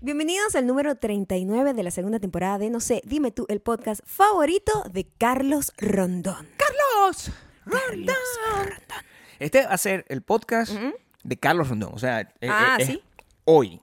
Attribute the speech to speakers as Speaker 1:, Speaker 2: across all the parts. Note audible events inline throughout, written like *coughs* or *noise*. Speaker 1: Bienvenidos al número 39 de la segunda temporada de No sé, dime tú, el podcast favorito de Carlos Rondón.
Speaker 2: ¡Carlos! ¡Rondón! Este va a ser el podcast de Carlos Rondón. O sea, eh,
Speaker 1: Ah,
Speaker 2: eh, es
Speaker 1: ¿sí?
Speaker 2: hoy.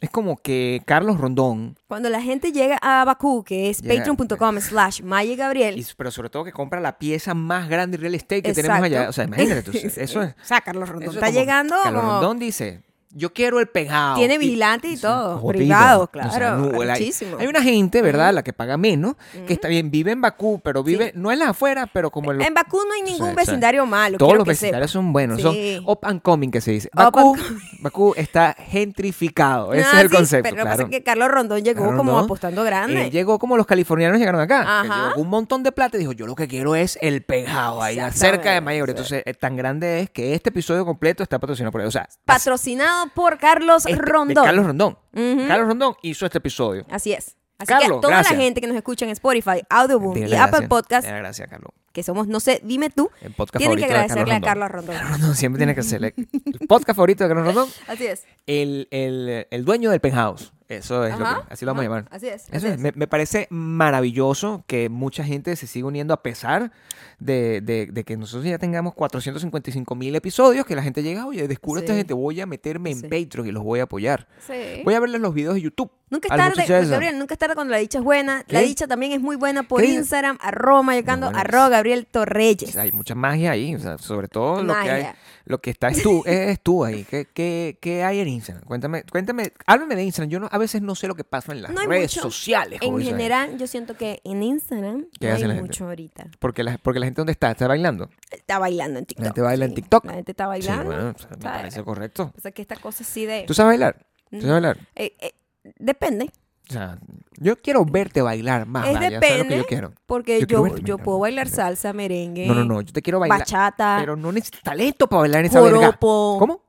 Speaker 2: Es como que Carlos Rondón,
Speaker 1: Cuando la gente llega a Bakú, que es
Speaker 2: Llega-
Speaker 1: patreon.com slash Maya Gabriel.
Speaker 2: y- pero sobre todo que compra la pieza más grande de real estate que tenemos
Speaker 1: Exacto.
Speaker 2: allá. O sea, imagínate tú.
Speaker 1: Sí. *laughs*
Speaker 2: Eso es.
Speaker 1: O sea, Carlos Rondón
Speaker 2: eso es
Speaker 1: está
Speaker 2: como-
Speaker 1: llegando
Speaker 2: Carlos
Speaker 1: como-
Speaker 2: Rondón dice: Yo quiero el pegado.
Speaker 1: Tiene vigilante y todo,
Speaker 2: jodido.
Speaker 1: privado,
Speaker 2: O sea,
Speaker 1: claro,
Speaker 2: no, la-
Speaker 1: arrechísimo.
Speaker 2: hay una gente, ¿verdad? La que paga menos, que está bien, vive en Bakú, pero vive, no en las afueras, pero como en los
Speaker 1: En Bakú no hay ningún
Speaker 2: Sí, sí.
Speaker 1: vecindario malo.
Speaker 2: Todos
Speaker 1: quiero
Speaker 2: los
Speaker 1: que sepa.
Speaker 2: vecindarios son buenos, son
Speaker 1: Sí.
Speaker 2: up and coming que se dice.
Speaker 1: Up and
Speaker 2: Bakú,
Speaker 1: coming.
Speaker 2: Bakú está
Speaker 1: *laughs*
Speaker 2: gentrificado, ese
Speaker 1: Ah,
Speaker 2: es el
Speaker 1: sí,
Speaker 2: concepto.
Speaker 1: Pero lo que pasa
Speaker 2: claro. eh,
Speaker 1: es que Carlos Rondón llegó
Speaker 2: Claro,
Speaker 1: como
Speaker 2: no.
Speaker 1: apostando grande.
Speaker 2: Él llegó como los californianos llegaron acá. que
Speaker 1: Ajá.
Speaker 2: llegó con un montón de plata y dijo, yo lo que quiero es el pejado ahí,
Speaker 1: Exactamente,
Speaker 2: cerca de Mayor.
Speaker 1: sí.
Speaker 2: Entonces, eh, tan grande es que este episodio completo está patrocinado por él. O sea,
Speaker 1: Patrocinado por Carlos
Speaker 2: este- de
Speaker 1: Rondón.
Speaker 2: Carlos Rondón.
Speaker 1: Ujú.
Speaker 2: Carlos Rondón hizo este episodio.
Speaker 1: Así es. Así
Speaker 2: Carlos,
Speaker 1: que toda
Speaker 2: gracias.
Speaker 1: la gente que nos escucha en Spotify, Audioboom y
Speaker 2: Dile las
Speaker 1: Apple
Speaker 2: gracias.
Speaker 1: Podcast,
Speaker 2: Dile las Gracias, Carlos.
Speaker 1: que somos, no sé, dime tú,
Speaker 2: El podcast
Speaker 1: tienen que
Speaker 2: favorito de
Speaker 1: agradecerle a
Speaker 2: Carlos
Speaker 1: Carlos Rondón.
Speaker 2: Carlos Rondón siempre tiene que ser el el podcast favorito de Carlos Rondón.
Speaker 1: Así es.
Speaker 2: el, el- el dueño del penthouse. Eso es Pues lo
Speaker 1: Ajá,
Speaker 2: que- así lo
Speaker 1: ajá,
Speaker 2: vamos a llamar.
Speaker 1: así es,
Speaker 2: Eso
Speaker 1: así
Speaker 2: es.
Speaker 1: es.
Speaker 2: Me, me parece maravilloso que mucha gente se siga uniendo a pesar de, de- de que nosotros ya tengamos 455 mil episodios, que la gente llega, oye, descubro a esta
Speaker 1: Sí.
Speaker 2: gente, voy a meterme en
Speaker 1: Sí.
Speaker 2: Patreon y los voy a apoyar.
Speaker 1: Sí.
Speaker 2: Voy a verles los videos de YouTube.
Speaker 1: Nunca
Speaker 2: a
Speaker 1: es
Speaker 2: los
Speaker 1: tarde,
Speaker 2: muchachos esos.
Speaker 1: Gabriel, nunca es tarde cuando la dicha es buena. La
Speaker 2: ¿Qué?
Speaker 1: dicha también es muy buena por
Speaker 2: ¿Qué?
Speaker 1: Instagram, arroba llegando,
Speaker 2: bueno,
Speaker 1: arroba Gabriel Torreyes.
Speaker 2: Hay mucha magia ahí, o sea, sobre todo lo que, hay,
Speaker 1: Magia.
Speaker 2: lo que está es tú, es, es tú ahí. ¿Qué, qué, qué hay en Instagram? Cuéntame, cuéntame, háblame de Instagram. Yo no, a veces no sé lo que pasa en las
Speaker 1: No hay
Speaker 2: redes
Speaker 1: mucho.
Speaker 2: sociales. como
Speaker 1: En
Speaker 2: dicen ahí.
Speaker 1: general, yo siento que en Instagram
Speaker 2: ¿Qué
Speaker 1: no
Speaker 2: hace
Speaker 1: hay
Speaker 2: la gente?
Speaker 1: mucho ahorita.
Speaker 2: Porque la, porque la gente dónde está, está bailando.
Speaker 1: Está bailando en TikTok.
Speaker 2: La gente baila en
Speaker 1: sí.
Speaker 2: TikTok.
Speaker 1: La gente está
Speaker 2: Sí,
Speaker 1: bailando.
Speaker 2: bueno, o sea, me
Speaker 1: ¿sabes?
Speaker 2: parece correcto.
Speaker 1: O sea, que esta cosa así de...
Speaker 2: ¿Tú sabes bailar? ¿Tú sabes bailar?
Speaker 1: eh, eh, depende.
Speaker 2: O sea, yo quiero verte bailar más,
Speaker 1: Es
Speaker 2: vaya, eso es lo que
Speaker 1: depende,
Speaker 2: yo quiero.
Speaker 1: Porque
Speaker 2: Yo
Speaker 1: yo,
Speaker 2: quiero
Speaker 1: yo,
Speaker 2: verte, mira,
Speaker 1: puedo bailar
Speaker 2: mira.
Speaker 1: salsa, merengue,
Speaker 2: No, no, no, yo te quiero bailar.
Speaker 1: bachata,
Speaker 2: Pero no necesitas talento para bailar en esa verga.
Speaker 1: joropo.
Speaker 2: ¿Cómo?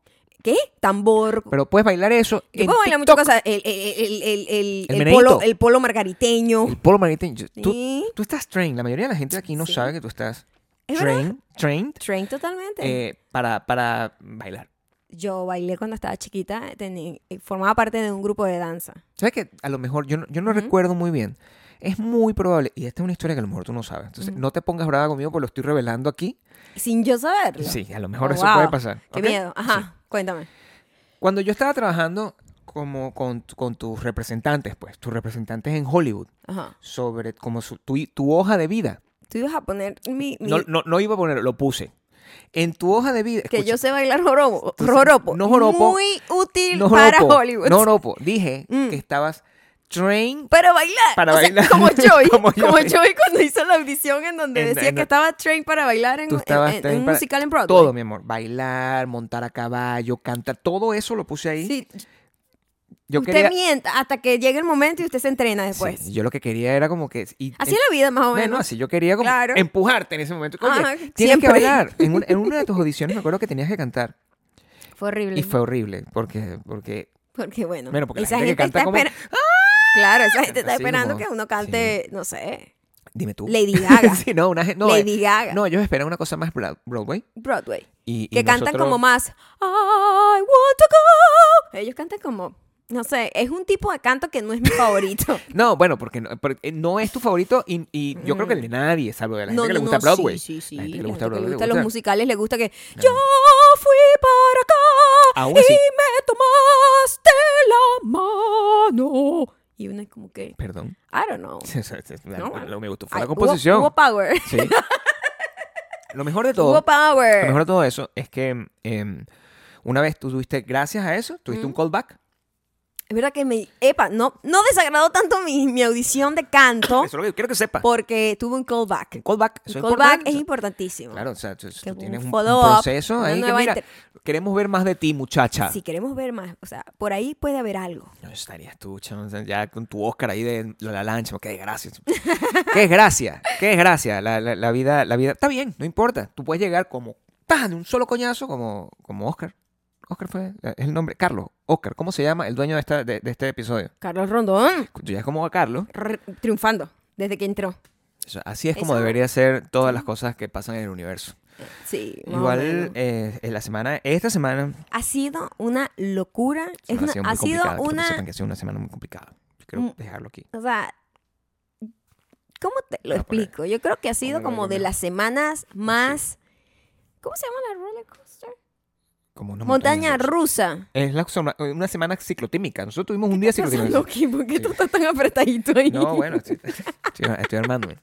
Speaker 1: ¿Qué? Tambor.
Speaker 2: Pero puedes bailar eso
Speaker 1: Yo
Speaker 2: en
Speaker 1: puedo bailar muchas
Speaker 2: TikTok.
Speaker 1: cosas. El, el, el, el, el-
Speaker 2: El
Speaker 1: el polo,
Speaker 2: meneíto.
Speaker 1: el polo margariteño.
Speaker 2: El polo marítimo. Yo- Tú,
Speaker 1: Sí.
Speaker 2: tú estás trained. La mayoría de la gente aquí no
Speaker 1: Sí.
Speaker 2: sabe que tú estás
Speaker 1: Es
Speaker 2: trained, trained
Speaker 1: Train totalmente.
Speaker 2: eh, para, para bailar.
Speaker 1: yo bailé cuando estaba chiquita. teni- formaba parte de un grupo de danza.
Speaker 2: ¿Sabes que A lo mejor, yo no, yo no
Speaker 1: Ujú.
Speaker 2: recuerdo muy bien. Es muy probable, y esta es una historia que a lo mejor tú no sabes. Entonces, no te pongas brava conmigo porque lo estoy revelando aquí.
Speaker 1: Sin yo saberlo.
Speaker 2: Sí, a lo mejor
Speaker 1: Oh,
Speaker 2: eso
Speaker 1: wow.
Speaker 2: puede pasar.
Speaker 1: Qué
Speaker 2: ¿ok?
Speaker 1: miedo.
Speaker 2: Sí.
Speaker 1: Ajá. Cuéntame.
Speaker 2: Cuando yo estaba trabajando como con, con tus representantes, pues, tus representantes en Hollywood,
Speaker 1: Ajá.
Speaker 2: sobre como su- tu, tu hoja de vida.
Speaker 1: Tú ibas a poner mi. mi-
Speaker 2: No, no, no iba a poner, lo puse. En tu hoja de vida.
Speaker 1: que
Speaker 2: escucha,
Speaker 1: yo sé bailar joropo.
Speaker 2: Tú sabes-
Speaker 1: Joropo.
Speaker 2: no joropo,
Speaker 1: Muy útil
Speaker 2: no
Speaker 1: para
Speaker 2: joropo,
Speaker 1: Hollywood.
Speaker 2: No joropo. Dije
Speaker 1: *laughs* Mm.
Speaker 2: que estabas train
Speaker 1: Para bailar.
Speaker 2: Para
Speaker 1: O sea,
Speaker 2: bailar. *laughs*
Speaker 1: como Joy.
Speaker 2: Como
Speaker 1: como,
Speaker 2: Joy.
Speaker 1: Joy. cuando hizo la audición en donde
Speaker 2: En-
Speaker 1: decía
Speaker 2: en-
Speaker 1: que estaba train para bailar en,
Speaker 2: Tú estabas
Speaker 1: en- en
Speaker 2: trained
Speaker 1: un
Speaker 2: para-
Speaker 1: musical en Broadway.
Speaker 2: todo, mi amor. Bailar, montar a caballo, cantar. Todo eso lo puse ahí.
Speaker 1: Sí,
Speaker 2: yo
Speaker 1: usted
Speaker 2: quería.
Speaker 1: mienta hasta que llegue el momento y usted se entrena
Speaker 2: sí,
Speaker 1: después.
Speaker 2: yo lo que quería era como que. y-
Speaker 1: pues. Así es la vida, más o
Speaker 2: Bueno,
Speaker 1: menos.
Speaker 2: así yo quería como
Speaker 1: Claro.
Speaker 2: empujarte en ese momento. Oye,
Speaker 1: Ajá,
Speaker 2: tienes que
Speaker 1: siempre.
Speaker 2: bailar. En, un- en una de
Speaker 1: *laughs*
Speaker 2: tus audiciones me acuerdo que tenías que cantar.
Speaker 1: Fue horrible.
Speaker 2: Y fue horrible, porque, porque
Speaker 1: Porque bueno,
Speaker 2: bueno, porque la
Speaker 1: esa
Speaker 2: gente que
Speaker 1: gente,
Speaker 2: canta
Speaker 1: está
Speaker 2: como- *laughs*
Speaker 1: espera- Claro, esa gente está
Speaker 2: Así
Speaker 1: esperando
Speaker 2: como-
Speaker 1: que uno cante, no sé,
Speaker 2: dime tú.
Speaker 1: Lady
Speaker 2: *laughs*
Speaker 1: Gaga.
Speaker 2: sí, no, una, gen- no,
Speaker 1: Lady
Speaker 2: eh,
Speaker 1: Gaga.
Speaker 2: no, ellos esperan una cosa más Bra- Broadway.
Speaker 1: Broadway.
Speaker 2: Y, y
Speaker 1: Que cantan
Speaker 2: nosotros-
Speaker 1: como más I want to go. Ellos cantan como, no sé, es un tipo de canto que no es mi
Speaker 2: *laughs*
Speaker 1: favorito.
Speaker 2: No, bueno, porque no, porque no es tu favorito y, y yo creo que el de nadie, salvo de la gente
Speaker 1: Mm. no,
Speaker 2: que le
Speaker 1: no,
Speaker 2: gusta
Speaker 1: no,
Speaker 2: Broadway.
Speaker 1: Sí, sí, sí.
Speaker 2: La gente que le
Speaker 1: La gente
Speaker 2: gusta
Speaker 1: que
Speaker 2: Broadway.
Speaker 1: le
Speaker 2: le
Speaker 1: gusta los
Speaker 2: gusta.
Speaker 1: musicales, le gusta que yo fui para acá
Speaker 2: Aún
Speaker 1: y
Speaker 2: así.
Speaker 1: me tomaste la mano. Y uno es como que,
Speaker 2: *laughs* Perdón.
Speaker 1: I don't know.
Speaker 2: *laughs* Sí, sí, sí, la-
Speaker 1: No,
Speaker 2: lo, me gustó. Fue la
Speaker 1: Ay, hubo-
Speaker 2: composición.
Speaker 1: Hubo, power.
Speaker 2: Sí. lo mejor de todo.
Speaker 1: *laughs* Hubo power.
Speaker 2: Lo mejor de todo eso es que eh, una vez tú tuviste, gracias a eso,
Speaker 1: Mm.
Speaker 2: tuviste un callback.
Speaker 1: Es verdad que me. Epa, no, no desagradó tanto mi, mi audición de canto
Speaker 2: *coughs* Eso es lo que yo quiero que sepas.
Speaker 1: porque tuve un
Speaker 2: Un
Speaker 1: callback.
Speaker 2: callback.
Speaker 1: Oh. Un
Speaker 2: Eso es
Speaker 1: callback
Speaker 2: importante.
Speaker 1: es importantísimo.
Speaker 2: Claro, o sea, tú, tú
Speaker 1: Que un
Speaker 2: tienes un, un
Speaker 1: follow-up,
Speaker 2: proceso
Speaker 1: una
Speaker 2: ahí que
Speaker 1: nueva
Speaker 2: mira,
Speaker 1: inter-
Speaker 2: queremos ver más de ti, muchacha.
Speaker 1: Si queremos ver más, o sea, por ahí puede haber algo.
Speaker 2: No estarías tú, chamo, o sea, ya con tu Oscar ahí de la lancha, qué desgracia. qué desgracia, qué desgracia. La, la- la vida, la vida, está bien, no importa. Tú puedes llegar como, tan, de un solo coñazo, como, como Oscar. Oscar fue es el nombre, Carlos, Oscar, ¿cómo se llama el dueño de, esta- de- de este episodio?
Speaker 1: Carlos Rondón
Speaker 2: Tú ya es como a Carlos,
Speaker 1: rrr, triunfando desde que entró.
Speaker 2: Eso- así es como
Speaker 1: Eso-
Speaker 2: debería ser todas las cosas que pasan en el universo.
Speaker 1: Sí. más o menos.
Speaker 2: Igual eh, en la semana, esta semana,
Speaker 1: Ha sido una locura. Es
Speaker 2: semana
Speaker 1: una- ha sido
Speaker 2: complicada, quiero que
Speaker 1: una.
Speaker 2: sepan que ha sido una semana muy complicada. Yo quiero
Speaker 1: Mm.
Speaker 2: dejarlo aquí.
Speaker 1: O sea, ¿cómo te lo
Speaker 2: Voy a poner-
Speaker 1: explico? Yo creo que ha sido
Speaker 2: poner
Speaker 1: como
Speaker 2: algo
Speaker 1: de
Speaker 2: mío.
Speaker 1: las semanas más. ¿Cómo se llama la roller coaster?
Speaker 2: Como una
Speaker 1: Montaña,
Speaker 2: rusa.
Speaker 1: rusa.
Speaker 2: Es la sema- una semana ciclotímica. Nosotros tuvimos un día
Speaker 1: ¿Qué pasa,
Speaker 2: ciclotímico.
Speaker 1: Loki? ¿Por qué
Speaker 2: Sí.
Speaker 1: tú estás tan apretadito ahí?
Speaker 2: No, bueno, estoy, *laughs* estoy, estoy armándome.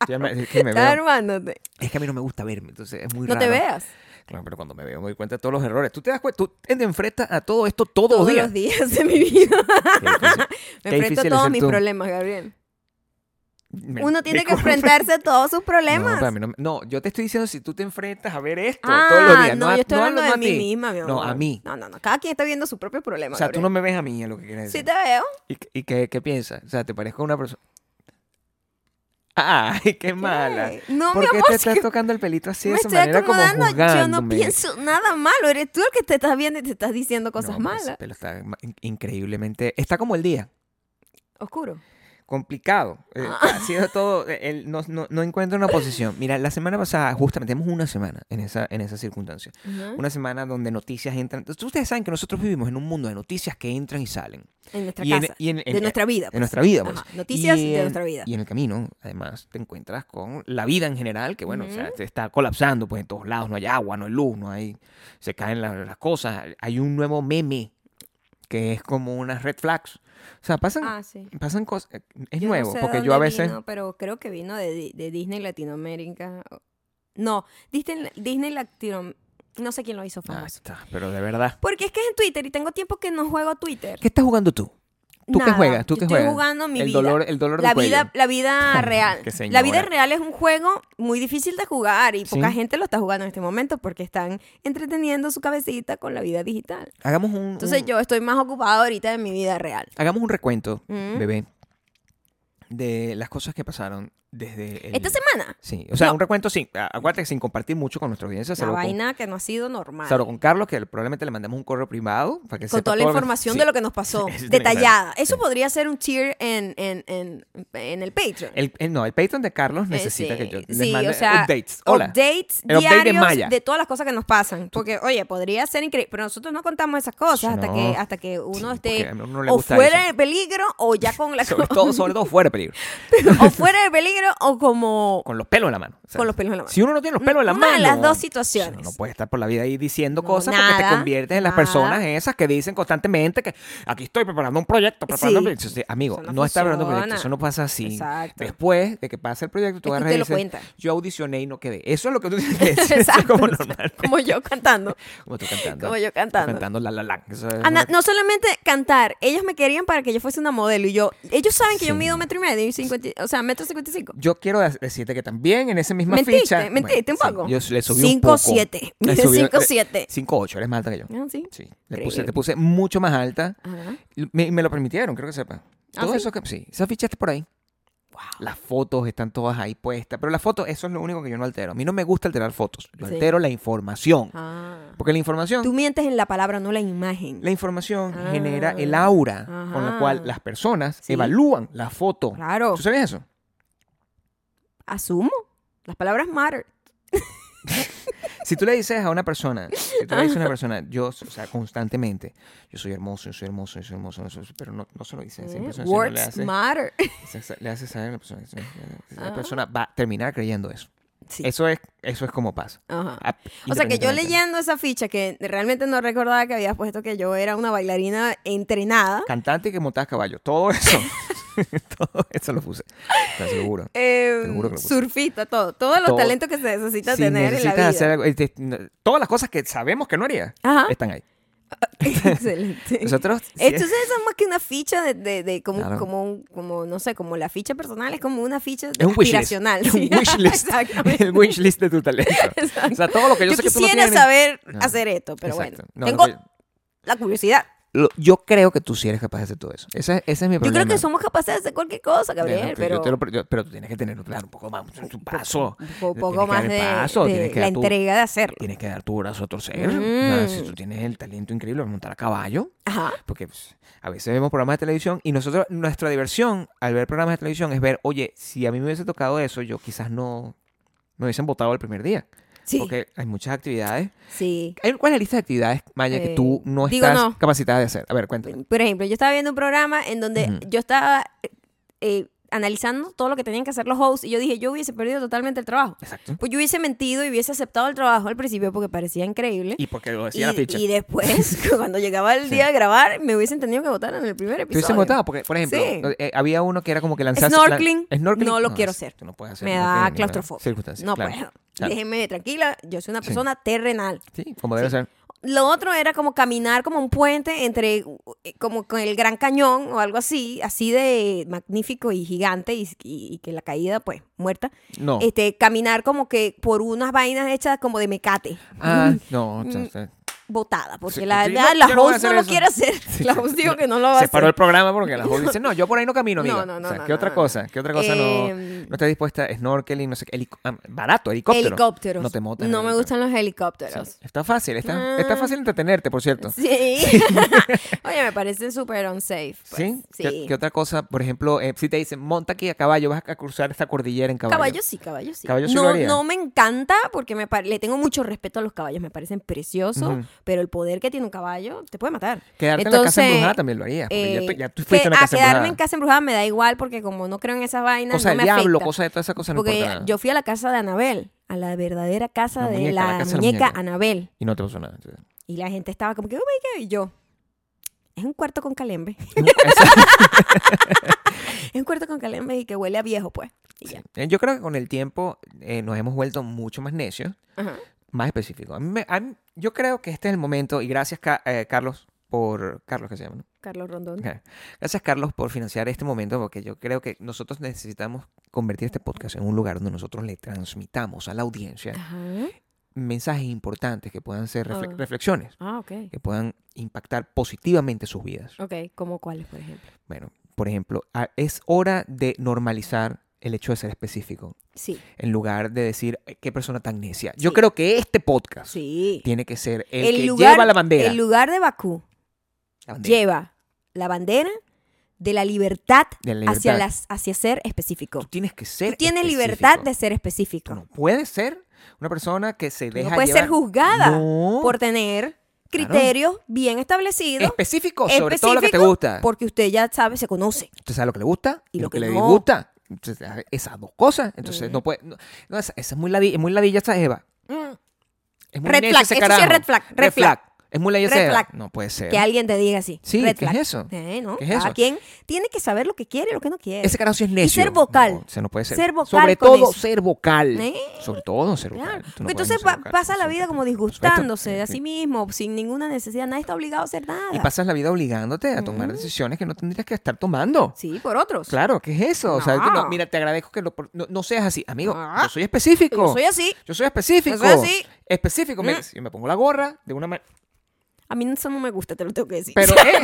Speaker 2: Estoy arma- es, que me
Speaker 1: Estás
Speaker 2: veo-
Speaker 1: armándote.
Speaker 2: es que a mí no me gusta verme, entonces es muy
Speaker 1: No
Speaker 2: raro.
Speaker 1: te veas.
Speaker 2: Claro, pero cuando me veo me doy cuenta de todos los errores. Tú te das cuenta, tú te enfrentas a todo esto todos,
Speaker 1: Todos
Speaker 2: los días.
Speaker 1: los días de mi vida.
Speaker 2: Qué difícil.
Speaker 1: *laughs* Me enfrento a
Speaker 2: Qué difícil
Speaker 1: todos
Speaker 2: es
Speaker 1: mis
Speaker 2: tú.
Speaker 1: problemas, Gabriel.
Speaker 2: Me-
Speaker 1: Uno tiene que
Speaker 2: disculpa.
Speaker 1: enfrentarse a todos sus
Speaker 2: No,
Speaker 1: problemas.
Speaker 2: para mí no, me- no, yo te estoy diciendo si tú te enfrentas a ver esto
Speaker 1: ah,
Speaker 2: todos los días.
Speaker 1: no,
Speaker 2: No, a-
Speaker 1: yo estoy
Speaker 2: no
Speaker 1: hablando
Speaker 2: hablo- no
Speaker 1: de
Speaker 2: a
Speaker 1: mí
Speaker 2: ti.
Speaker 1: misma, mi amor.
Speaker 2: No, a mí.
Speaker 1: No, no, no. Cada quien está viendo su propio problema.
Speaker 2: O sea, tú no
Speaker 1: Gabriel.
Speaker 2: me ves a mí, es lo que quieres decir.
Speaker 1: Sí te veo.
Speaker 2: ¿Y, qué- y qué, qué piensas? O sea, ¿te parezco una persona? *laughs* ¡Ay, qué mala!
Speaker 1: Ay, No,
Speaker 2: ¿Por
Speaker 1: mi
Speaker 2: qué
Speaker 1: amor,
Speaker 2: te
Speaker 1: es
Speaker 2: estás
Speaker 1: que
Speaker 2: tocando el pelito así de
Speaker 1: me
Speaker 2: esa
Speaker 1: estoy
Speaker 2: manera como
Speaker 1: acomodando. Yo no
Speaker 2: juzgándome?
Speaker 1: pienso nada malo. Eres tú el que te estás viendo y te estás diciendo cosas
Speaker 2: No, pues. pero ese
Speaker 1: malas.
Speaker 2: pelo está ma- in- increíblemente... Está como el día,
Speaker 1: Oscuro.
Speaker 2: complicado. Eh,
Speaker 1: Ah.
Speaker 2: Ha sido todo... eh, el- no, no- no encuentro una posición. Mira, la semana pasada, justamente, tenemos una semana en esa, en esa circunstancia.
Speaker 1: Ujú.
Speaker 2: Una semana donde noticias entran... Entonces, Ustedes saben que nosotros vivimos en un mundo de noticias que entran y salen.
Speaker 1: En nuestra
Speaker 2: Y en-
Speaker 1: casa.
Speaker 2: y en- en- e-
Speaker 1: de nuestra vida.
Speaker 2: en
Speaker 1: pues.
Speaker 2: nuestra vida, pues.
Speaker 1: Ajá, Noticias
Speaker 2: Y
Speaker 1: de
Speaker 2: en-
Speaker 1: nuestra vida.
Speaker 2: Y en el camino, además, te encuentras con la vida en general, que bueno, o sea,
Speaker 1: Ujú.
Speaker 2: te está colapsando, pues en todos lados, no hay agua, no hay luz, no hay, se caen la- las cosas. Hay un nuevo meme que es como unas red flags. O sea, pasan,
Speaker 1: Ah, sí.
Speaker 2: pasan cosas, eh, es
Speaker 1: Yo no
Speaker 2: nuevo,
Speaker 1: sé de
Speaker 2: porque yo
Speaker 1: dónde
Speaker 2: a veces...
Speaker 1: vino, pero creo que vino de, Di- de Disney Latinoamérica. No, Disney, Disney Latino... No pues. sé quién lo hizo
Speaker 2: Ah,
Speaker 1: famoso.
Speaker 2: está, pero de verdad.
Speaker 1: Porque es que es en Twitter y tengo tiempo que no juego a Twitter.
Speaker 2: ¿Qué estás jugando tú? ¿Tú qué
Speaker 1: Nada,
Speaker 2: juegas? ¿Tú
Speaker 1: yo
Speaker 2: qué
Speaker 1: estoy
Speaker 2: juegas?
Speaker 1: jugando mi
Speaker 2: el
Speaker 1: vida.
Speaker 2: dolor, el dolor
Speaker 1: la
Speaker 2: de cuello.
Speaker 1: vida, la vida real.
Speaker 2: *laughs* Qué
Speaker 1: la vida
Speaker 2: señora.
Speaker 1: real es un juego muy difícil de jugar y poca
Speaker 2: Sí.
Speaker 1: gente lo está jugando en este momento porque están entreteniendo su cabecita con la vida digital.
Speaker 2: Hagamos un,
Speaker 1: Entonces
Speaker 2: un-
Speaker 1: yo estoy más ocupado ahorita de mi vida real.
Speaker 2: hagamos un recuento,
Speaker 1: Mm.
Speaker 2: bebé, de las cosas que pasaron desde el...
Speaker 1: Esta semana,
Speaker 2: Sí, o sea,
Speaker 1: No.
Speaker 2: un recuento sin, a- acuérdate que sin compartir mucho con nuestra audiencia,
Speaker 1: la
Speaker 2: salvo con,
Speaker 1: vaina que no ha sido normal.
Speaker 2: salvo con Carlos, que probablemente le mandemos un correo privado para que
Speaker 1: con
Speaker 2: sepa
Speaker 1: toda la
Speaker 2: todo lo que-
Speaker 1: información
Speaker 2: sí.
Speaker 1: de lo que nos
Speaker 2: *laughs*
Speaker 1: pasó,
Speaker 2: Eso está
Speaker 1: detallada.
Speaker 2: claro.
Speaker 1: Eso
Speaker 2: Sí.
Speaker 1: podría ser un cheer en, en, en, en el Patreon.
Speaker 2: El, el- no, el Patreon de Carlos
Speaker 1: Eh,
Speaker 2: necesita
Speaker 1: sí,
Speaker 2: que yo les
Speaker 1: sí,
Speaker 2: mande
Speaker 1: o sea,
Speaker 2: updates. Hola.
Speaker 1: Updates
Speaker 2: El update de
Speaker 1: diarios
Speaker 2: Maya.
Speaker 1: de todas las cosas que nos pasan. Porque, oye, podría ser increíble. Pero nosotros no contamos esas cosas
Speaker 2: Sí,
Speaker 1: hasta,
Speaker 2: no.
Speaker 1: que, hasta que uno
Speaker 2: Sí, porque
Speaker 1: esté
Speaker 2: a uno le
Speaker 1: o
Speaker 2: gusta
Speaker 1: fuera
Speaker 2: eso.
Speaker 1: de peligro o ya con la
Speaker 2: *laughs* Sobre
Speaker 1: *laughs*
Speaker 2: todo, sobre todo fuera de peligro.
Speaker 1: o fuera de peligro o como
Speaker 2: Con los pelos en la mano. o sea,
Speaker 1: con los pelos en la mano.
Speaker 2: Si uno no tiene los pelos en la
Speaker 1: Una
Speaker 2: mano.
Speaker 1: de las dos
Speaker 2: o sea,
Speaker 1: situaciones.
Speaker 2: No puede estar por la vida ahí diciendo
Speaker 1: No,
Speaker 2: cosas porque te
Speaker 1: nada,
Speaker 2: conviertes en las
Speaker 1: nada.
Speaker 2: personas esas que dicen constantemente que aquí estoy preparando un proyecto, preparando
Speaker 1: Sí.
Speaker 2: un proyecto. Sí, amigo,
Speaker 1: Eso no
Speaker 2: no, está preparando un proyecto,
Speaker 1: funciona.
Speaker 2: eso no pasa así.
Speaker 1: Exacto.
Speaker 2: Después de que pase el proyecto, tú
Speaker 1: Es que
Speaker 2: agarras y
Speaker 1: usted lo
Speaker 2: dices,
Speaker 1: cuenta.
Speaker 2: yo audicioné y no quedé. Eso es lo
Speaker 1: *laughs*
Speaker 2: que tú tienes que decir. Eso es
Speaker 1: Exacto.
Speaker 2: como normal. pues,
Speaker 1: Como yo cantando.
Speaker 2: Como tú cantando.
Speaker 1: Como yo
Speaker 2: Tú
Speaker 1: cantando.
Speaker 2: Cantando la la la. Eso es
Speaker 1: Ana,
Speaker 2: una-
Speaker 1: Ah, no solamente cantar, ellos me querían para que yo fuese una modelo y yo, ellos saben que yo
Speaker 2: Sí.
Speaker 1: mido metro y medio y cincuenta, o sea, metro cincuenta y cinco.
Speaker 2: Yo quiero de- decirte que también en esa misma
Speaker 1: Mentiste,
Speaker 2: ficha.
Speaker 1: mentiste un
Speaker 2: sí,
Speaker 1: poco.
Speaker 2: yo le subí un
Speaker 1: Cinco,
Speaker 2: poco.
Speaker 1: siete.
Speaker 2: Le
Speaker 1: Mide
Speaker 2: subí-
Speaker 1: cinco,
Speaker 2: eh,
Speaker 1: siete.
Speaker 2: 5'8", eres más alta que yo.
Speaker 1: Ah, sí.
Speaker 2: Sí, le puse,
Speaker 1: Increíble.
Speaker 2: te puse mucho más alta.
Speaker 1: Ajá.
Speaker 2: Y Me, me lo permitieron, creo que sepa.
Speaker 1: ¿Ah,
Speaker 2: Todo
Speaker 1: sí?
Speaker 2: eso que sí, esa ficha está por ahí. Las fotos están todas ahí puestas, pero las fotos, eso es lo único que yo no altero. A mí no me gusta alterar fotos, yo
Speaker 1: Sí.
Speaker 2: altero la información.
Speaker 1: Ah.
Speaker 2: Porque la información,
Speaker 1: Tú mientes en la palabra, no la imagen.
Speaker 2: la información
Speaker 1: Ah.
Speaker 2: genera el aura con la
Speaker 1: Ajá.
Speaker 2: cual las personas
Speaker 1: Sí.
Speaker 2: evalúan la foto.
Speaker 1: Claro.
Speaker 2: ¿Tú sabías eso?
Speaker 1: Asumo. Las palabras matter.
Speaker 2: Si tú le dices a una persona, si tú le dices a una persona, yo, o sea, constantemente, yo soy hermoso, yo soy hermoso, yo soy hermoso, no soy- pero no, no se lo dices.
Speaker 1: ¿eh?
Speaker 2: siempre se- no le
Speaker 1: Words
Speaker 2: haces-
Speaker 1: matter. *laughs*
Speaker 2: se- se- le haces saber a la persona. sí, La
Speaker 1: Ajá.
Speaker 2: persona va a terminar creyendo eso.
Speaker 1: Sí.
Speaker 2: Eso es, eso es como pasa.
Speaker 1: Ajá.
Speaker 2: Ah,
Speaker 1: O sea que yo
Speaker 2: independientemente.
Speaker 1: leyendo esa ficha que realmente no recordaba que habías puesto que yo era una bailarina entrenada,
Speaker 2: Cantante y que montas caballo. Todo eso. *laughs* todo eso lo puse. Te seguro.
Speaker 1: eh,
Speaker 2: Te juro que lo puse.
Speaker 1: surfista, todo, todos los
Speaker 2: Todo.
Speaker 1: talentos que se necesita
Speaker 2: Si
Speaker 1: tener en la
Speaker 2: necesitas
Speaker 1: vida. Ah.
Speaker 2: hacer algo, este, n- todas las cosas que sabemos que no haría
Speaker 1: Ajá. *laughs*
Speaker 2: están ahí.
Speaker 1: Excelente. Eh,
Speaker 2: Nosotros sí,
Speaker 1: Entonces eso es más que una ficha de, de- de como,
Speaker 2: Claro.
Speaker 1: como, un- como, no sé, como la ficha personal, es como una ficha
Speaker 2: es un wishlist.
Speaker 1: aspiracional.
Speaker 2: Es *laughs* un
Speaker 1: sí. *laughs*
Speaker 2: wishlist.
Speaker 1: Exactamente.
Speaker 2: el wishlist de
Speaker 1: *laughs*
Speaker 2: tu talento. O sea, todo lo que yo,
Speaker 1: yo
Speaker 2: sé que tú no
Speaker 1: quisiera
Speaker 2: tienes.
Speaker 1: saber
Speaker 2: No.
Speaker 1: hacer esto, pero
Speaker 2: Exacto.
Speaker 1: bueno,
Speaker 2: No, no,
Speaker 1: tengo
Speaker 2: pero-
Speaker 1: la curiosidad.
Speaker 2: lo- yo creo que tú sí eres capaz de hacer todo eso. Ese, ese es mi
Speaker 1: Yo
Speaker 2: problema.
Speaker 1: creo que somos capaces de hacer cualquier cosa, Gabriel,
Speaker 2: Bueno,
Speaker 1: pero...
Speaker 2: yo te lo- yo- pero tú tienes que tener claro, un poco más, un paso.
Speaker 1: un
Speaker 2: Le
Speaker 1: poco
Speaker 2: tienes que
Speaker 1: más
Speaker 2: dar
Speaker 1: de,
Speaker 2: el paso,
Speaker 1: de
Speaker 2: tienes que
Speaker 1: la
Speaker 2: dar tu-
Speaker 1: entrega de hacerlo.
Speaker 2: Tienes que dar tu brazo a torcer. O sea, si
Speaker 1: Mm.
Speaker 2: tú tienes el talento increíble de montar a caballo,
Speaker 1: Ajá.
Speaker 2: porque pues, a veces vemos programas de televisión y nosotros, nuestra diversión al ver programas de televisión es ver, oye, si a mí me hubiese tocado eso, yo quizás no me hubiesen votado el primer día.
Speaker 1: Sí,
Speaker 2: Porque hay muchas actividades.
Speaker 1: sí.
Speaker 2: Hay- ¿Cuál es la lista de actividades, Maya, que
Speaker 1: Eh,
Speaker 2: tú no
Speaker 1: digo,
Speaker 2: estás
Speaker 1: no.
Speaker 2: capacitada de hacer? A ver, cuéntame.
Speaker 1: Por ejemplo, yo estaba viendo un programa en donde
Speaker 2: Ujú.
Speaker 1: yo estaba eh, eh, analizando todo lo que tenían que hacer los hosts y yo dije, yo hubiese perdido totalmente el trabajo.
Speaker 2: Exacto.
Speaker 1: Pues yo hubiese mentido y hubiese aceptado el trabajo al principio porque parecía increíble.
Speaker 2: Y porque lo
Speaker 1: Y,
Speaker 2: decía la ficha.
Speaker 1: y después,
Speaker 2: *laughs*
Speaker 1: *laughs* cuando llegaba el día de grabar, me hubiesen tenido que votar en el primer
Speaker 2: Te
Speaker 1: episodio.
Speaker 2: hubiesen votado, porque, por ejemplo,
Speaker 1: Sí.
Speaker 2: eh, había uno que era como que lanzarse...
Speaker 1: Snorkeling,
Speaker 2: lan- snorkeling,
Speaker 1: no lo quiero hacer.
Speaker 2: tú no puedes hacer
Speaker 1: Me
Speaker 2: en
Speaker 1: da
Speaker 2: ninguna
Speaker 1: claustrofobia.
Speaker 2: circunstancia,
Speaker 1: No
Speaker 2: claro.
Speaker 1: puedo.
Speaker 2: Claro.
Speaker 1: Déjeme tranquila, yo soy una
Speaker 2: Sí.
Speaker 1: persona terrenal.
Speaker 2: Sí, como debe
Speaker 1: Sí.
Speaker 2: ser.
Speaker 1: Lo otro era como caminar como un puente entre, uh, eh, como con el Gran Cañón o algo así, así de magnífico y gigante y, y- y que la caída, pues, muerta.
Speaker 2: No.
Speaker 1: Este, caminar como que por unas vainas hechas como de mecate,
Speaker 2: Ah, no. o sea,
Speaker 1: Mm.
Speaker 2: se-
Speaker 1: botada, porque
Speaker 2: Sí,
Speaker 1: la
Speaker 2: sí,
Speaker 1: verdad
Speaker 2: no,
Speaker 1: la
Speaker 2: yo no voy a
Speaker 1: host no
Speaker 2: hacer
Speaker 1: lo
Speaker 2: eso.
Speaker 1: quiere hacer.
Speaker 2: *laughs* Sí,
Speaker 1: la
Speaker 2: sí.
Speaker 1: host dijo que no lo va a
Speaker 2: se
Speaker 1: hacer.
Speaker 2: paró el programa porque la joven dice, no, yo por ahí no camino,
Speaker 1: No,
Speaker 2: amiga.
Speaker 1: no, no,
Speaker 2: O sea,
Speaker 1: no,
Speaker 2: ¿Qué
Speaker 1: no,
Speaker 2: otra
Speaker 1: no.
Speaker 2: cosa? ¿Qué otra cosa no...?
Speaker 1: Em,
Speaker 2: No estás dispuesta snorkeling, no sé qué, helico- ah, barato, helicóptero.
Speaker 1: Helicópteros.
Speaker 2: No te montas. en
Speaker 1: No me
Speaker 2: helicóptero.
Speaker 1: gustan los helicópteros.
Speaker 2: Sí, Está fácil,
Speaker 1: Ah.
Speaker 2: está, está fácil entretenerte, por cierto.
Speaker 1: Sí.
Speaker 2: *laughs*
Speaker 1: Oye, me parece súper unsafe. pues.
Speaker 2: ¿Sí?
Speaker 1: Sí.
Speaker 2: ¿Qué, qué otra cosa? Por ejemplo, eh, si te dicen, monta aquí a caballo, vas a cruzar esta cordillera en caballo.
Speaker 1: Caballo sí, caballo sí.
Speaker 2: Caballo sí lo
Speaker 1: no,
Speaker 2: haría.
Speaker 1: no me encanta porque me pare- le tengo mucho respeto a los caballos, me parecen preciosos,
Speaker 2: Ujú.
Speaker 1: pero el poder que tiene un caballo te puede matar.
Speaker 2: Quedarte en la casa
Speaker 1: Entonces,
Speaker 2: embrujada también lo harías. Porque ya,
Speaker 1: Eh,
Speaker 2: tú, ya tú
Speaker 1: que-
Speaker 2: fuiste a la
Speaker 1: a
Speaker 2: casa
Speaker 1: quedarme en
Speaker 2: embrujada.
Speaker 1: casa embrujada me da igual porque como no creo en esas vainas,
Speaker 2: Cosa
Speaker 1: no
Speaker 2: del
Speaker 1: me
Speaker 2: diablo,
Speaker 1: afecta.
Speaker 2: cosa de todas esas cosas, no
Speaker 1: porque
Speaker 2: importa nada.
Speaker 1: yo fui a la casa de Anabel, a la verdadera casa
Speaker 2: La
Speaker 1: de
Speaker 2: muñeca,
Speaker 1: la,
Speaker 2: la casa de la
Speaker 1: muñeca
Speaker 2: muñeca.
Speaker 1: Anabel.
Speaker 2: Y no te pasó nada. entonces.
Speaker 1: Y la gente estaba como que, oh my God", y yo. Es un cuarto con
Speaker 2: *laughs*
Speaker 1: calembe.
Speaker 2: Exacto,
Speaker 1: *laughs* es un cuarto con calembe y que huele a viejo, pues. Y ya.
Speaker 2: sí. Eh, Yo creo que con el tiempo eh, nos hemos vuelto mucho más necios,
Speaker 1: Ajá.
Speaker 2: más específicos. A mí me- a mí- yo creo que este es el momento, y gracias, Ca- eh, Carlos, por. Carlos, que se llama, ¿no?
Speaker 1: Carlos Rondón.
Speaker 2: Ok. Gracias, Carlos, por financiar este momento, porque yo creo que nosotros necesitamos convertir este podcast en un lugar donde nosotros le transmitamos a la
Speaker 1: Ah.
Speaker 2: audiencia
Speaker 1: Ajá.
Speaker 2: mensajes importantes que puedan ser refle-
Speaker 1: Ah.
Speaker 2: reflexiones,
Speaker 1: Ah, ok.
Speaker 2: que puedan impactar positivamente sus vidas.
Speaker 1: Ok, ¿como cuáles, por ejemplo?
Speaker 2: Bueno, por ejemplo, a- es hora de normalizar el hecho de ser específico,
Speaker 1: Sí.
Speaker 2: en lugar de decir "Ay, qué persona tan necia. Yo
Speaker 1: Sí.
Speaker 2: creo que este podcast
Speaker 1: Sí.
Speaker 2: tiene que ser el, que lleva la bandera.
Speaker 1: El lugar de Bakú
Speaker 2: La bandera
Speaker 1: lleva la bandera de la libertad,
Speaker 2: de la
Speaker 1: Hacia,
Speaker 2: libertad.
Speaker 1: las, hacia ser
Speaker 2: Tú
Speaker 1: específico.
Speaker 2: tienes que ser
Speaker 1: Tú tienes
Speaker 2: específico.
Speaker 1: libertad de ser
Speaker 2: Tú
Speaker 1: específico.
Speaker 2: no puedes ser una persona que se
Speaker 1: Tú No,
Speaker 2: deja
Speaker 1: puedes ser
Speaker 2: llevar-
Speaker 1: juzgada
Speaker 2: No.
Speaker 1: por tener criterios bien establecidos.
Speaker 2: específico sobre todo lo que te
Speaker 1: específico,
Speaker 2: gusta.
Speaker 1: Porque usted ya sabe, se conoce.
Speaker 2: Usted sabe lo que le gusta y lo, que, le
Speaker 1: no.
Speaker 2: disgusta. Entonces, Esas dos cosas. Entonces,
Speaker 1: Mm.
Speaker 2: no puede. No, no, esa, esa es muy ladilla, es muy ladilla esa Eva. Es muy
Speaker 1: Red
Speaker 2: necio
Speaker 1: flag, eso sí
Speaker 2: ese
Speaker 1: es
Speaker 2: carajo.
Speaker 1: red flag, red
Speaker 2: Es muy ladilla esa
Speaker 1: Red
Speaker 2: jeva.
Speaker 1: flag.
Speaker 2: No puede ser.
Speaker 1: Que alguien te diga así.
Speaker 2: Sí,
Speaker 1: red
Speaker 2: ¿qué es
Speaker 1: flag.
Speaker 2: eso?
Speaker 1: Eh, ¿no?
Speaker 2: ¿Qué es
Speaker 1: Cada
Speaker 2: eso?
Speaker 1: quien tiene que saber lo que quiere y lo que no quiere.
Speaker 2: Ese carajo sí es necio.
Speaker 1: ser vocal.
Speaker 2: No, o sea, no puede ser.
Speaker 1: Ser vocal
Speaker 2: Sobre
Speaker 1: con
Speaker 2: todo
Speaker 1: eso.
Speaker 2: ser vocal.
Speaker 1: ¿Eh?
Speaker 2: Sobre todo ser
Speaker 1: Claro.
Speaker 2: vocal. Tú no
Speaker 1: Porque
Speaker 2: puedes
Speaker 1: entonces
Speaker 2: no ser
Speaker 1: pa-
Speaker 2: vocal.
Speaker 1: pasa la
Speaker 2: Por
Speaker 1: vida
Speaker 2: supuesto.
Speaker 1: como
Speaker 2: Por supuesto.
Speaker 1: disgustándose de
Speaker 2: Sí,
Speaker 1: sí mismo, sin ninguna necesidad. Nadie está obligado a hacer nada.
Speaker 2: Y pasas la vida obligándote a tomar decisiones que no tendrías que estar tomando.
Speaker 1: Sí, por otros.
Speaker 2: Claro, ¿qué es eso? O sea, tú no-
Speaker 1: No.
Speaker 2: mira, te agradezco que lo- no, no seas así. Amigo,
Speaker 1: Ah.
Speaker 2: yo soy específico.
Speaker 1: Yo soy así.
Speaker 2: Yo soy específico.
Speaker 1: Yo soy así.
Speaker 2: Específico. Mira,
Speaker 1: Mm.
Speaker 2: si me pongo la gorra de una
Speaker 1: *laughs*
Speaker 2: manera.
Speaker 1: A mí eso no me gusta, te lo tengo que decir.
Speaker 2: Pero, eh,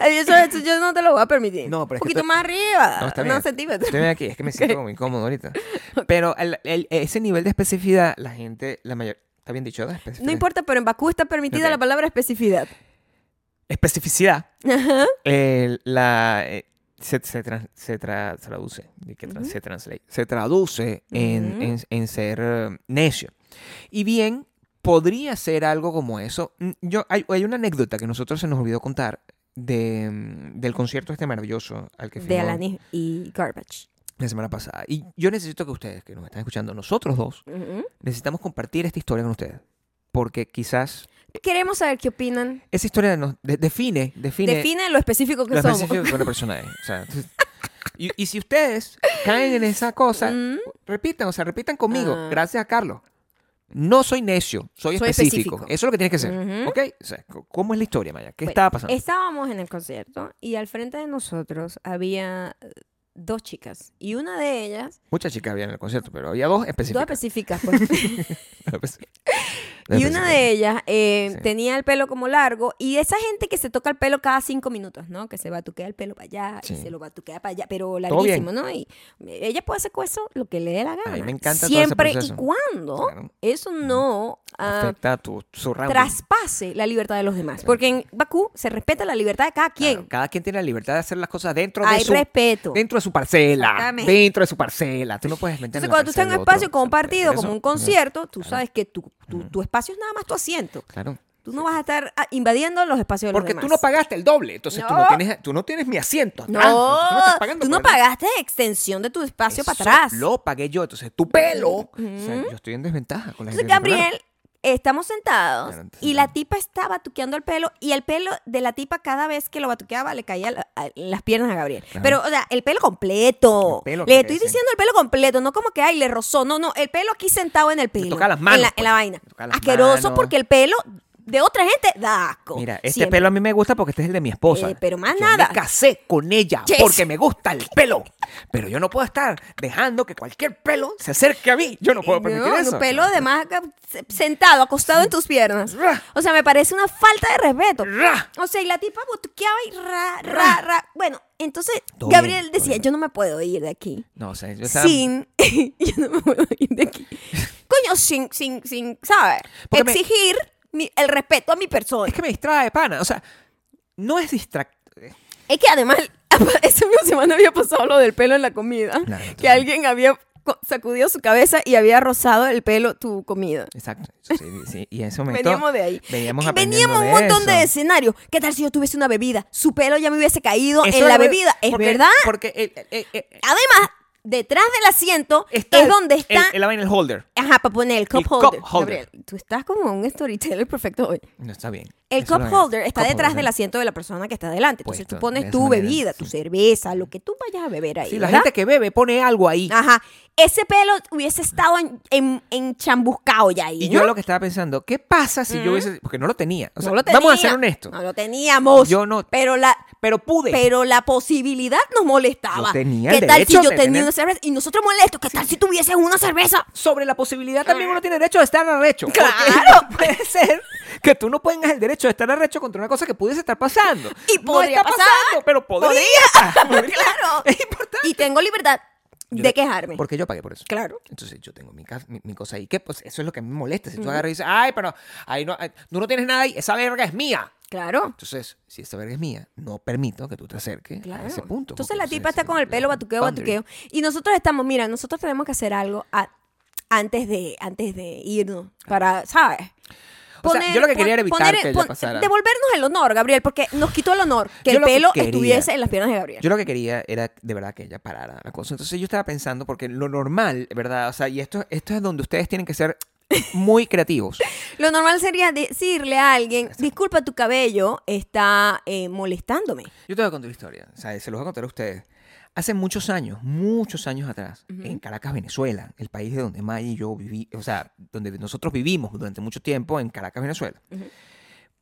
Speaker 1: Eso- eso *laughs* yo no te lo voy a permitir.
Speaker 2: No, pero es
Speaker 1: Un
Speaker 2: que
Speaker 1: poquito
Speaker 2: tú-
Speaker 1: más arriba.
Speaker 2: No, está
Speaker 1: unos
Speaker 2: bien.
Speaker 1: centímetros.
Speaker 2: estoy aquí, es que me siento como incómodo ahorita. Pero el- el- ese nivel de especificidad, la gente, la mayor. ¿Está bien dicho? ¿verdad? Especificidad.
Speaker 1: No importa, pero en Bakú está permitida
Speaker 2: Ok.
Speaker 1: la palabra
Speaker 2: *laughs*
Speaker 1: especificidad.
Speaker 2: Especificidad.
Speaker 1: Ajá.
Speaker 2: eh, la. eh, se, se tran- se tra- traduce, de que tran- se, translate- se traduce en,
Speaker 1: Ujú.
Speaker 2: en- en ser eh, necio. Y bien, podría ser algo como eso. Mm, Yo, hay, hay una anécdota que nosotros se nos olvidó contar de, mm, del concierto este maravilloso al que
Speaker 1: De
Speaker 2: fuimos
Speaker 1: Alanis y Garbage.
Speaker 2: la semana pasada. Y yo necesito que ustedes, que nos están escuchando, nosotros dos,
Speaker 1: Ujú.
Speaker 2: necesitamos compartir esta historia con ustedes. Porque quizás
Speaker 1: Queremos saber qué opinan.
Speaker 2: esa historia nos de- define, define,
Speaker 1: Define lo específico que
Speaker 2: la
Speaker 1: somos.
Speaker 2: específica que una persona es. O sea, y, y si ustedes caen en esa cosa,
Speaker 1: Mm.
Speaker 2: repitan, o sea, repitan conmigo,
Speaker 1: Ah.
Speaker 2: gracias a Carlos. No soy necio, soy,
Speaker 1: Soy
Speaker 2: específico.
Speaker 1: específico.
Speaker 2: Eso es lo que tienes que hacer.
Speaker 1: Ujú.
Speaker 2: ¿Ok? O sea, c- ¿cómo es la historia, Maya? ¿Qué
Speaker 1: Bueno,
Speaker 2: estaba pasando?
Speaker 1: Estábamos en el concierto y al frente de nosotros había eh, dos chicas y una de ellas,
Speaker 2: Muchas chicas habían en el concierto, pero había dos
Speaker 1: dos
Speaker 2: específicas.
Speaker 1: específicas, pues. *laughs*
Speaker 2: *laughs* Dos
Speaker 1: y una
Speaker 2: específicas.
Speaker 1: de ellas eh,
Speaker 2: Sí.
Speaker 1: tenía el pelo como largo y esa gente que se toca el pelo cada cinco minutos, ¿no? Que se batuquea el pelo para allá
Speaker 2: Sí.
Speaker 1: y se lo batuquea para allá, pero
Speaker 2: Todo bien.
Speaker 1: larguísimo, ¿no? Y eh, ella puede hacer con eso lo que le dé la gana.
Speaker 2: mí me encanta todo ese
Speaker 1: Siempre
Speaker 2: proceso.
Speaker 1: y cuando
Speaker 2: Claro.
Speaker 1: eso no ah,
Speaker 2: Afecta a tu, su rounding.
Speaker 1: traspase la libertad de los demás. Porque en Bakú se respeta la libertad de cada
Speaker 2: Claro,
Speaker 1: quien.
Speaker 2: cada quien tiene la libertad de hacer las cosas dentro
Speaker 1: Hay
Speaker 2: de su
Speaker 1: respeto.
Speaker 2: dentro de su parcela,
Speaker 1: Exactamente.
Speaker 2: dentro de su parcela. Tú no puedes meter
Speaker 1: Entonces, cuando tú estás en un espacio compartido, como un concierto, tú
Speaker 2: Claro.
Speaker 1: sabes que tu, tu, tu espacio es nada más tu asiento.
Speaker 2: Claro.
Speaker 1: Tú no vas a estar ah, invadiendo los espacios de los
Speaker 2: Porque
Speaker 1: demás.
Speaker 2: tú no pagaste el doble, entonces tú no
Speaker 1: No.
Speaker 2: tienes tú no tienes mi asiento.
Speaker 1: No,
Speaker 2: atrás, entonces Ah, tú no estás pagando
Speaker 1: tú no
Speaker 2: por el-
Speaker 1: pagaste extensión de tu espacio
Speaker 2: Eso
Speaker 1: para atrás.
Speaker 2: Lo pagué yo, entonces tu pelo, o sea, yo estoy en desventaja con la
Speaker 1: Entonces,
Speaker 2: gente que me
Speaker 1: Gabriel, estamos sentados
Speaker 2: Claro, entonces,
Speaker 1: y la tipa está batuqueando el pelo y el pelo de la tipa cada vez que lo batuqueaba le caía la- a- en las piernas a Gabriel.
Speaker 2: Claro.
Speaker 1: Pero, o sea, el pelo completo.
Speaker 2: El pelo
Speaker 1: le
Speaker 2: que
Speaker 1: estoy
Speaker 2: crece.
Speaker 1: diciendo el pelo completo, no como que, ay, le rozó. No, no, el pelo aquí sentado en el pelo.
Speaker 2: toca las manos,
Speaker 1: En la, en
Speaker 2: pues.
Speaker 1: la vaina.
Speaker 2: Le toca las
Speaker 1: Asqueroso
Speaker 2: manos.
Speaker 1: porque el pelo de otra gente da asco.
Speaker 2: Mira, este
Speaker 1: Siempre.
Speaker 2: pelo a mí me gusta porque este es el de mi esposa.
Speaker 1: Eh, pero más
Speaker 2: Yo
Speaker 1: nada.
Speaker 2: Me casé con ella
Speaker 1: Yes.
Speaker 2: porque me gusta el pelo. Pero yo no puedo estar dejando que cualquier pelo se acerque a mí. Yo no puedo permitir
Speaker 1: Eh, No,
Speaker 2: eso.
Speaker 1: Un pelo de más acá, se- sentado, acostado en tus piernas.
Speaker 2: Ra.
Speaker 1: O sea, me parece una falta de respeto.
Speaker 2: Ra.
Speaker 1: O sea, y la tipa botuqueaba y ra, ra, ra. Bueno, entonces
Speaker 2: Todo
Speaker 1: Gabriel
Speaker 2: bien, todo
Speaker 1: decía,
Speaker 2: bien.
Speaker 1: yo no me puedo ir de aquí.
Speaker 2: No, o sea, yo estaba-
Speaker 1: Sin, *laughs* yo no me puedo ir de
Speaker 2: *laughs*
Speaker 1: aquí. Coño, sin, sin, sin, ¿sabes?
Speaker 2: Porque me-
Speaker 1: Exigir mi- el respeto a mi persona.
Speaker 2: Es que me distrae, pana. O sea, no es eh, distractor.
Speaker 1: Es que además, *laughs* esa misma semana había pasado lo del pelo en la comida.
Speaker 2: Claro, entonces-
Speaker 1: que alguien había co- sacudido su cabeza y había rozado el pelo tu comida.
Speaker 2: Exacto. Sí, sí, sí. Y en ese momento.
Speaker 1: Veníamos de ahí.
Speaker 2: Veníamos
Speaker 1: Y
Speaker 2: aprendiendo
Speaker 1: veníamos un montón de
Speaker 2: eso.
Speaker 1: escenarios. ¿Qué tal si yo tuviese una bebida? Su pelo ya me hubiese caído
Speaker 2: Eso
Speaker 1: en la
Speaker 2: es-
Speaker 1: bebida. Es
Speaker 2: porque-
Speaker 1: verdad.
Speaker 2: Porque eh, el- el- el- el-
Speaker 1: Además, detrás del asiento
Speaker 2: está
Speaker 1: es donde está.
Speaker 2: El, el, el holder.
Speaker 1: ajá, para poner el cup
Speaker 2: el cup
Speaker 1: holder.
Speaker 2: holder.
Speaker 1: Gabriel, tú estás como un storyteller perfecto hoy.
Speaker 2: No está bien.
Speaker 1: El
Speaker 2: Eso
Speaker 1: cup
Speaker 2: no es.
Speaker 1: holder está
Speaker 2: Cup
Speaker 1: detrás
Speaker 2: holder.
Speaker 1: del asiento de la persona que está adelante. Entonces
Speaker 2: Puesto,
Speaker 1: tú
Speaker 2: de
Speaker 1: pones
Speaker 2: esa
Speaker 1: tu
Speaker 2: manera,
Speaker 1: bebida, tu
Speaker 2: sí.
Speaker 1: cerveza, lo que tú vayas a beber ahí.
Speaker 2: Sí, la
Speaker 1: ¿verdad? Ah,
Speaker 2: gente que bebe pone algo ahí.
Speaker 1: Ajá. Ese pelo hubiese estado en, en, enchambuscado ya ahí.
Speaker 2: Y
Speaker 1: ¿no?
Speaker 2: yo lo que estaba pensando, ¿qué pasa si yo hubiese.? Porque no lo tenía. O sea,
Speaker 1: no lo
Speaker 2: Vamos a ser
Speaker 1: tenía.
Speaker 2: honestos.
Speaker 1: No lo teníamos.
Speaker 2: Yo no-
Speaker 1: Pero la,
Speaker 2: Pero pude.
Speaker 1: pero la posibilidad nos molestaba.
Speaker 2: Yo tenía
Speaker 1: ¿Qué
Speaker 2: el
Speaker 1: tal si
Speaker 2: derecho
Speaker 1: yo
Speaker 2: de
Speaker 1: tenía
Speaker 2: tener-
Speaker 1: una cerveza? Y nosotros molestos. ¿Qué tal si tuvieses una cerveza?
Speaker 2: Sobre la posibilidad también uno tiene derecho de estar arrecho. porque
Speaker 1: *laughs* Claro.
Speaker 2: puede ser que tú no tengas el derecho de estar arrecho contra una cosa que pudiese estar pasando.
Speaker 1: Y
Speaker 2: no
Speaker 1: podría
Speaker 2: está
Speaker 1: pasar.
Speaker 2: pasando, pero podría. Podría.
Speaker 1: *laughs* claro.
Speaker 2: Es importante.
Speaker 1: Y tengo libertad de
Speaker 2: Yo te-
Speaker 1: quejarme.
Speaker 2: Porque yo pagué por eso.
Speaker 1: Claro.
Speaker 2: Entonces yo tengo mi, ca- mi, mi cosa ahí. que Pues eso es lo que a mí me molesta. Si tú agarras y dices, ay, pero ahí no, ahí- tú no tienes nada ahí, esa verga es mía.
Speaker 1: Claro.
Speaker 2: Entonces, si esa verga es mía, no permito que tú te acerques
Speaker 1: Claro.
Speaker 2: a ese punto.
Speaker 1: Entonces
Speaker 2: porque
Speaker 1: la
Speaker 2: eso
Speaker 1: tipa
Speaker 2: es
Speaker 1: está con el
Speaker 2: la
Speaker 1: pelo batuqueo,
Speaker 2: boundary.
Speaker 1: batuqueo. Y nosotros estamos, mira, nosotros tenemos que hacer algo a- antes, de, antes de irnos. Para, ¿sabes?
Speaker 2: O sea, yo lo que quería era evitar que ella
Speaker 1: pon-
Speaker 2: pasara.
Speaker 1: Devolvernos el honor, Gabriel, porque nos quitó el honor que
Speaker 2: Yo
Speaker 1: el
Speaker 2: lo que
Speaker 1: pelo
Speaker 2: quería-
Speaker 1: estuviese en las piernas de Gabriel.
Speaker 2: Yo lo que quería era de verdad que ella parara la cosa. Entonces yo estaba pensando, porque lo normal, ¿verdad? O sea, y esto, esto es donde ustedes tienen que ser muy creativos.
Speaker 1: Lo normal sería decirle a alguien, disculpa, tu cabello está eh, molestándome.
Speaker 2: Yo te voy a contar una historia, o sea, se los voy a contar a ustedes. Hace muchos años, muchos años atrás, en Caracas, Venezuela, el país de donde Maya y yo viví, o sea, donde nosotros vivimos durante mucho tiempo en Caracas, Venezuela.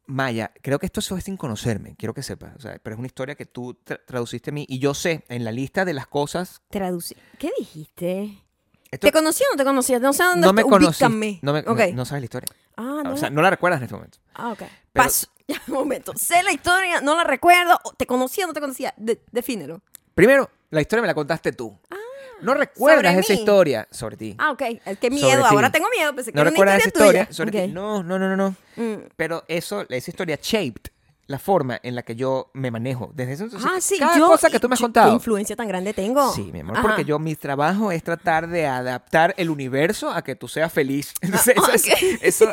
Speaker 2: Maya, creo que esto fue sin conocerme, quiero que sepas, o sea, pero es una historia que tú tra- traduciste a mí y yo sé en la lista de las cosas.
Speaker 1: Traduce. ¿Qué dijiste?
Speaker 2: esto-
Speaker 1: ¿Te conocí o no te conocías? No sé dónde
Speaker 2: no me conocí,
Speaker 1: ubícame.
Speaker 2: no, me, no-
Speaker 1: Ok.
Speaker 2: no sabes la historia,
Speaker 1: Ah, no.
Speaker 2: o
Speaker 1: la-
Speaker 2: sea, no la recuerdas en este momento.
Speaker 1: ah, ok.
Speaker 2: pero-
Speaker 1: Paso. *laughs* Ya, un momento. Sé la historia, no la recuerdo. o ¿Te conocía o no te conocía? De- defínelo.
Speaker 2: Primero, la historia me la contaste tú. no recuerdas
Speaker 1: Ah, sobre
Speaker 2: esa
Speaker 1: mí.
Speaker 2: historia sobre ti.
Speaker 1: Ah, ok. Es que
Speaker 2: Sobre
Speaker 1: miedo. Ahora
Speaker 2: ti.
Speaker 1: tengo miedo. Pensé que
Speaker 2: no
Speaker 1: era una
Speaker 2: recuerdas esa
Speaker 1: historia
Speaker 2: historia. sobre ti.
Speaker 1: tuya. Ok.
Speaker 2: No, no, no, no, no.
Speaker 1: Mm.
Speaker 2: Pero eso, esa historia shaped la forma en la que yo me manejo. Desde eso, entonces,
Speaker 1: Ah, sí.
Speaker 2: cada
Speaker 1: yo,
Speaker 2: cosa que tú me has
Speaker 1: yo- ¿Qué
Speaker 2: contado.
Speaker 1: influencia tan grande tengo?
Speaker 2: Sí, mi amor,
Speaker 1: Ajá.
Speaker 2: porque yo mi trabajo es tratar de adaptar el universo a que tú seas feliz. *laughs* Entonces, eso, es- eso,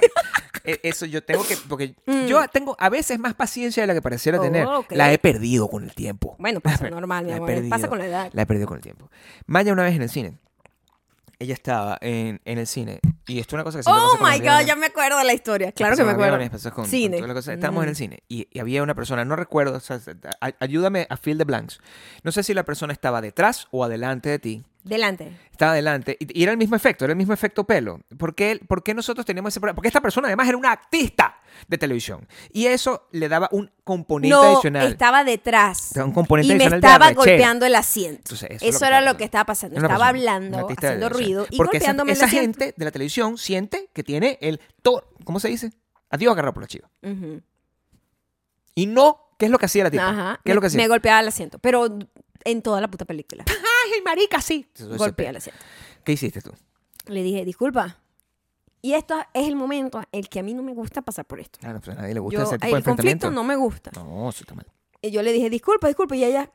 Speaker 2: e- eso yo tengo que, porque yo tengo a veces más paciencia de la que pareciera
Speaker 1: Mm. Oh,
Speaker 2: tener.
Speaker 1: ok.
Speaker 2: La he perdido con el tiempo.
Speaker 1: Bueno,
Speaker 2: La he *laughs*
Speaker 1: pasa
Speaker 2: per-
Speaker 1: normal, mi
Speaker 2: la he
Speaker 1: amor. Pasa
Speaker 2: perdido.
Speaker 1: con la edad.
Speaker 2: La he perdido con el tiempo. Maya una vez en el cine. Ella estaba en, en el cine. Y esto es una cosa que siempre
Speaker 1: Oh
Speaker 2: pasa con los
Speaker 1: my God,
Speaker 2: aviones.
Speaker 1: ya me acuerdo de la historia. Claro que me
Speaker 2: Pasó con
Speaker 1: acuerdo.
Speaker 2: aviones, pasó con- con
Speaker 1: Cine. Mm.
Speaker 2: todas las cosas. Estábamos en el cine y, y había una persona, no recuerdo, o sea, a- ayúdame a fill the blanks. No sé si la persona estaba detrás o adelante de ti.
Speaker 1: mm, Delante.
Speaker 2: Estaba adelante. Y, y era el mismo efecto, era el mismo efecto pelo. ¿Por qué, él- por qué nosotros teníamos ese problema? Porque esta persona además era una artista de televisión. Y eso le daba un componente
Speaker 1: no,
Speaker 2: adicional.
Speaker 1: estaba detrás.
Speaker 2: Un componente
Speaker 1: y me
Speaker 2: adicional de
Speaker 1: estaba
Speaker 2: arrechera.
Speaker 1: golpeando el asiento.
Speaker 2: Entonces,
Speaker 1: eso era lo
Speaker 2: pasaba.
Speaker 1: que estaba pasando.
Speaker 2: Una
Speaker 1: Estaba
Speaker 2: persona, un
Speaker 1: hablando,
Speaker 2: artista de
Speaker 1: haciendo
Speaker 2: televisión.
Speaker 1: ruido y
Speaker 2: Porque esa-
Speaker 1: golpeándome
Speaker 2: esa,
Speaker 1: el asiento.
Speaker 2: gente de la televisión siente que tiene el to- ¿cómo se dice? Adiós agarrado por la chiva.
Speaker 1: Ujú.
Speaker 2: Y no, ¿qué es lo que hacía la tipa?
Speaker 1: Ajá.
Speaker 2: ¿Qué es lo que
Speaker 1: me, me
Speaker 2: hacía?
Speaker 1: golpeaba el asiento. Pero en toda la puta película.
Speaker 2: *laughs* Ay, marica, sí. Entonces,
Speaker 1: golpeaba el asiento.
Speaker 2: ¿Qué hiciste tú?
Speaker 1: Le dije, disculpa. Y esto es el momento en el que a mí no me gusta pasar por esto.
Speaker 2: Ah, no, pues a nadie le gusta
Speaker 1: Yo-
Speaker 2: ese tipo de
Speaker 1: el conflicto
Speaker 2: enfrentamiento.
Speaker 1: no me gusta.
Speaker 2: No, sí está mal.
Speaker 1: Y yo le dije, disculpa, disculpa. Y ella,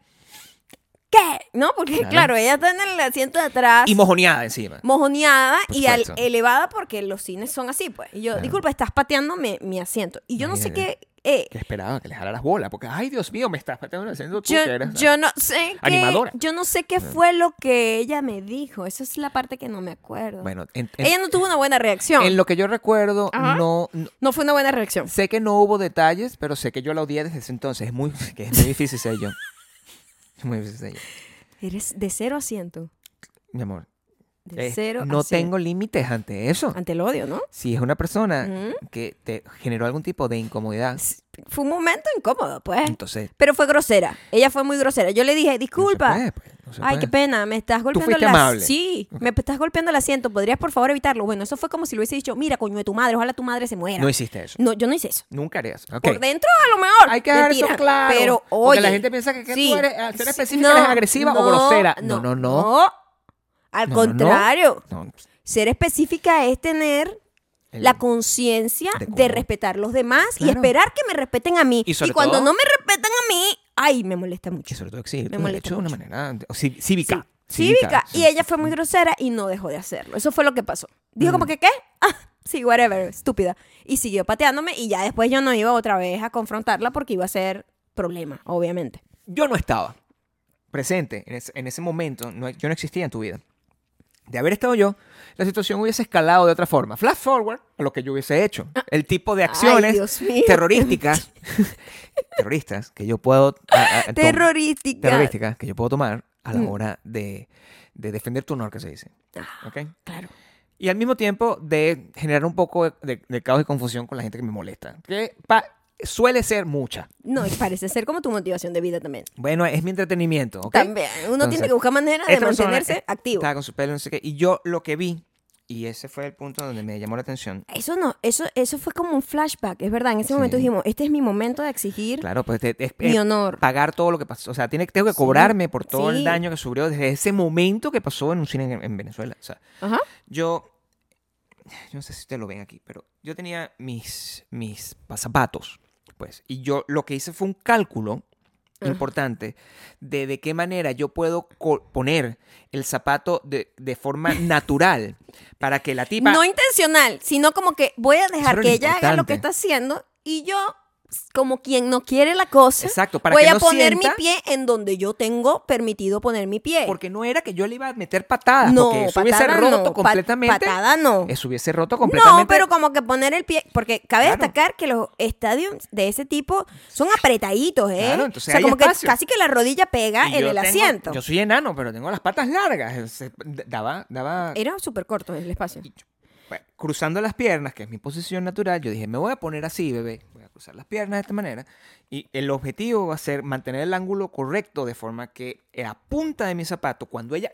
Speaker 1: ¿qué? No, porque
Speaker 2: Claro.
Speaker 1: claro, ella está en el asiento de atrás.
Speaker 2: Y mojoneada encima.
Speaker 1: mojoneada
Speaker 2: Por
Speaker 1: y al-
Speaker 2: supuesto.
Speaker 1: elevada porque los cines son así, pues. Y yo,
Speaker 2: Claro.
Speaker 1: disculpa, estás pateando mi, mi asiento. Y yo no sé
Speaker 2: Imagínate.
Speaker 1: qué... eh,
Speaker 2: Que esperaba que le jalaras bola, porque, ay, Dios mío, me estás pateando haciendo tú
Speaker 1: yo,
Speaker 2: que eres-
Speaker 1: yo no sé qué,
Speaker 2: Animadora.
Speaker 1: yo no sé qué fue lo que ella me dijo. Esa es la parte que no me acuerdo.
Speaker 2: Bueno, en, en-
Speaker 1: ella no tuvo una buena reacción.
Speaker 2: en lo que yo recuerdo,
Speaker 1: Ajá.
Speaker 2: no, no-
Speaker 1: No fue una buena reacción.
Speaker 2: sé que no hubo detalles, pero sé que yo la odié desde ese entonces. Es muy, *laughs* que es muy difícil ser yo. Es muy difícil ser yo.
Speaker 1: Eres de cero a ciento.
Speaker 2: Mi amor,
Speaker 1: De
Speaker 2: Eh,
Speaker 1: cero
Speaker 2: no
Speaker 1: a cien.
Speaker 2: tengo límites ante eso.
Speaker 1: Ante el odio, ¿no?
Speaker 2: Si es una persona
Speaker 1: Ujú.
Speaker 2: que te generó algún tipo de incomodidad,
Speaker 1: Fue un momento incómodo, pues.
Speaker 2: entonces. no
Speaker 1: Pero fue grosera. Ella fue muy grosera. Yo le dije,
Speaker 2: se
Speaker 1: disculpa.
Speaker 2: puede, pues, no se
Speaker 1: Ay, qué
Speaker 2: puede.
Speaker 1: pena, me estás golpeando
Speaker 2: fuiste
Speaker 1: el as-
Speaker 2: amable.
Speaker 1: Sí, me estás golpeando el asiento, ¿podrías por favor evitarlo? Bueno, eso fue como si lo hubiese dicho, mira, coño de tu madre, ojalá tu madre se muera.
Speaker 2: No
Speaker 1: No,
Speaker 2: hiciste eso.
Speaker 1: yo no hice eso.
Speaker 2: Nunca haré eso. Ok.
Speaker 1: Por dentro a lo mejor.
Speaker 2: Hay que dejar eso
Speaker 1: mentira,
Speaker 2: claro.
Speaker 1: Pero oye.
Speaker 2: Porque la gente piensa que- que tú eres- al ser específica, eres agresiva o grosera. No, no, no.
Speaker 1: Al
Speaker 2: No, no, no.
Speaker 1: contrario,
Speaker 2: No,
Speaker 1: ser específica es tener
Speaker 2: el-
Speaker 1: la conciencia
Speaker 2: de
Speaker 1: de,
Speaker 2: cómo-
Speaker 1: respetar los demás y
Speaker 2: Claro.
Speaker 1: esperar que me respeten a mí.
Speaker 2: Y sobre
Speaker 1: cuando
Speaker 2: todo-
Speaker 1: no me respetan a mí, ay, me molesta
Speaker 2: que
Speaker 1: mucho.
Speaker 2: sobre todo exige
Speaker 1: Me
Speaker 2: un
Speaker 1: molesta
Speaker 2: derecho de una
Speaker 1: mucho.
Speaker 2: manera o cí- cívica.
Speaker 1: Sí, cívica. Y ella fue muy grosera y no dejó de hacerlo. Eso fue lo que pasó. Dijo
Speaker 2: Mm.
Speaker 1: como que, ¿qué? Ah, sí, whatever, estúpida. Y siguió pateándome y ya después yo no iba otra vez a confrontarla porque iba a ser problema, obviamente.
Speaker 2: Yo no estaba presente en ese, en ese momento. no- yo no existía en tu vida. De haber estado yo, la situación hubiese escalado de otra forma. Flash forward a lo que yo hubiese hecho. El tipo de
Speaker 1: Ay,
Speaker 2: acciones
Speaker 1: Dios mío. *laughs*
Speaker 2: terrorísticas, terroristas, que yo puedo... a- a- tom-
Speaker 1: Terrorística.
Speaker 2: terrorísticas que yo puedo tomar a la hora de, de defender tu honor, que se dice.
Speaker 1: Mm. Ah,
Speaker 2: ¿ok?
Speaker 1: claro.
Speaker 2: Y al mismo tiempo de generar un poco de, de- de caos y confusión con la gente que me molesta. Que pa- suele ser mucha.
Speaker 1: No, y parece ser como tu motivación de vida también.
Speaker 2: Bueno, es mi entretenimiento, ¿ok?
Speaker 1: También. Uno tiene
Speaker 2: Entonces,
Speaker 1: que buscar manera de
Speaker 2: esta persona
Speaker 1: mantenerse
Speaker 2: es-
Speaker 1: activo.
Speaker 2: Estaba con su pelo, no sé qué. Y yo lo que vi, y ese fue el punto donde me llamó la atención.
Speaker 1: Eso no, eso, eso fue como un flashback, es verdad. En ese
Speaker 2: Sí.
Speaker 1: momento dijimos, este es mi momento de exigir
Speaker 2: Claro, pues te- es,
Speaker 1: mi
Speaker 2: es
Speaker 1: honor.
Speaker 2: pagar todo lo que pasó. O sea, tiene, tengo que cobrarme por todo el
Speaker 1: sí.
Speaker 2: daño que sufrió desde ese momento que pasó en un cine en, en Venezuela. O sea,
Speaker 1: Ajá.
Speaker 2: yo. Yo no sé si ustedes lo ven aquí, pero yo tenía mis, mis zapatos, pues. Y yo lo que hice fue un cálculo
Speaker 1: Ah.
Speaker 2: importante de de qué manera yo puedo co- poner el zapato de,
Speaker 1: *laughs*
Speaker 2: de forma natural para que la tipa...
Speaker 1: No intencional, sino como que voy a dejar
Speaker 2: era
Speaker 1: que
Speaker 2: lo
Speaker 1: ella haga lo
Speaker 2: importante.
Speaker 1: que está haciendo y yo, como quien no quiere la cosa,
Speaker 2: Exacto, para
Speaker 1: voy
Speaker 2: que
Speaker 1: a
Speaker 2: no
Speaker 1: poner
Speaker 2: sienta-
Speaker 1: mi pie en donde yo tengo permitido poner mi pie.
Speaker 2: Porque no era que yo le iba a meter patadas,
Speaker 1: no,
Speaker 2: porque eso hubiese
Speaker 1: patada
Speaker 2: roto
Speaker 1: no, pa-
Speaker 2: completamente...
Speaker 1: patada no.
Speaker 2: Eso hubiese roto completamente...
Speaker 1: No, pero como que poner el pie, porque cabe
Speaker 2: Claro.
Speaker 1: destacar que los estadios de ese tipo son apretaditos, ¿eh?
Speaker 2: Claro, entonces
Speaker 1: o sea,
Speaker 2: hay
Speaker 1: como
Speaker 2: espacio.
Speaker 1: que casi que la rodilla pega
Speaker 2: Y
Speaker 1: en
Speaker 2: yo
Speaker 1: el
Speaker 2: tengo-
Speaker 1: asiento.
Speaker 2: Yo soy enano, pero tengo las patas largas. Se- Daba, daba...
Speaker 1: Era súper corto el espacio.
Speaker 2: Bueno, cruzando las piernas, que es mi posición natural, yo dije, me voy a poner así, bebé. Voy a cruzar las piernas de esta manera. Y el objetivo va a ser mantener el ángulo correcto de forma que la punta de mi zapato, cuando ella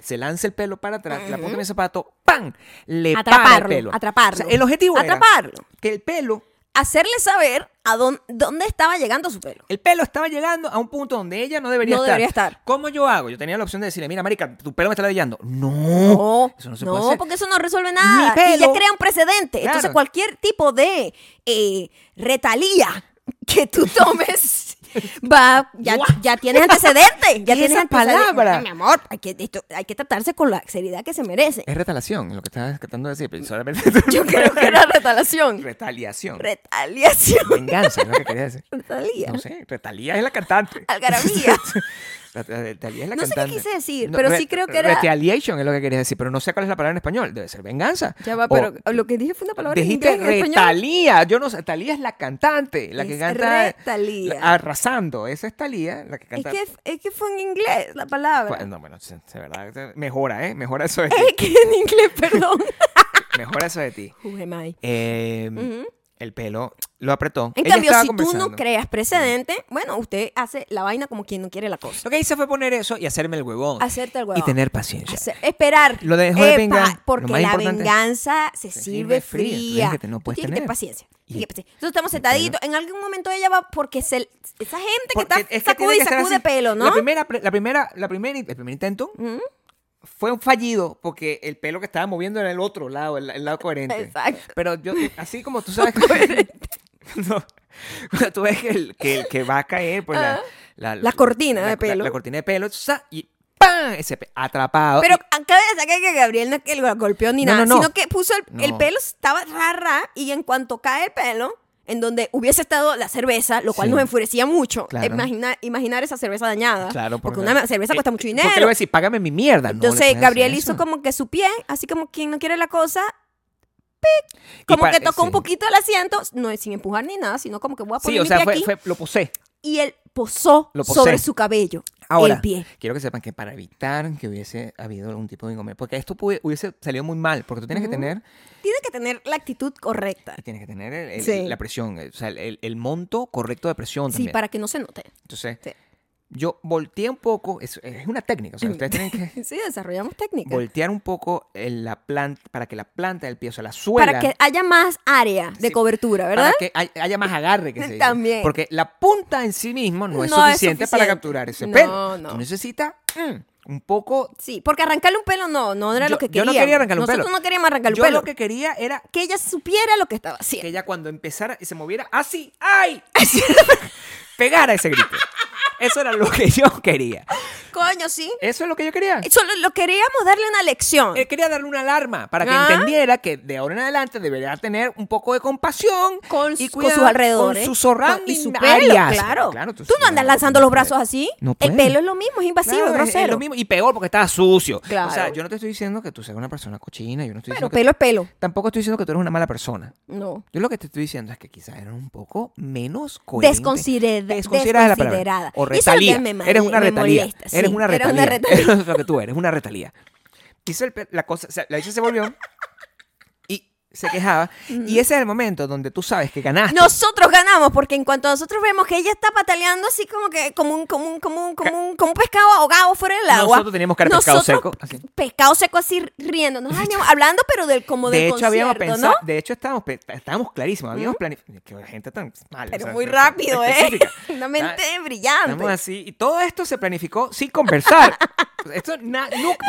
Speaker 2: se lance el pelo para atrás, la punta de mi zapato, ¡pam! Le para el
Speaker 1: Atraparlo,
Speaker 2: pelo.
Speaker 1: atraparlo.
Speaker 2: O sea, el objetivo
Speaker 1: Atraparlo.
Speaker 2: era que el pelo,
Speaker 1: Hacerle saber a dón- dónde estaba llegando su pelo.
Speaker 2: el pelo estaba llegando a un punto donde ella no debería
Speaker 1: No
Speaker 2: estar.
Speaker 1: debería estar.
Speaker 2: ¿Cómo yo hago? Yo tenía la opción de decirle, mira, marica, tu pelo me está ladillando. No,
Speaker 1: No,
Speaker 2: eso no se puede hacer.
Speaker 1: porque eso no resuelve nada.
Speaker 2: Mi
Speaker 1: Y ya
Speaker 2: pelo.
Speaker 1: crea un precedente.
Speaker 2: Claro.
Speaker 1: Entonces, cualquier tipo de eh, retalía que
Speaker 2: *laughs*
Speaker 1: tú tomes va ya,
Speaker 2: Guau.
Speaker 1: ya tienes
Speaker 2: *laughs*
Speaker 1: antecedentes. Ya
Speaker 2: ¿Qué es
Speaker 1: tienes
Speaker 2: esa
Speaker 1: antecedentes.
Speaker 2: palabra?
Speaker 1: Mi amor, hay que, esto- hay que tratarse con la seriedad que se merece.
Speaker 2: Es retalación, lo que estabas tratando de decir, pero solamente... *laughs*
Speaker 1: Yo creo que era retalación.
Speaker 2: Retaliación.
Speaker 1: Retaliación.
Speaker 2: Venganza, es lo que
Speaker 1: *laughs*
Speaker 2: quería decir.
Speaker 1: Retalía.
Speaker 2: No sé, Retalía es la cantante. *laughs*
Speaker 1: Algarabía.
Speaker 2: La- la- Retalía es la
Speaker 1: Ah, No sé qué
Speaker 2: cantante.
Speaker 1: quise decir, pero sí creo que era-
Speaker 2: Retaliation es lo que quería decir, pero no sé cuál es la palabra en español. Debe ser venganza.
Speaker 1: Ya va,
Speaker 2: O-
Speaker 1: pero lo que dije fue una palabra en
Speaker 2: Dijiste
Speaker 1: inglés, en español.
Speaker 2: retalía. Yo no sé, Talía es la cantante, la que
Speaker 1: Es
Speaker 2: canta.
Speaker 1: Retalía.
Speaker 2: la- ah, Raz- pasando. Esa es Talía, la que
Speaker 1: Es
Speaker 2: canta.
Speaker 1: que, es que fue en inglés la palabra.
Speaker 2: No, bueno, sí, de verdad, eh, mejora, ¿eh? Mejora eso de ti.
Speaker 1: *laughs* Es que en inglés, perdón.
Speaker 2: Mejora eso de ti.
Speaker 1: Who am I?
Speaker 2: Eh,
Speaker 1: Ujú.
Speaker 2: El pelo lo apretó.
Speaker 1: En
Speaker 2: Ella
Speaker 1: cambio,
Speaker 2: estaba
Speaker 1: si tú no
Speaker 2: conversando.
Speaker 1: creas precedente, bueno, usted hace la vaina como quien no quiere la cosa.
Speaker 2: Lo que hice fue poner eso y hacerme el huevón.
Speaker 1: Hacerte el huevón.
Speaker 2: Y tener paciencia.
Speaker 1: Hacer- esperar.
Speaker 2: Lo dejó de
Speaker 1: Epa,
Speaker 2: vengar. Lo
Speaker 1: Porque
Speaker 2: más
Speaker 1: la
Speaker 2: importante,
Speaker 1: venganza se
Speaker 2: se
Speaker 1: sirve
Speaker 2: sirve fría. Tú tienes
Speaker 1: fría.
Speaker 2: que te- no
Speaker 1: Tú
Speaker 2: puedes
Speaker 1: tienes que
Speaker 2: tener.
Speaker 1: paciencia.
Speaker 2: Y-
Speaker 1: Tienes que paciencia. Entonces estamos sentaditos. En algún momento ella va porque se, esa gente que está
Speaker 2: Porque es que
Speaker 1: sacude
Speaker 2: tiene
Speaker 1: y
Speaker 2: que ser
Speaker 1: sacude
Speaker 2: así.
Speaker 1: pelo, ¿no?
Speaker 2: La primera, la primera, la primera, el primer intento
Speaker 1: Ujú.
Speaker 2: fue un fallido porque el pelo que estaba moviendo era el otro lado, el, el lado coherente.
Speaker 1: Exacto.
Speaker 2: Pero yo, así
Speaker 1: *laughs*
Speaker 2: como tú sabes que... *laughs* No. Cuando tú ves que, el, que, el que va a caer, pues la, la,
Speaker 1: Ah. La cortina de
Speaker 2: la-
Speaker 1: pelo.
Speaker 2: La, cortina de pelo, sa, y ¡pam! Ese pe- atrapado.
Speaker 1: Pero acaba de sacar que Gabriel no es que lo golpeó ni
Speaker 2: Ah, No,
Speaker 1: nada,
Speaker 2: no, no.
Speaker 1: sino que puso el, el
Speaker 2: No.
Speaker 1: pelo, estaba rara, y en cuanto cae el pelo, en donde hubiese estado la cerveza, lo cual
Speaker 2: Sí.
Speaker 1: nos enfurecía mucho, eh,
Speaker 2: Claro.
Speaker 1: Imagina- imaginar esa cerveza dañada,
Speaker 2: Y- claro,
Speaker 1: porque una cerveza
Speaker 2: eh,
Speaker 1: cuesta mucho dinero.
Speaker 2: Porque le voy a decir, págame mi mierda. No le
Speaker 1: Entonces
Speaker 2: puedes
Speaker 1: Gabriel
Speaker 2: hacer
Speaker 1: hizo
Speaker 2: eso.
Speaker 1: como que su pie, así como quien no quiere la cosa,
Speaker 2: Y
Speaker 1: como
Speaker 2: pa-
Speaker 1: que tocó
Speaker 2: sí.
Speaker 1: un poquito el asiento, no sin empujar ni nada, sino como que voy a poner
Speaker 2: Sí, o
Speaker 1: mi
Speaker 2: sea,
Speaker 1: pie
Speaker 2: fue,
Speaker 1: aquí,
Speaker 2: fue- lo posé.
Speaker 1: y él posó,
Speaker 2: Lo posé.
Speaker 1: sobre su cabello
Speaker 2: Ahora,
Speaker 1: el pie.
Speaker 2: quiero que sepan que para evitar que hubiese habido algún tipo de inconveniente, porque esto pude- hubiese salido muy mal, porque tú tienes que tener,
Speaker 1: Tiene que tener la actitud correcta,
Speaker 2: tienes que tener el- el-
Speaker 1: Sí.
Speaker 2: la presión, el- o sea, el, el monto correcto de presión
Speaker 1: sí,
Speaker 2: también.
Speaker 1: para que no se note.
Speaker 2: Entonces,
Speaker 1: Sí.
Speaker 2: yo volteé un poco, es, es una técnica, o sea, ustedes tienen que
Speaker 1: *laughs* Sí, desarrollamos técnicas.
Speaker 2: voltear un poco el- la planta, para que la planta del pie, o sea, la suela,
Speaker 1: Para que haya más área de
Speaker 2: Sí.
Speaker 1: cobertura,
Speaker 2: para
Speaker 1: ¿verdad?
Speaker 2: que hay- haya más agarre que se dice.
Speaker 1: También.
Speaker 2: Porque la punta en sí mismo no es,
Speaker 1: No es
Speaker 2: suficiente, para
Speaker 1: suficiente.
Speaker 2: capturar ese
Speaker 1: No,
Speaker 2: pelo.
Speaker 1: no.
Speaker 2: Tú necesitas mm, un poco
Speaker 1: Sí, porque arrancarle un pelo no, no era lo que
Speaker 2: yo
Speaker 1: queríamos.
Speaker 2: no quería arrancar un
Speaker 1: Nosotros
Speaker 2: pelo.
Speaker 1: no queríamos arrancar un
Speaker 2: Yo
Speaker 1: pelo.
Speaker 2: lo que quería era
Speaker 1: Que ella supiera lo que estaba
Speaker 2: que
Speaker 1: haciendo.
Speaker 2: ella cuando empezara y se moviera así,
Speaker 1: *laughs*
Speaker 2: ¡ay! pegara ese grito. Eso era lo que yo quería.
Speaker 1: Coño, sí.
Speaker 2: Eso es lo que yo quería.
Speaker 1: Solo lo queríamos darle una lección.
Speaker 2: Eh, quería darle una alarma para que
Speaker 1: Ah.
Speaker 2: entendiera que de ahora en adelante debería tener un poco de compasión
Speaker 1: con,
Speaker 2: y
Speaker 1: su- con
Speaker 2: cuidado
Speaker 1: sus alrededores.
Speaker 2: Con sus surrounding
Speaker 1: Y su pelo,
Speaker 2: areas.
Speaker 1: claro.
Speaker 2: tú
Speaker 1: tú, no andas lanzando los brazos así.
Speaker 2: No
Speaker 1: el
Speaker 2: puedes.
Speaker 1: pelo es lo mismo, es invasivo,
Speaker 2: Claro,
Speaker 1: es
Speaker 2: es- es
Speaker 1: grosero.
Speaker 2: lo mismo. Y peor porque estaba sucio.
Speaker 1: Claro.
Speaker 2: O sea, yo no te estoy diciendo que tú seas una persona cochina. Yo no estoy
Speaker 1: Pero
Speaker 2: diciendo
Speaker 1: pelo es pelo.
Speaker 2: que, tampoco estoy diciendo que tú eres una mala persona.
Speaker 1: No.
Speaker 2: Yo lo que te estoy diciendo es que quizás eran un poco menos coherentes.
Speaker 1: Desconsiderada.
Speaker 2: Desconsiderada es la palabra.
Speaker 1: desconsiderada.
Speaker 2: O
Speaker 1: Y eso es lo que
Speaker 2: retalía.
Speaker 1: me mal-
Speaker 2: eres una
Speaker 1: me
Speaker 2: retalía.
Speaker 1: molesta,
Speaker 2: eres
Speaker 1: sí.
Speaker 2: una
Speaker 1: Era
Speaker 2: retalía.
Speaker 1: una retalía.
Speaker 2: Eso es lo que tú eres, una retalía. Hizo el pe- la cosa, o sea, la bicha se volvió y se quejaba. Y ese es el momento donde tú sabes que ganaste.
Speaker 1: Nosotros ganamos porque en cuanto nosotros vemos que ella está pataleando así como que como un como un como un como un, como un pescado ahogado fuera del agua.
Speaker 2: Nosotros teníamos cara de pescado
Speaker 1: nosotros
Speaker 2: seco, así.
Speaker 1: Pescado seco así riéndonos, ay, mi amor, hablando pero del como del
Speaker 2: de hecho, habíamos
Speaker 1: concierto,
Speaker 2: pensado,
Speaker 1: ¿no?
Speaker 2: de hecho estábamos, pe- estábamos clarísimos, habíamos planificado. Que la gente tan mal.
Speaker 1: Pero muy rápido, ¿eh? *laughs* Una mente brillante.
Speaker 2: Ah, Estamos así. Y todo esto se planificó sin
Speaker 1: *laughs*
Speaker 2: conversar. esto na- nunca.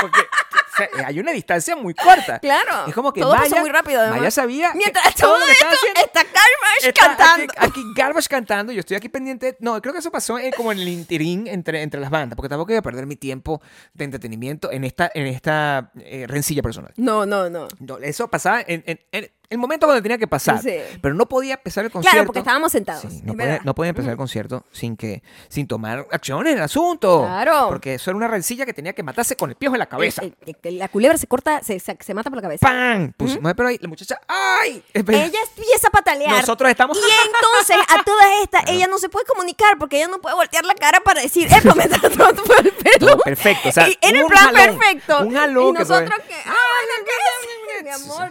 Speaker 2: Porque o sea, hay una distancia muy corta.
Speaker 1: Claro.
Speaker 2: Es como que
Speaker 1: todo pasó
Speaker 2: Maya-
Speaker 1: muy rápido además.
Speaker 2: Maya sabía. que
Speaker 1: Mientras
Speaker 2: todo
Speaker 1: todo,
Speaker 2: lo que
Speaker 1: esto
Speaker 2: estaba haciendo.
Speaker 1: está Carmash
Speaker 2: está
Speaker 1: cantando.
Speaker 2: Aquí, aquí Garbage cantando. Yo estoy aquí pendiente. No, creo que eso pasó eh, como en el interín entre, entre las bandas. Porque tampoco iba a perder mi tiempo de entretenimiento en esta, en esta eh, rencilla personal.
Speaker 1: No, no, no.
Speaker 2: No, eso pasaba en, en- en el momento cuando tenía que pasar.
Speaker 1: Sí.
Speaker 2: Pero no podía empezar el concierto.
Speaker 1: Claro, porque estábamos sentados.
Speaker 2: Sí,
Speaker 1: es
Speaker 2: no, podía,
Speaker 1: verdad.
Speaker 2: no podía empezar el concierto sin que sin tomar acción en el asunto.
Speaker 1: Claro.
Speaker 2: Porque eso era una rencilla que tenía que matarse con el piojo en la cabeza.
Speaker 1: Eh, eh, eh, La culebra se corta, se, se, se mata por la cabeza.
Speaker 2: ¡Pam! Pusimos el pelo ahí. La muchacha. ¡Ay!
Speaker 1: Ella empieza a patalear.
Speaker 2: Nosotros estamos.
Speaker 1: Y entonces, a todas estas, ella no se puede comunicar porque ella no puede voltear la cara para decir, ¡epa, me está tomando por el pelo!
Speaker 2: Todo perfecto. O sea,
Speaker 1: Y era el
Speaker 2: un
Speaker 1: plan
Speaker 2: jalón,
Speaker 1: perfecto.
Speaker 2: Un jalón
Speaker 1: Y
Speaker 2: que fue-
Speaker 1: nosotros que, ¡ay, la cara! Mi amor.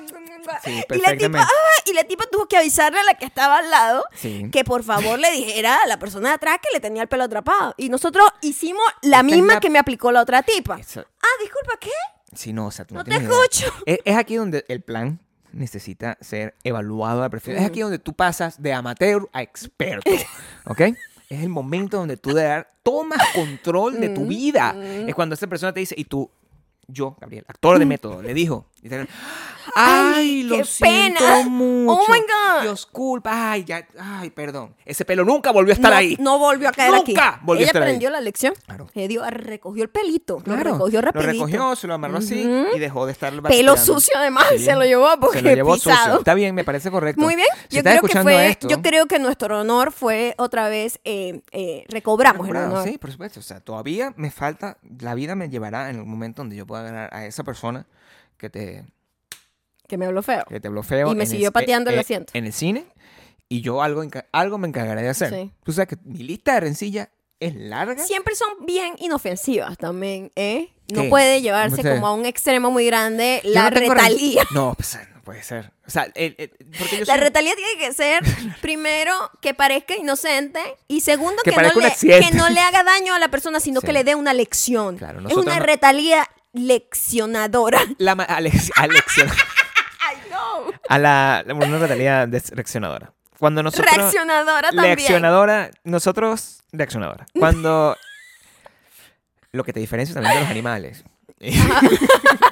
Speaker 2: Sí,
Speaker 1: y, la tipa,
Speaker 2: perfectamente.
Speaker 1: "Ah", y la tipa tuvo que avisarle a la que estaba al lado
Speaker 2: Sí.
Speaker 1: que por favor le dijera a la persona de atrás que le tenía el pelo atrapado. Y nosotros hicimos la
Speaker 2: Esta es
Speaker 1: misma
Speaker 2: la-
Speaker 1: que me aplicó la otra tipa.
Speaker 2: Eso-
Speaker 1: Ah, disculpa, ¿qué?
Speaker 2: Sí, no, o sea, tú
Speaker 1: No te
Speaker 2: tienes idea. E,
Speaker 1: escucho.
Speaker 2: Es, es aquí donde el plan necesita ser evaluado a perfil. Es aquí donde tú pasas de amateur
Speaker 1: *laughs*
Speaker 2: a experto, ¿ok? Es el momento donde tú de verdad tomas control de tu vida.
Speaker 1: Mm-hmm.
Speaker 2: Es cuando esta persona te dice, y tú, yo, Gabriel, actor de método, le dijo, literal, ay,
Speaker 1: Ay,
Speaker 2: lo
Speaker 1: qué
Speaker 2: siento
Speaker 1: pena. Oh
Speaker 2: mucho.
Speaker 1: my God.
Speaker 2: Dios, culpa, ay, ya, ay, perdón. Ese pelo nunca volvió a estar
Speaker 1: no,
Speaker 2: ahí.
Speaker 1: no volvió a caer aquí.
Speaker 2: Nunca volvió a
Speaker 1: Ella
Speaker 2: estar ahí.
Speaker 1: aprendió la lección.
Speaker 2: Claro.
Speaker 1: Ella dio- recogió el pelito.
Speaker 2: Claro,
Speaker 1: lo recogió
Speaker 2: lo
Speaker 1: rapidito. Mm-hmm.
Speaker 2: recogió, se lo amarró así y dejó de estar
Speaker 1: Pelo
Speaker 2: vacilando.
Speaker 1: sucio además,
Speaker 2: Sí.
Speaker 1: se lo llevó porque
Speaker 2: Se lo llevó
Speaker 1: pisado.
Speaker 2: sucio. Está bien, me parece correcto.
Speaker 1: Muy bien.
Speaker 2: Si
Speaker 1: yo
Speaker 2: estás
Speaker 1: creo que
Speaker 2: escuchando
Speaker 1: fue,
Speaker 2: esto,
Speaker 1: yo creo que nuestro honor fue otra vez eh, eh, recobramos el
Speaker 2: claro,
Speaker 1: honor.
Speaker 2: Sí, por supuesto. O sea, todavía me falta, la vida me llevará en el momento donde yo pueda ganar a esa persona que te,
Speaker 1: Que me habló feo.
Speaker 2: que te
Speaker 1: Y me
Speaker 2: blofeo. en el-
Speaker 1: siguió pateando el
Speaker 2: eh, eh,
Speaker 1: asiento.
Speaker 2: En el cine. y yo algo, enca- algo me encargaré de hacer.
Speaker 1: Sí.
Speaker 2: Tú sabes que mi lista de rencilla es larga.
Speaker 1: Siempre son bien inofensivas también, ¿eh? No
Speaker 2: ¿Qué?
Speaker 1: puede llevarse
Speaker 2: No sé.
Speaker 1: como a un extremo muy grande
Speaker 2: Yo
Speaker 1: la
Speaker 2: no tengo ren-
Speaker 1: retalía.
Speaker 2: No, pues no puede ser. O sea, el- el- porque yo
Speaker 1: La
Speaker 2: soy-
Speaker 1: retalía tiene que
Speaker 2: *laughs*
Speaker 1: ser, primero, que parezca inocente y segundo,
Speaker 2: Que
Speaker 1: que,
Speaker 2: parezca
Speaker 1: no
Speaker 2: un
Speaker 1: le,
Speaker 2: accidente.
Speaker 1: que no le haga daño a la persona, sino
Speaker 2: Sí.
Speaker 1: que le dé una lección.
Speaker 2: Claro,
Speaker 1: es
Speaker 2: nosotros
Speaker 1: una
Speaker 2: no-
Speaker 1: retalía leccionadora.
Speaker 2: la ma- Alex- Alexia- a la, la- una retalía reaccionadora. Cuando nosotros
Speaker 1: Reaccionadora también.
Speaker 2: reaccionadora, nosotros
Speaker 1: *laughs*
Speaker 2: reaccionadora. Cuando lo que te diferencia también de los animales. eh, *laughs*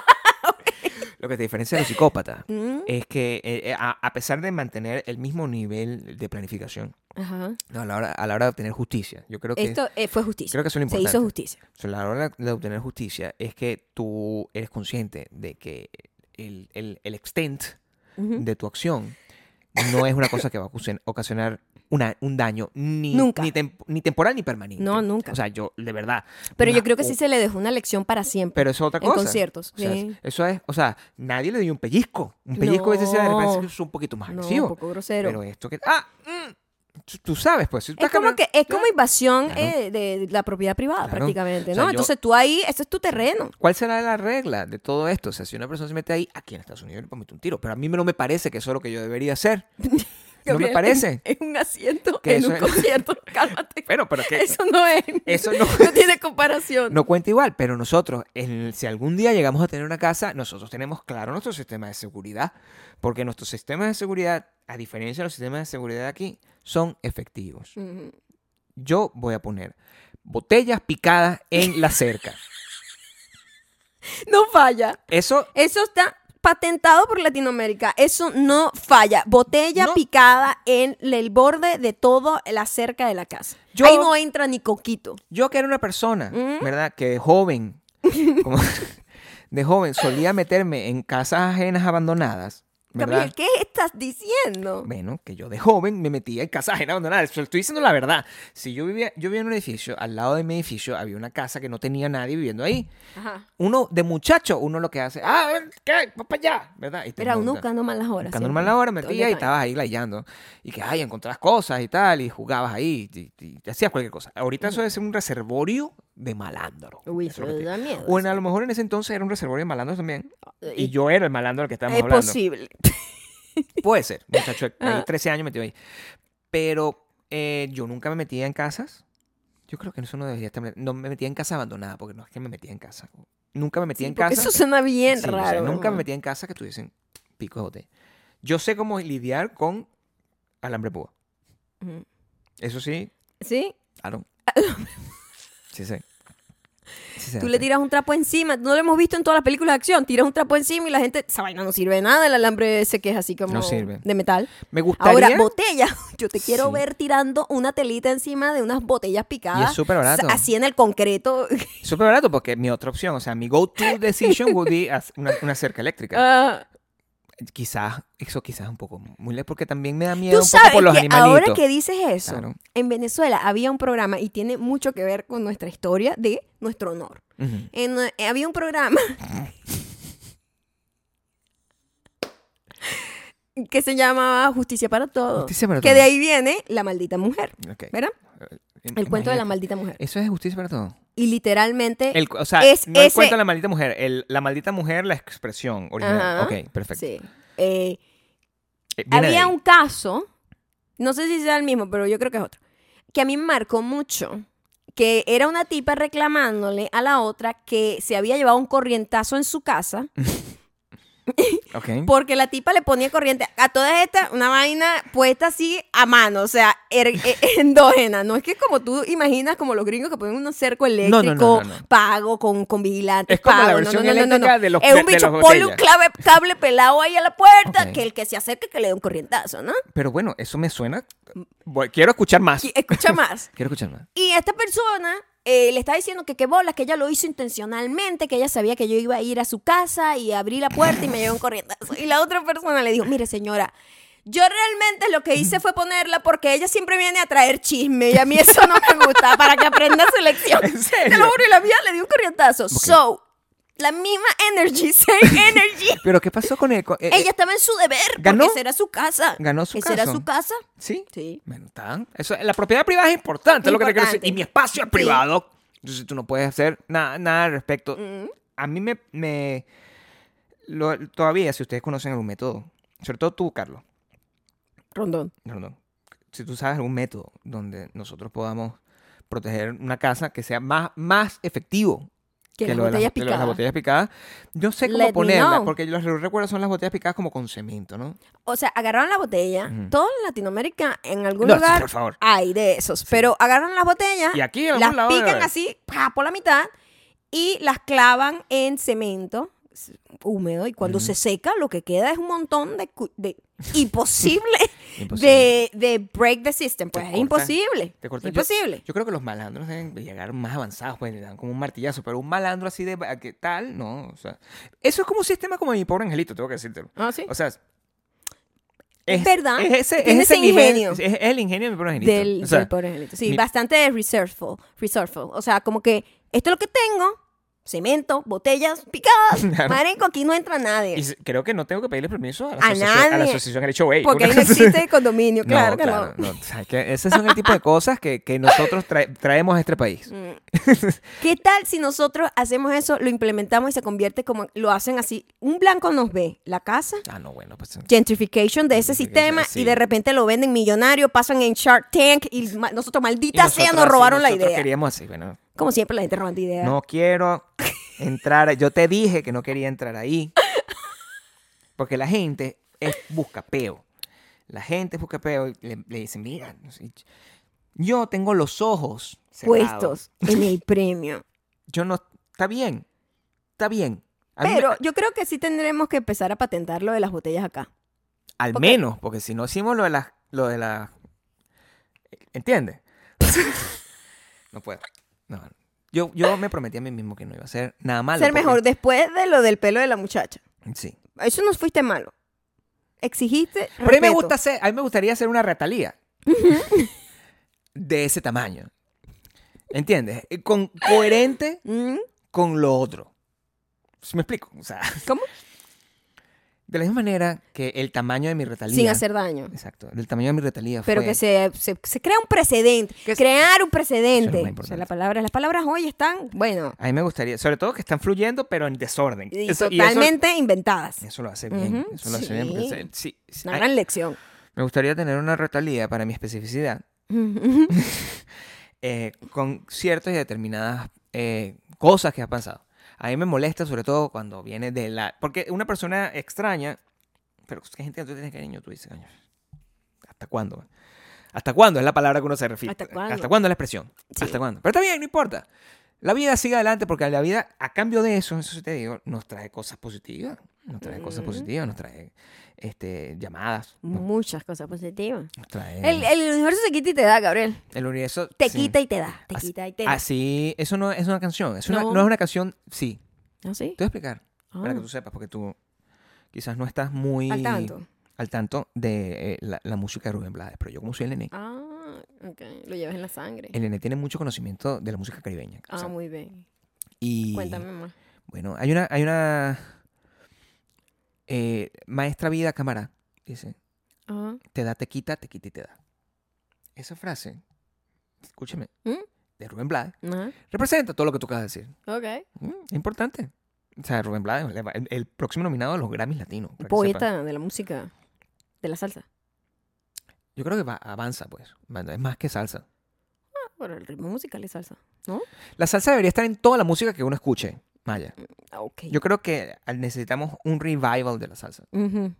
Speaker 2: lo que te diferencia de los psicópatas
Speaker 1: Mm,
Speaker 2: es que eh, eh, a, a pesar de mantener el mismo nivel de planificación
Speaker 1: ajá.
Speaker 2: no, a la hora a la hora de obtener justicia, yo creo que
Speaker 1: Esto eh, fue justicia.
Speaker 2: creo que eso es lo
Speaker 1: Se
Speaker 2: importante.
Speaker 1: hizo justicia.
Speaker 2: O sea, la hora de obtener justicia es que tú eres consciente de que el, el, el extent
Speaker 1: Ujú.
Speaker 2: de tu acción no es una cosa que va a ocasion- ocasionar una, un daño ni,
Speaker 1: Nunca.
Speaker 2: Ni, tem- ni temporal ni permanente.
Speaker 1: No, nunca.
Speaker 2: O sea, yo, de verdad.
Speaker 1: Pero
Speaker 2: una-
Speaker 1: yo creo que
Speaker 2: o-
Speaker 1: sí se le dejó una lección para siempre
Speaker 2: Pero eso es otra
Speaker 1: en
Speaker 2: cosa.
Speaker 1: conciertos.
Speaker 2: O sea,
Speaker 1: sí.
Speaker 2: Eso es, o sea, nadie le dio un pellizco. Un pellizco a veces era-
Speaker 1: No.
Speaker 2: parece que es un poquito más
Speaker 1: No, un
Speaker 2: agresivo.
Speaker 1: poco grosero.
Speaker 2: pero esto que. ¡Ah! mm, tú, tú sabes, pues. si tú
Speaker 1: Es
Speaker 2: estás
Speaker 1: como,
Speaker 2: caminando-
Speaker 1: que, es como invasión
Speaker 2: Claro.
Speaker 1: eh, de la propiedad privada
Speaker 2: Claro.
Speaker 1: prácticamente, ¿no?
Speaker 2: O sea, yo-
Speaker 1: Entonces tú ahí, ese es tu terreno.
Speaker 2: ¿Cuál será la regla de todo esto? O sea, si una persona se mete ahí, aquí en Estados Unidos le puedo meter un tiro. Pero a mí no me parece que eso es lo que yo debería hacer. ¿No me
Speaker 1: Gabriel,
Speaker 2: parece?
Speaker 1: Es un asiento
Speaker 2: Que
Speaker 1: en
Speaker 2: eso
Speaker 1: un
Speaker 2: es- *laughs*
Speaker 1: concierto. Cálmate.
Speaker 2: Bueno, pero que
Speaker 1: Eso *laughs* no *laughs* es.
Speaker 2: Eso no-
Speaker 1: tiene comparación.
Speaker 2: no cuenta igual. Pero nosotros, en- si algún día llegamos a tener una casa, nosotros tenemos claro nuestro sistema de seguridad. Porque nuestros sistemas de seguridad, a diferencia de los sistemas de seguridad de aquí, son efectivos.
Speaker 1: Ujú.
Speaker 2: Yo voy a poner botellas picadas en la cerca.
Speaker 1: No falla.
Speaker 2: Eso
Speaker 1: Eso está patentado por Latinoamérica. Eso no falla. Botella
Speaker 2: No.
Speaker 1: picada en el borde de todo la cerca de la casa.
Speaker 2: Yo-
Speaker 1: Ahí no entra ni coquito.
Speaker 2: Yo que era una persona,
Speaker 1: ¿Mm?
Speaker 2: ¿verdad? Que de joven, como de joven, solía meterme en casas ajenas abandonadas, ¿verdad?
Speaker 1: Gabriel, ¿qué estás diciendo?
Speaker 2: Bueno, que yo de joven me metía en casas ajenas abandonadas. Eso Estoy diciendo la verdad. Si yo vivía, yo vivía en un edificio, al lado de mi edificio había una casa que no tenía nadie viviendo ahí.
Speaker 1: Ajá.
Speaker 2: Uno, de muchacho, uno lo que hace, ah, ¿qué? Vas para allá, ¿verdad? Y te
Speaker 1: Era uno
Speaker 2: montas.
Speaker 1: buscando malas horas.
Speaker 2: Buscando
Speaker 1: siempre.
Speaker 2: mal la hora,
Speaker 1: Todo el
Speaker 2: metías y
Speaker 1: detalle.
Speaker 2: estabas ahí layando. Y que, ay, encontrabas cosas y tal, y jugabas ahí, y, y- y hacías cualquier cosa. Ahorita eso es un reservorio de malandro.
Speaker 1: Uy, eso
Speaker 2: Eso es lo que
Speaker 1: da miedo.
Speaker 2: te- O en- a lo mejor en ese entonces era un reservorio de malandros también. Y,
Speaker 1: Y-
Speaker 2: yo era el malandro del que estábamos
Speaker 1: es
Speaker 2: hablando.
Speaker 1: posible.
Speaker 2: Puede ser,
Speaker 1: *laughs*
Speaker 2: muchacho, ahí
Speaker 1: Ah.
Speaker 2: 13 años metido ahí. Pero eh, yo nunca me metía en casas. Yo creo que eso no debería estar. No me metía en casa abandonada, porque no es que me metía en casa. Nunca me metía en
Speaker 1: Porque
Speaker 2: casa.
Speaker 1: Eso suena bien
Speaker 2: Sí, o sea,
Speaker 1: raro.
Speaker 2: nunca me
Speaker 1: ¿no?
Speaker 2: metí en casa que tuviesen pico de botella. Yo sé cómo lidiar con alambre de púa.
Speaker 1: Ujú.
Speaker 2: Eso sí,
Speaker 1: ¿Sí?
Speaker 2: Aaron.
Speaker 1: *laughs*
Speaker 2: sí sé. Sí sé
Speaker 1: Tú le
Speaker 2: hacer.
Speaker 1: tiras un trapo encima. No lo hemos visto en todas las películas de acción. Tiras un trapo encima y la gente. Esa vaina no sirve de nada. El alambre ese que es así como.
Speaker 2: No sirve.
Speaker 1: De metal.
Speaker 2: Me gustaría...
Speaker 1: Ahora, botella. *laughs* Yo te quiero
Speaker 2: Sí.
Speaker 1: ver tirando una telita encima de unas botellas picadas.
Speaker 2: súper barato.
Speaker 1: sa- Así en el *laughs* concreto.
Speaker 2: Súper barato porque mi otra opción, o sea,
Speaker 1: *laughs*
Speaker 2: mi go-to decision would be haz- una, una cerca eléctrica.
Speaker 1: Ah,
Speaker 2: Quizás, eso quizás es un poco muy lejos porque también me da miedo
Speaker 1: Tú
Speaker 2: un poco
Speaker 1: sabes
Speaker 2: por los
Speaker 1: que
Speaker 2: animalitos.
Speaker 1: ahora que dices eso,
Speaker 2: Claro.
Speaker 1: en Venezuela había un programa y tiene mucho que ver con nuestra historia de nuestro honor.
Speaker 2: Ujú.
Speaker 1: En, eh, había un programa que se llamaba Justicia para Todos.
Speaker 2: Justicia para
Speaker 1: que
Speaker 2: todos.
Speaker 1: de ahí viene la maldita mujer,
Speaker 2: Ok.
Speaker 1: ¿verdad? El cuento de la maldita mujer.
Speaker 2: Eso es justicia para todo.
Speaker 1: Y literalmente,
Speaker 2: El- o sea,
Speaker 1: Es
Speaker 2: no el
Speaker 1: ese-
Speaker 2: cuento de la maldita mujer, el- la maldita mujer, la expresión original.
Speaker 1: Ajá.
Speaker 2: Ok, perfecto.
Speaker 1: sí, eh,
Speaker 2: Eh, viene de
Speaker 1: había
Speaker 2: ahí.
Speaker 1: un caso, no sé si sea el mismo, pero yo creo que es otro, que a mí me marcó mucho, que era una tipa reclamándole a la otra que se había llevado un corrientazo en su casa
Speaker 2: Ok.
Speaker 1: Porque la tipa le ponía corriente a todas estas, una vaina puesta así a mano, o sea, er- e- *laughs* endógena. No es que como tú imaginas, como los gringos que ponen un cerco
Speaker 2: no,
Speaker 1: eléctrico,
Speaker 2: no, no, no.
Speaker 1: pago, con, con vigilantes,
Speaker 2: Es como la
Speaker 1: pago. No,
Speaker 2: versión
Speaker 1: no, no, no, no,
Speaker 2: eléctrica
Speaker 1: no.
Speaker 2: de los-
Speaker 1: Es
Speaker 2: de-
Speaker 1: un
Speaker 2: de
Speaker 1: bicho,
Speaker 2: los
Speaker 1: ponle un
Speaker 2: botellas.
Speaker 1: clave- cable pelado ahí a la puerta,
Speaker 2: Ok.
Speaker 1: que el que se acerque que le dé un corrientazo, ¿no?
Speaker 2: Pero bueno, eso me suena.
Speaker 1: Mm.
Speaker 2: Bueno, quiero escuchar más.
Speaker 1: Y
Speaker 2: *laughs*
Speaker 1: escucha más.
Speaker 2: Quiero escuchar más.
Speaker 1: Y esta persona eh, le está diciendo que qué bolas, que ella lo hizo intencionalmente, que ella sabía que yo iba a ir a su casa y abrí la puerta y me llevó un corrientazo. *laughs* Y la otra persona le dijo, mire señora, yo realmente lo que hice fue ponerla porque ella siempre viene a traer chisme y a mí eso no me gusta, para que aprenda su lección.
Speaker 2: *laughs* ¿En serio?
Speaker 1: Te lo juro, y la mía le dio un corrientazo. So, la misma energy, *laughs* same energy.
Speaker 2: Pero ¿qué pasó con él? Con- eh, eh,
Speaker 1: Ella estaba en su deber,
Speaker 2: ¿ganó?
Speaker 1: porque será su casa.
Speaker 2: ganó su
Speaker 1: ¿Esa era
Speaker 2: caso.
Speaker 1: su casa?
Speaker 2: ¿Sí?
Speaker 1: Sí.
Speaker 2: Bueno, tan- Eso, la propiedad privada es importante, es lo que te quiero decir.
Speaker 1: Importante.
Speaker 2: Y mi espacio es privado. Entonces tú no puedes hacer nada, nada al respecto.
Speaker 1: Mm.
Speaker 2: A mí me... me- lo- todavía, si ustedes conocen algún método, sobre todo tú, Carlos,
Speaker 1: Rondón.
Speaker 2: no, no, si tú sabes algún método donde nosotros podamos proteger una casa que sea más, más efectivo
Speaker 1: Que, las
Speaker 2: lo de
Speaker 1: botellas
Speaker 2: que lo de
Speaker 1: picadas.
Speaker 2: las botellas picadas. No sé cómo
Speaker 1: Let me
Speaker 2: ponerlas,
Speaker 1: know.
Speaker 2: porque yo lo recuerdo son las botellas picadas como con cemento, ¿no?
Speaker 1: O sea, agarraron la botella.
Speaker 2: Ujú.
Speaker 1: Todo en Latinoamérica, en algún
Speaker 2: No, sí,
Speaker 1: lugar,
Speaker 2: por favor.
Speaker 1: hay de esos. Pero agarran las botellas,
Speaker 2: Y aquí en algún
Speaker 1: las
Speaker 2: lado debe
Speaker 1: pican
Speaker 2: haber.
Speaker 1: así, pa, por la mitad, y las clavan en cemento s- húmedo. Y cuando se seca, lo que queda es un montón de... cu-
Speaker 2: *laughs*
Speaker 1: de- imposible
Speaker 2: Imposible.
Speaker 1: de, de break the system. Pues
Speaker 2: Te
Speaker 1: es
Speaker 2: cortan-
Speaker 1: imposible.
Speaker 2: te cortan- yo-
Speaker 1: imposible.
Speaker 2: Yo creo que los malandros deben llegar más avanzados, pues le dan como un martillazo, pero un malandro así de ¿a ¿qué tal? No, o sea, eso es como un sistema como mi pobre angelito, tengo que decírtelo.
Speaker 1: Ah, sí.
Speaker 2: O sea, es,
Speaker 1: Es verdad,
Speaker 2: Es ese, es
Speaker 1: tiene
Speaker 2: ese
Speaker 1: ese
Speaker 2: nivel,
Speaker 1: ingenio.
Speaker 2: es- es el ingenio de mi pobre angelito.
Speaker 1: Del,
Speaker 2: O sea,
Speaker 1: del pobre angelito. Sí,
Speaker 2: mi-
Speaker 1: bastante resourceful, resourceful. O sea, como que esto es lo que tengo. Cemento, botellas picadas.
Speaker 2: *laughs* Claro.
Speaker 1: Marico, aquí no entra nadie.
Speaker 2: y s- creo que no tengo que pedirle permiso a la,
Speaker 1: A
Speaker 2: asociación, a la
Speaker 1: nadie.
Speaker 2: asociación del hecho gay.
Speaker 1: Porque ahí
Speaker 2: Una
Speaker 1: no
Speaker 2: *laughs* cosa-
Speaker 1: existe el condominio, claro que no.
Speaker 2: no, o sea, que esos son el tipo de cosas que, que nosotros trae- traemos a este país.
Speaker 1: Mm. ¿Qué tal si nosotros hacemos eso, lo implementamos y se convierte como lo hacen así? Un blanco nos ve la casa,
Speaker 2: Ah, no, bueno, pues.
Speaker 1: gentrification de ese
Speaker 2: Gentrification,
Speaker 1: sistema
Speaker 2: sí.
Speaker 1: y de repente lo venden millonario, pasan en Shark Tank y ma- nosotros,
Speaker 2: y
Speaker 1: maldita sea, nos
Speaker 2: nosotros-
Speaker 1: robaron la
Speaker 2: nosotros
Speaker 1: idea.
Speaker 2: Queríamos así, bueno.
Speaker 1: Como siempre, la gente robando ideas.
Speaker 2: No quiero entrar. Yo te dije que no quería entrar ahí. Porque la gente es buscapeo. La gente es buscapeo. y Le, le dicen, mira, no sé, yo tengo los ojos cerrados.
Speaker 1: puestos en el premio.
Speaker 2: Yo no. Está bien. Está bien. A mí me-
Speaker 1: Pero yo creo que sí tendremos que empezar a patentar lo de las botellas acá.
Speaker 2: al
Speaker 1: porque-
Speaker 2: menos, porque si no hicimos lo de las. Lo de las ¿Entiendes? *laughs* no puedo. No. Yo, yo me prometí a mí mismo que no iba a hacer nada malo.
Speaker 1: Ser
Speaker 2: porque-
Speaker 1: mejor después de lo del pelo de la muchacha.
Speaker 2: Sí.
Speaker 1: Eso no fuiste malo. Exigiste.
Speaker 2: Pero a mí, me
Speaker 1: respeto.
Speaker 2: gusta hacer- a mí me gustaría hacer una retalía de ese tamaño. ¿Entiendes? Eh, Con, coherente
Speaker 1: Mm,
Speaker 2: con lo otro. ¿Sí ¿Me explico? O sea,
Speaker 1: ¿Cómo?
Speaker 2: de la misma manera que el tamaño de mi retalía.
Speaker 1: Sin hacer daño.
Speaker 2: Exacto. El tamaño de mi retalía
Speaker 1: Pero
Speaker 2: fue-
Speaker 1: que se, se- se crea un precedente. Crear un
Speaker 2: Eso
Speaker 1: precedente. O
Speaker 2: es lo más
Speaker 1: sea,
Speaker 2: importante.
Speaker 1: la palabra, las palabras hoy están, bueno,
Speaker 2: A mí me gustaría, sobre todo que están fluyendo, pero en desorden.
Speaker 1: y
Speaker 2: Eso- y eso-
Speaker 1: totalmente inventadas.
Speaker 2: eso, lo hace bien.
Speaker 1: Ujú,
Speaker 2: Eso lo hace bien. porque
Speaker 1: sí.
Speaker 2: se- sí, sí.
Speaker 1: Una
Speaker 2: Ay,
Speaker 1: gran lección. *laughs*
Speaker 2: me gustaría tener una retalía para mi especificidad eh, con ciertas y determinadas eh, cosas que ha pasado. A mí me molesta sobre todo cuando viene de la... Porque una persona extraña... Pero qué gente que tú tienes cariño, tú dices, "Coño, ¿hasta cuándo? ¿Hasta cuándo es la palabra que uno se refiere?
Speaker 1: ¿Hasta cuándo?
Speaker 2: ¿Hasta cuándo es la expresión?
Speaker 1: Sí.
Speaker 2: ¿Hasta cuándo? Pero está bien, no importa. La vida sigue adelante porque la vida, a cambio de eso, eso sí te digo, nos trae cosas positivas. Nos trae cosas
Speaker 1: Mm.
Speaker 2: positivas, nos trae este, llamadas, nos
Speaker 1: Muchas cosas positivas.
Speaker 2: nos trae...
Speaker 1: El, el universo se quita y te da, Gabriel.
Speaker 2: el universo...
Speaker 1: Te
Speaker 2: sí.
Speaker 1: quita y te da. Te
Speaker 2: Así-
Speaker 1: quita y te da.
Speaker 2: Así, Ah, eso no es una canción. Es una-
Speaker 1: No.
Speaker 2: no. es una canción, sí.
Speaker 1: ¿Ah, sí?
Speaker 2: Te voy a explicar para que
Speaker 1: Ah,
Speaker 2: tú sepas, porque tú quizás no estás muy
Speaker 1: Al tanto.
Speaker 2: al tanto de eh, la, la música de Rubén Blades, pero yo como soy el nene,
Speaker 1: Ah, ok. Lo llevas en la sangre.
Speaker 2: el nene tiene mucho conocimiento de la música caribeña. o
Speaker 1: Ah,
Speaker 2: sea,
Speaker 1: muy bien.
Speaker 2: y
Speaker 1: Cuéntame más.
Speaker 2: bueno, hay una, hay una eh, maestra vida cámara, dice,
Speaker 1: Ajá.
Speaker 2: te da, te quita, te quita y te da. Esa frase, escúchame,
Speaker 1: ¿Mm?
Speaker 2: de Rubén Blades,
Speaker 1: Ajá.
Speaker 2: representa todo lo que tú acabas de decir.
Speaker 1: Ok.
Speaker 2: Mm, Es importante. O sea, Rubén Blades, le va- el, el próximo nominado a los Grammys latinos. para que sepa.
Speaker 1: Poeta de la música. De la salsa.
Speaker 2: Yo creo que va- avanza, pues. Bueno, Es más que salsa.
Speaker 1: Ah, Por el ritmo musical y salsa.
Speaker 2: La salsa debería estar en toda la música que uno escuche, Maya.
Speaker 1: Ah, Ok.
Speaker 2: Yo creo que necesitamos un revival de la salsa
Speaker 1: Ujú.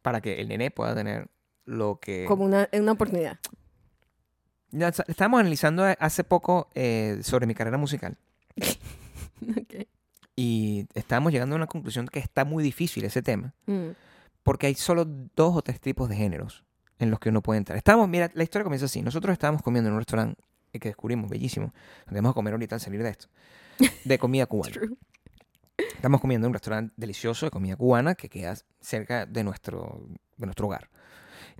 Speaker 2: para que el nene pueda tener lo que...
Speaker 1: Como una, una oportunidad. *laughs*
Speaker 2: Ya sa- Estábamos analizando hace poco eh, sobre mi carrera musical
Speaker 1: Ok.
Speaker 2: y estábamos llegando a una conclusión que está muy difícil ese tema
Speaker 1: Mm.
Speaker 2: porque hay solo dos o tres tipos de géneros en los que uno puede entrar. Estábamos, mira, la historia comienza así. Nosotros estábamos comiendo en un restaurante eh, que descubrimos, bellísimo, donde vamos a comer ahorita al salir de esto,
Speaker 1: *laughs*
Speaker 2: de comida cubana.
Speaker 1: True.
Speaker 2: Estamos comiendo en un restaurante delicioso de comida cubana que queda cerca de nuestro, de nuestro hogar.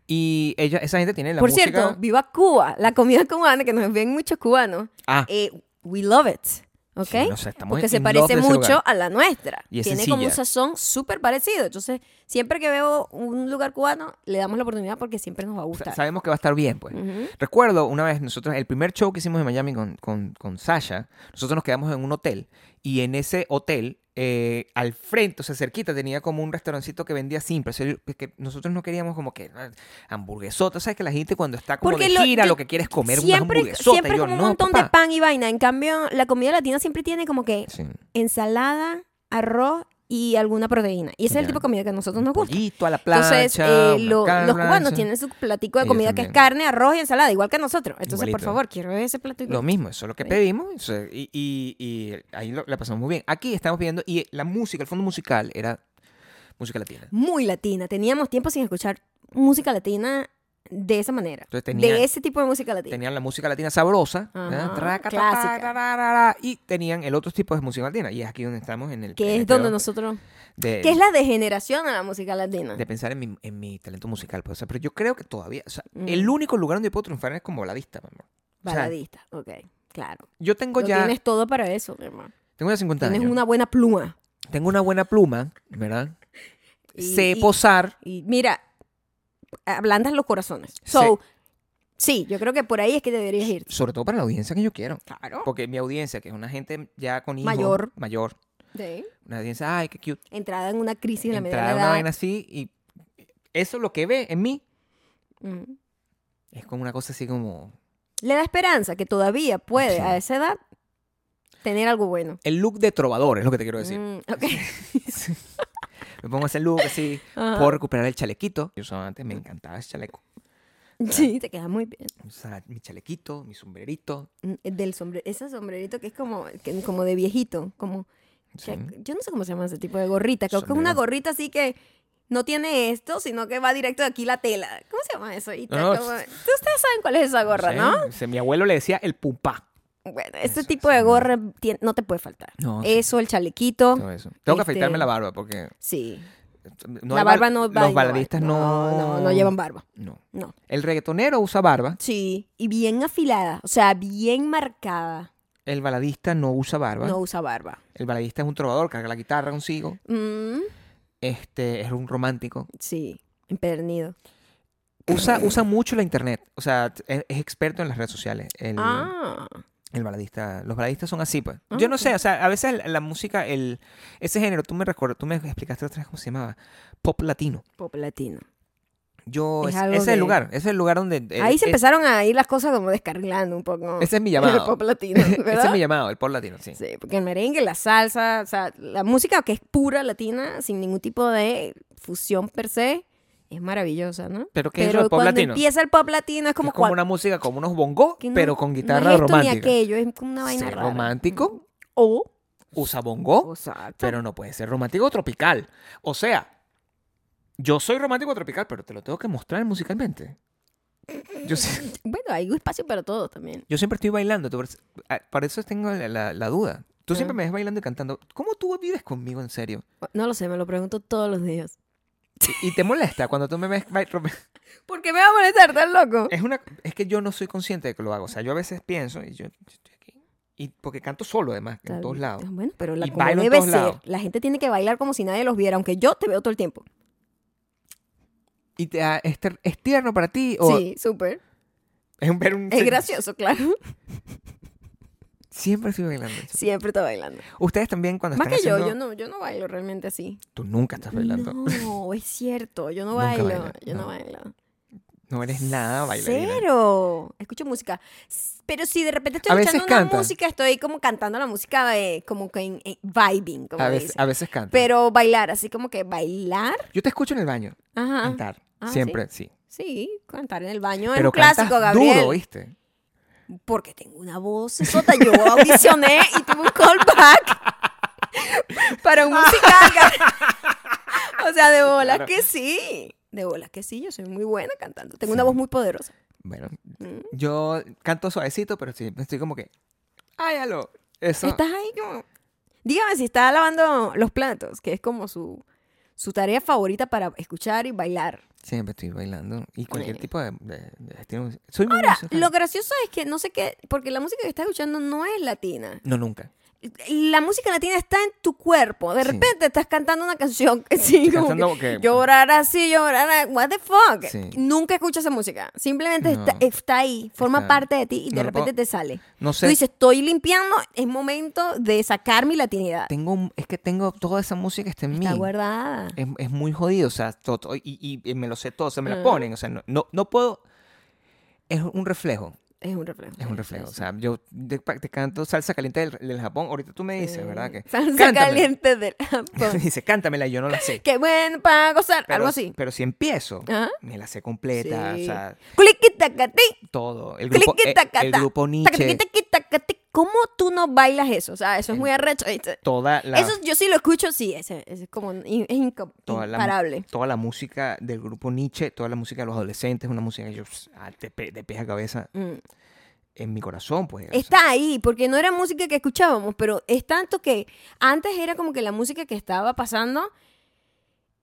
Speaker 2: Y ella, esa gente tiene la
Speaker 1: Por
Speaker 2: música...
Speaker 1: cierto, viva Cuba. La comida cubana, que nos ven muchos cubanos.
Speaker 2: Ah,
Speaker 1: Eh, we love it. eh, ¿Ok?
Speaker 2: Sí, no sé, estamos
Speaker 1: Porque se
Speaker 2: in
Speaker 1: parece
Speaker 2: love de ese
Speaker 1: mucho
Speaker 2: lugar.
Speaker 1: a la nuestra.
Speaker 2: Y es
Speaker 1: Tiene como un
Speaker 2: sencilla.
Speaker 1: sazón súper parecido. Entonces, siempre que veo un lugar cubano, le damos la oportunidad porque siempre nos va a
Speaker 2: Sa-
Speaker 1: gustar.
Speaker 2: Sabemos que va a estar bien, pues.
Speaker 1: Ujú.
Speaker 2: Recuerdo una vez, nosotros, el primer show que hicimos en Miami con, con, con Sasha, nosotros nos quedamos en un hotel y en ese hotel, eh, al frente, o sea, cerquita, tenía como un restaurancito que vendía simple. o sea, yo- que nosotros no queríamos como que ah, hamburguesota, ¿sabes? Que la gente cuando está como
Speaker 1: Porque
Speaker 2: de
Speaker 1: lo-
Speaker 2: gira
Speaker 1: yo-
Speaker 2: lo, que quiere es comer una
Speaker 1: Siempre,
Speaker 2: hamburguesota.
Speaker 1: siempre
Speaker 2: y yo,
Speaker 1: como un
Speaker 2: "No,
Speaker 1: montón de
Speaker 2: papá".
Speaker 1: pan y vaina. En cambio, la comida latina siempre tiene como que
Speaker 2: Sí.
Speaker 1: ensalada, arroz y alguna proteína. Y ese es el
Speaker 2: Ya.
Speaker 1: tipo de comida que a nosotros nos gusta.
Speaker 2: Pollito a la plancha.
Speaker 1: Entonces, eh,
Speaker 2: una
Speaker 1: lo- los
Speaker 2: carne
Speaker 1: cubanos
Speaker 2: plancha.
Speaker 1: tienen su platico de
Speaker 2: Ellos
Speaker 1: comida que es
Speaker 2: también.
Speaker 1: carne, arroz y ensalada, igual que nosotros. Entonces, por
Speaker 2: Igualito.
Speaker 1: favor, quiero ese plato igual.
Speaker 2: Lo mismo, eso es lo que
Speaker 1: Sí.
Speaker 2: pedimos o sea, y, y- y ahí lo- la pasamos muy bien. Aquí estamos viendo y la música, el fondo musical era música latina.
Speaker 1: muy latina. Teníamos tiempo sin escuchar música latina de esa manera.
Speaker 2: Entonces tenía-
Speaker 1: de ese tipo de música latina.
Speaker 2: Tenían la música latina sabrosa, ¿eh?
Speaker 1: Ajá,
Speaker 2: Traca, ta, ta,
Speaker 1: clásica.
Speaker 2: ra, ra, ra, ra, y tenían el otro tipo de música latina y es aquí donde estamos en el en
Speaker 1: que
Speaker 2: el
Speaker 1: es donde
Speaker 2: pedo
Speaker 1: nosotros...
Speaker 2: de,
Speaker 1: Que es la degeneración a la música latina.
Speaker 2: de pensar en mi, en mi talento musical, pues, o sea, pero yo creo que todavía, o sea,
Speaker 1: Mm.
Speaker 2: el único lugar donde yo puedo triunfar es como baladista, mi amor. o sea,
Speaker 1: Baladista. Ok, claro.
Speaker 2: Yo tengo
Speaker 1: Lo
Speaker 2: ya
Speaker 1: Tienes todo para eso, mi hermano.
Speaker 2: tengo ya 50
Speaker 1: Tienes
Speaker 2: años.
Speaker 1: una buena pluma.
Speaker 2: Tengo una buena pluma, ¿verdad?
Speaker 1: Y-
Speaker 2: sé
Speaker 1: y-
Speaker 2: posar.
Speaker 1: Y mira, ablandas los corazones.
Speaker 2: Sí.
Speaker 1: So, sí. yo creo que por ahí es que deberías ir.
Speaker 2: Sobre todo para la audiencia que yo quiero.
Speaker 1: Claro.
Speaker 2: Porque mi audiencia, que es una gente ya con hijos.
Speaker 1: Mayor.
Speaker 2: Mayor. Una audiencia, ay, qué cute.
Speaker 1: Entrada en una crisis de la
Speaker 2: Entrar a
Speaker 1: mediana
Speaker 2: una
Speaker 1: edad.
Speaker 2: vaina así y eso lo que ve en mí
Speaker 1: Mm.
Speaker 2: es como una cosa así como...
Speaker 1: Le da esperanza que todavía puede
Speaker 2: Sí.
Speaker 1: a esa edad tener algo bueno.
Speaker 2: El look de trovador es lo que te quiero decir.
Speaker 1: Mm, ok.
Speaker 2: Me pongo ese look así,
Speaker 1: *laughs* Ajá.
Speaker 2: puedo recuperar el chalequito. Yo usaba antes, me encantaba ese chaleco.
Speaker 1: Sí, te queda muy bien.
Speaker 2: Usaba mi chalequito, mi sombrerito.
Speaker 1: Mm, Del sombre- ese sombrerito que es como, que- como de viejito, como...
Speaker 2: Sí.
Speaker 1: que- Yo no sé cómo se llama ese tipo de gorrita, creo que es
Speaker 2: Sombrero.
Speaker 1: una gorrita así que no tiene esto, sino que va directo de aquí la tela. ¿Cómo se llama eso? Y
Speaker 2: No,
Speaker 1: te-
Speaker 2: no,
Speaker 1: como- Ustedes saben cuál es esa gorra,
Speaker 2: Sí,
Speaker 1: ¿no?
Speaker 2: sí, mi abuelo le decía el pumpá.
Speaker 1: Bueno, este
Speaker 2: Eso,
Speaker 1: tipo de
Speaker 2: sí.
Speaker 1: gorra tien- no te puede faltar.
Speaker 2: No, sí.
Speaker 1: eso, el chalequito.
Speaker 2: Todo eso. Tengo que
Speaker 1: Este-
Speaker 2: afeitarme la barba porque...
Speaker 1: Sí.
Speaker 2: no
Speaker 1: la
Speaker 2: hay
Speaker 1: barba
Speaker 2: bar-
Speaker 1: no va.
Speaker 2: Los
Speaker 1: no va.
Speaker 2: baladistas no...
Speaker 1: No, no, no llevan barba.
Speaker 2: No.
Speaker 1: No.
Speaker 2: El reggaetonero usa barba.
Speaker 1: Sí, y bien afilada, o sea, bien marcada.
Speaker 2: El baladista no usa barba.
Speaker 1: No usa barba.
Speaker 2: El baladista es un trovador, carga la guitarra consigo.
Speaker 1: Mm,
Speaker 2: Este es un romántico.
Speaker 1: sí, empedernido.
Speaker 2: Usa, usa mucho la internet. O sea, t- es, es experto en las redes sociales. El,
Speaker 1: Ah,
Speaker 2: el baladista. Los baladistas son así, pues.
Speaker 1: Ah,
Speaker 2: Yo no
Speaker 1: ok.
Speaker 2: sé, o sea, a veces la, la música, el, ese género, tú me recuerdas, tú me explicaste otra vez cómo se llamaba. Pop latino.
Speaker 1: pop latino.
Speaker 2: Yo,
Speaker 1: Es
Speaker 2: es-
Speaker 1: algo
Speaker 2: ese es el
Speaker 1: que-
Speaker 2: lugar, ese es el lugar donde. eh,
Speaker 1: Ahí se
Speaker 2: eh,
Speaker 1: empezaron a ir las cosas como descarrilando un poco.
Speaker 2: Ese es mi
Speaker 1: el
Speaker 2: llamado.
Speaker 1: pop latino, ¿verdad?
Speaker 2: *laughs* ese es mi llamado, el pop latino, sí.
Speaker 1: Sí, porque el merengue, la salsa, o sea, la música que es pura latina, sin ningún tipo de fusión per se, es maravillosa, ¿no?
Speaker 2: Pero ¿qué es
Speaker 1: Pero
Speaker 2: lo del pop
Speaker 1: cuando
Speaker 2: latino?
Speaker 1: empieza el pop latino es
Speaker 2: Es
Speaker 1: como,
Speaker 2: como
Speaker 1: cual-
Speaker 2: una música, como unos bongos,
Speaker 1: que no-
Speaker 2: pero con
Speaker 1: no es
Speaker 2: guitarra
Speaker 1: esto Ni
Speaker 2: romántica.
Speaker 1: aquello, es como una vaina
Speaker 2: Ser
Speaker 1: rara.
Speaker 2: romántico,
Speaker 1: O,
Speaker 2: usa bongo,
Speaker 1: exacto.
Speaker 2: pero no puede ser romántico tropical. O sea, yo soy romántico tropical, pero te lo tengo que mostrar musicalmente. Yo, sí-
Speaker 1: Bueno, hay espacio para todo también.
Speaker 2: yo siempre estoy bailando, tú ves- ah, para eso tengo la, la- la duda. Tú
Speaker 1: Ah.
Speaker 2: siempre me ves bailando y cantando. ¿Cómo tú vives conmigo en serio?
Speaker 1: No lo sé, me lo pregunto todos los días.
Speaker 2: Y, y te molesta cuando tú me ves bail-
Speaker 1: ¿Por qué me va a molestar tan loco?
Speaker 2: *laughs* Es, una, es que yo no soy consciente de que lo hago. O sea, yo a veces pienso y yo, yo estoy aquí. Y porque canto solo, además, en
Speaker 1: Tal-
Speaker 2: todos lados.
Speaker 1: Bueno, pero la,
Speaker 2: Y
Speaker 1: como
Speaker 2: bailo en
Speaker 1: debe
Speaker 2: todos
Speaker 1: ser.
Speaker 2: lados.
Speaker 1: La gente tiene que bailar como si nadie los viera, aunque yo te veo todo el tiempo.
Speaker 2: ¿Y te, da- es, ter- es tierno para ti? O
Speaker 1: Sí, súper.
Speaker 2: *laughs* es un- ver un-
Speaker 1: Es gracioso, claro. *laughs*
Speaker 2: Siempre estoy bailando.
Speaker 1: Siempre está bailando.
Speaker 2: Ustedes también cuando
Speaker 1: Más
Speaker 2: están
Speaker 1: que yo, yo no,
Speaker 2: haciendo-
Speaker 1: yo no bailo realmente así.
Speaker 2: Tú nunca estás bailando.
Speaker 1: No, es cierto. Yo no
Speaker 2: Nunca
Speaker 1: bailo.
Speaker 2: baila,
Speaker 1: yo no,
Speaker 2: no.
Speaker 1: bailo.
Speaker 2: No eres nada bailarina.
Speaker 1: Cero. Escucho música. S- Pero si de repente estoy
Speaker 2: A veces
Speaker 1: escuchando una
Speaker 2: canta.
Speaker 1: música, estoy como cantando la música de, como que en, en vibing, como
Speaker 2: A veces,
Speaker 1: dicen.
Speaker 2: a veces canta.
Speaker 1: Pero bailar, así como que bailar.
Speaker 2: Yo te escucho en el baño
Speaker 1: Ajá.
Speaker 2: cantar.
Speaker 1: Ah, ¿sí?
Speaker 2: Siempre, sí.
Speaker 1: Sí, cantar en el baño es
Speaker 2: Pero
Speaker 1: un clásico,
Speaker 2: cantas
Speaker 1: Gabriel.
Speaker 2: duro, ¿viste?
Speaker 1: porque tengo una voz sota. Yo audicioné y tuve un callback para un musical. *laughs* Gab- o sea, de bolas
Speaker 2: Claro.
Speaker 1: que sí. De bolas que sí, yo soy muy buena cantando. Tengo una voz muy poderosa.
Speaker 2: Bueno,
Speaker 1: Mm.
Speaker 2: yo canto suavecito, pero siempre estoy como que... ¡Ay, aló! Eso.
Speaker 1: Estás ahí como... Dígame si está lavando los platos, que es como su, su tarea favorita para escuchar y bailar.
Speaker 2: Siempre estoy bailando. Y cualquier
Speaker 1: Mira.
Speaker 2: tipo de, de- de estilo musical. Soy muy
Speaker 1: Ahora,
Speaker 2: musical.
Speaker 1: lo gracioso es que no sé qué, porque la música que estás escuchando no es latina. *laughs*
Speaker 2: No, nunca.
Speaker 1: La música latina está en tu cuerpo. De
Speaker 2: Sí.
Speaker 1: repente estás cantando una canción que *laughs* sí, como
Speaker 2: Cantando
Speaker 1: que
Speaker 2: que-
Speaker 1: llorar así, llorar, a- what the fuck.
Speaker 2: Sí.
Speaker 1: Nunca escuchas esa música. Simplemente está,
Speaker 2: No.
Speaker 1: está ahí, forma
Speaker 2: Está-
Speaker 1: parte de ti y de
Speaker 2: no lo
Speaker 1: repente
Speaker 2: puedo-
Speaker 1: te sale.
Speaker 2: No sé.
Speaker 1: Tú dices, estoy limpiando, es momento de sacar mi latinidad.
Speaker 2: Tengo, un- es que tengo toda esa música está en mí.
Speaker 1: Está guardada.
Speaker 2: Es, es muy jodido, o sea, to- to- y, y- y me lo sé todo, se me la
Speaker 1: Ah.
Speaker 2: ponen, o sea, no, no, no puedo... Es un reflejo,
Speaker 1: Es un reflejo.
Speaker 2: es un reflejo. O sea, yo te, te canto salsa caliente del, del Japón, ahorita tú me dices, ¿verdad? Que,
Speaker 1: Salsa
Speaker 2: "Cántamela". *laughs*
Speaker 1: caliente del Japón.
Speaker 2: Dice, cántamela, y yo no la sé.
Speaker 1: Qué bueno para gozar.
Speaker 2: Pero,
Speaker 1: Algo así.
Speaker 2: Pero si empiezo,
Speaker 1: Ajá.
Speaker 2: me la sé completa, o
Speaker 1: Sí.
Speaker 2: sea,
Speaker 1: Culiquitacatí,
Speaker 2: todo. El grupo, eh,
Speaker 1: cliquitacatá,
Speaker 2: el grupo Nietzsche,
Speaker 1: tacatriquitacatí. ¿Cómo tú no bailas eso? O sea, eso es muy arrecho. ¿viste?
Speaker 2: toda la...
Speaker 1: Eso yo sí lo escucho, sí. ese- ese es como in- es inco-
Speaker 2: toda la, mu-
Speaker 1: imparable.
Speaker 2: toda la música del grupo Nietzsche, toda la música de los adolescentes, una música que yo pss, ah, de, pe- de pies a cabeza
Speaker 1: Mm.
Speaker 2: en mi corazón, pues. o sea,
Speaker 1: Está ahí, porque no era música que escuchábamos, pero es tanto que antes era como que la música que estaba pasando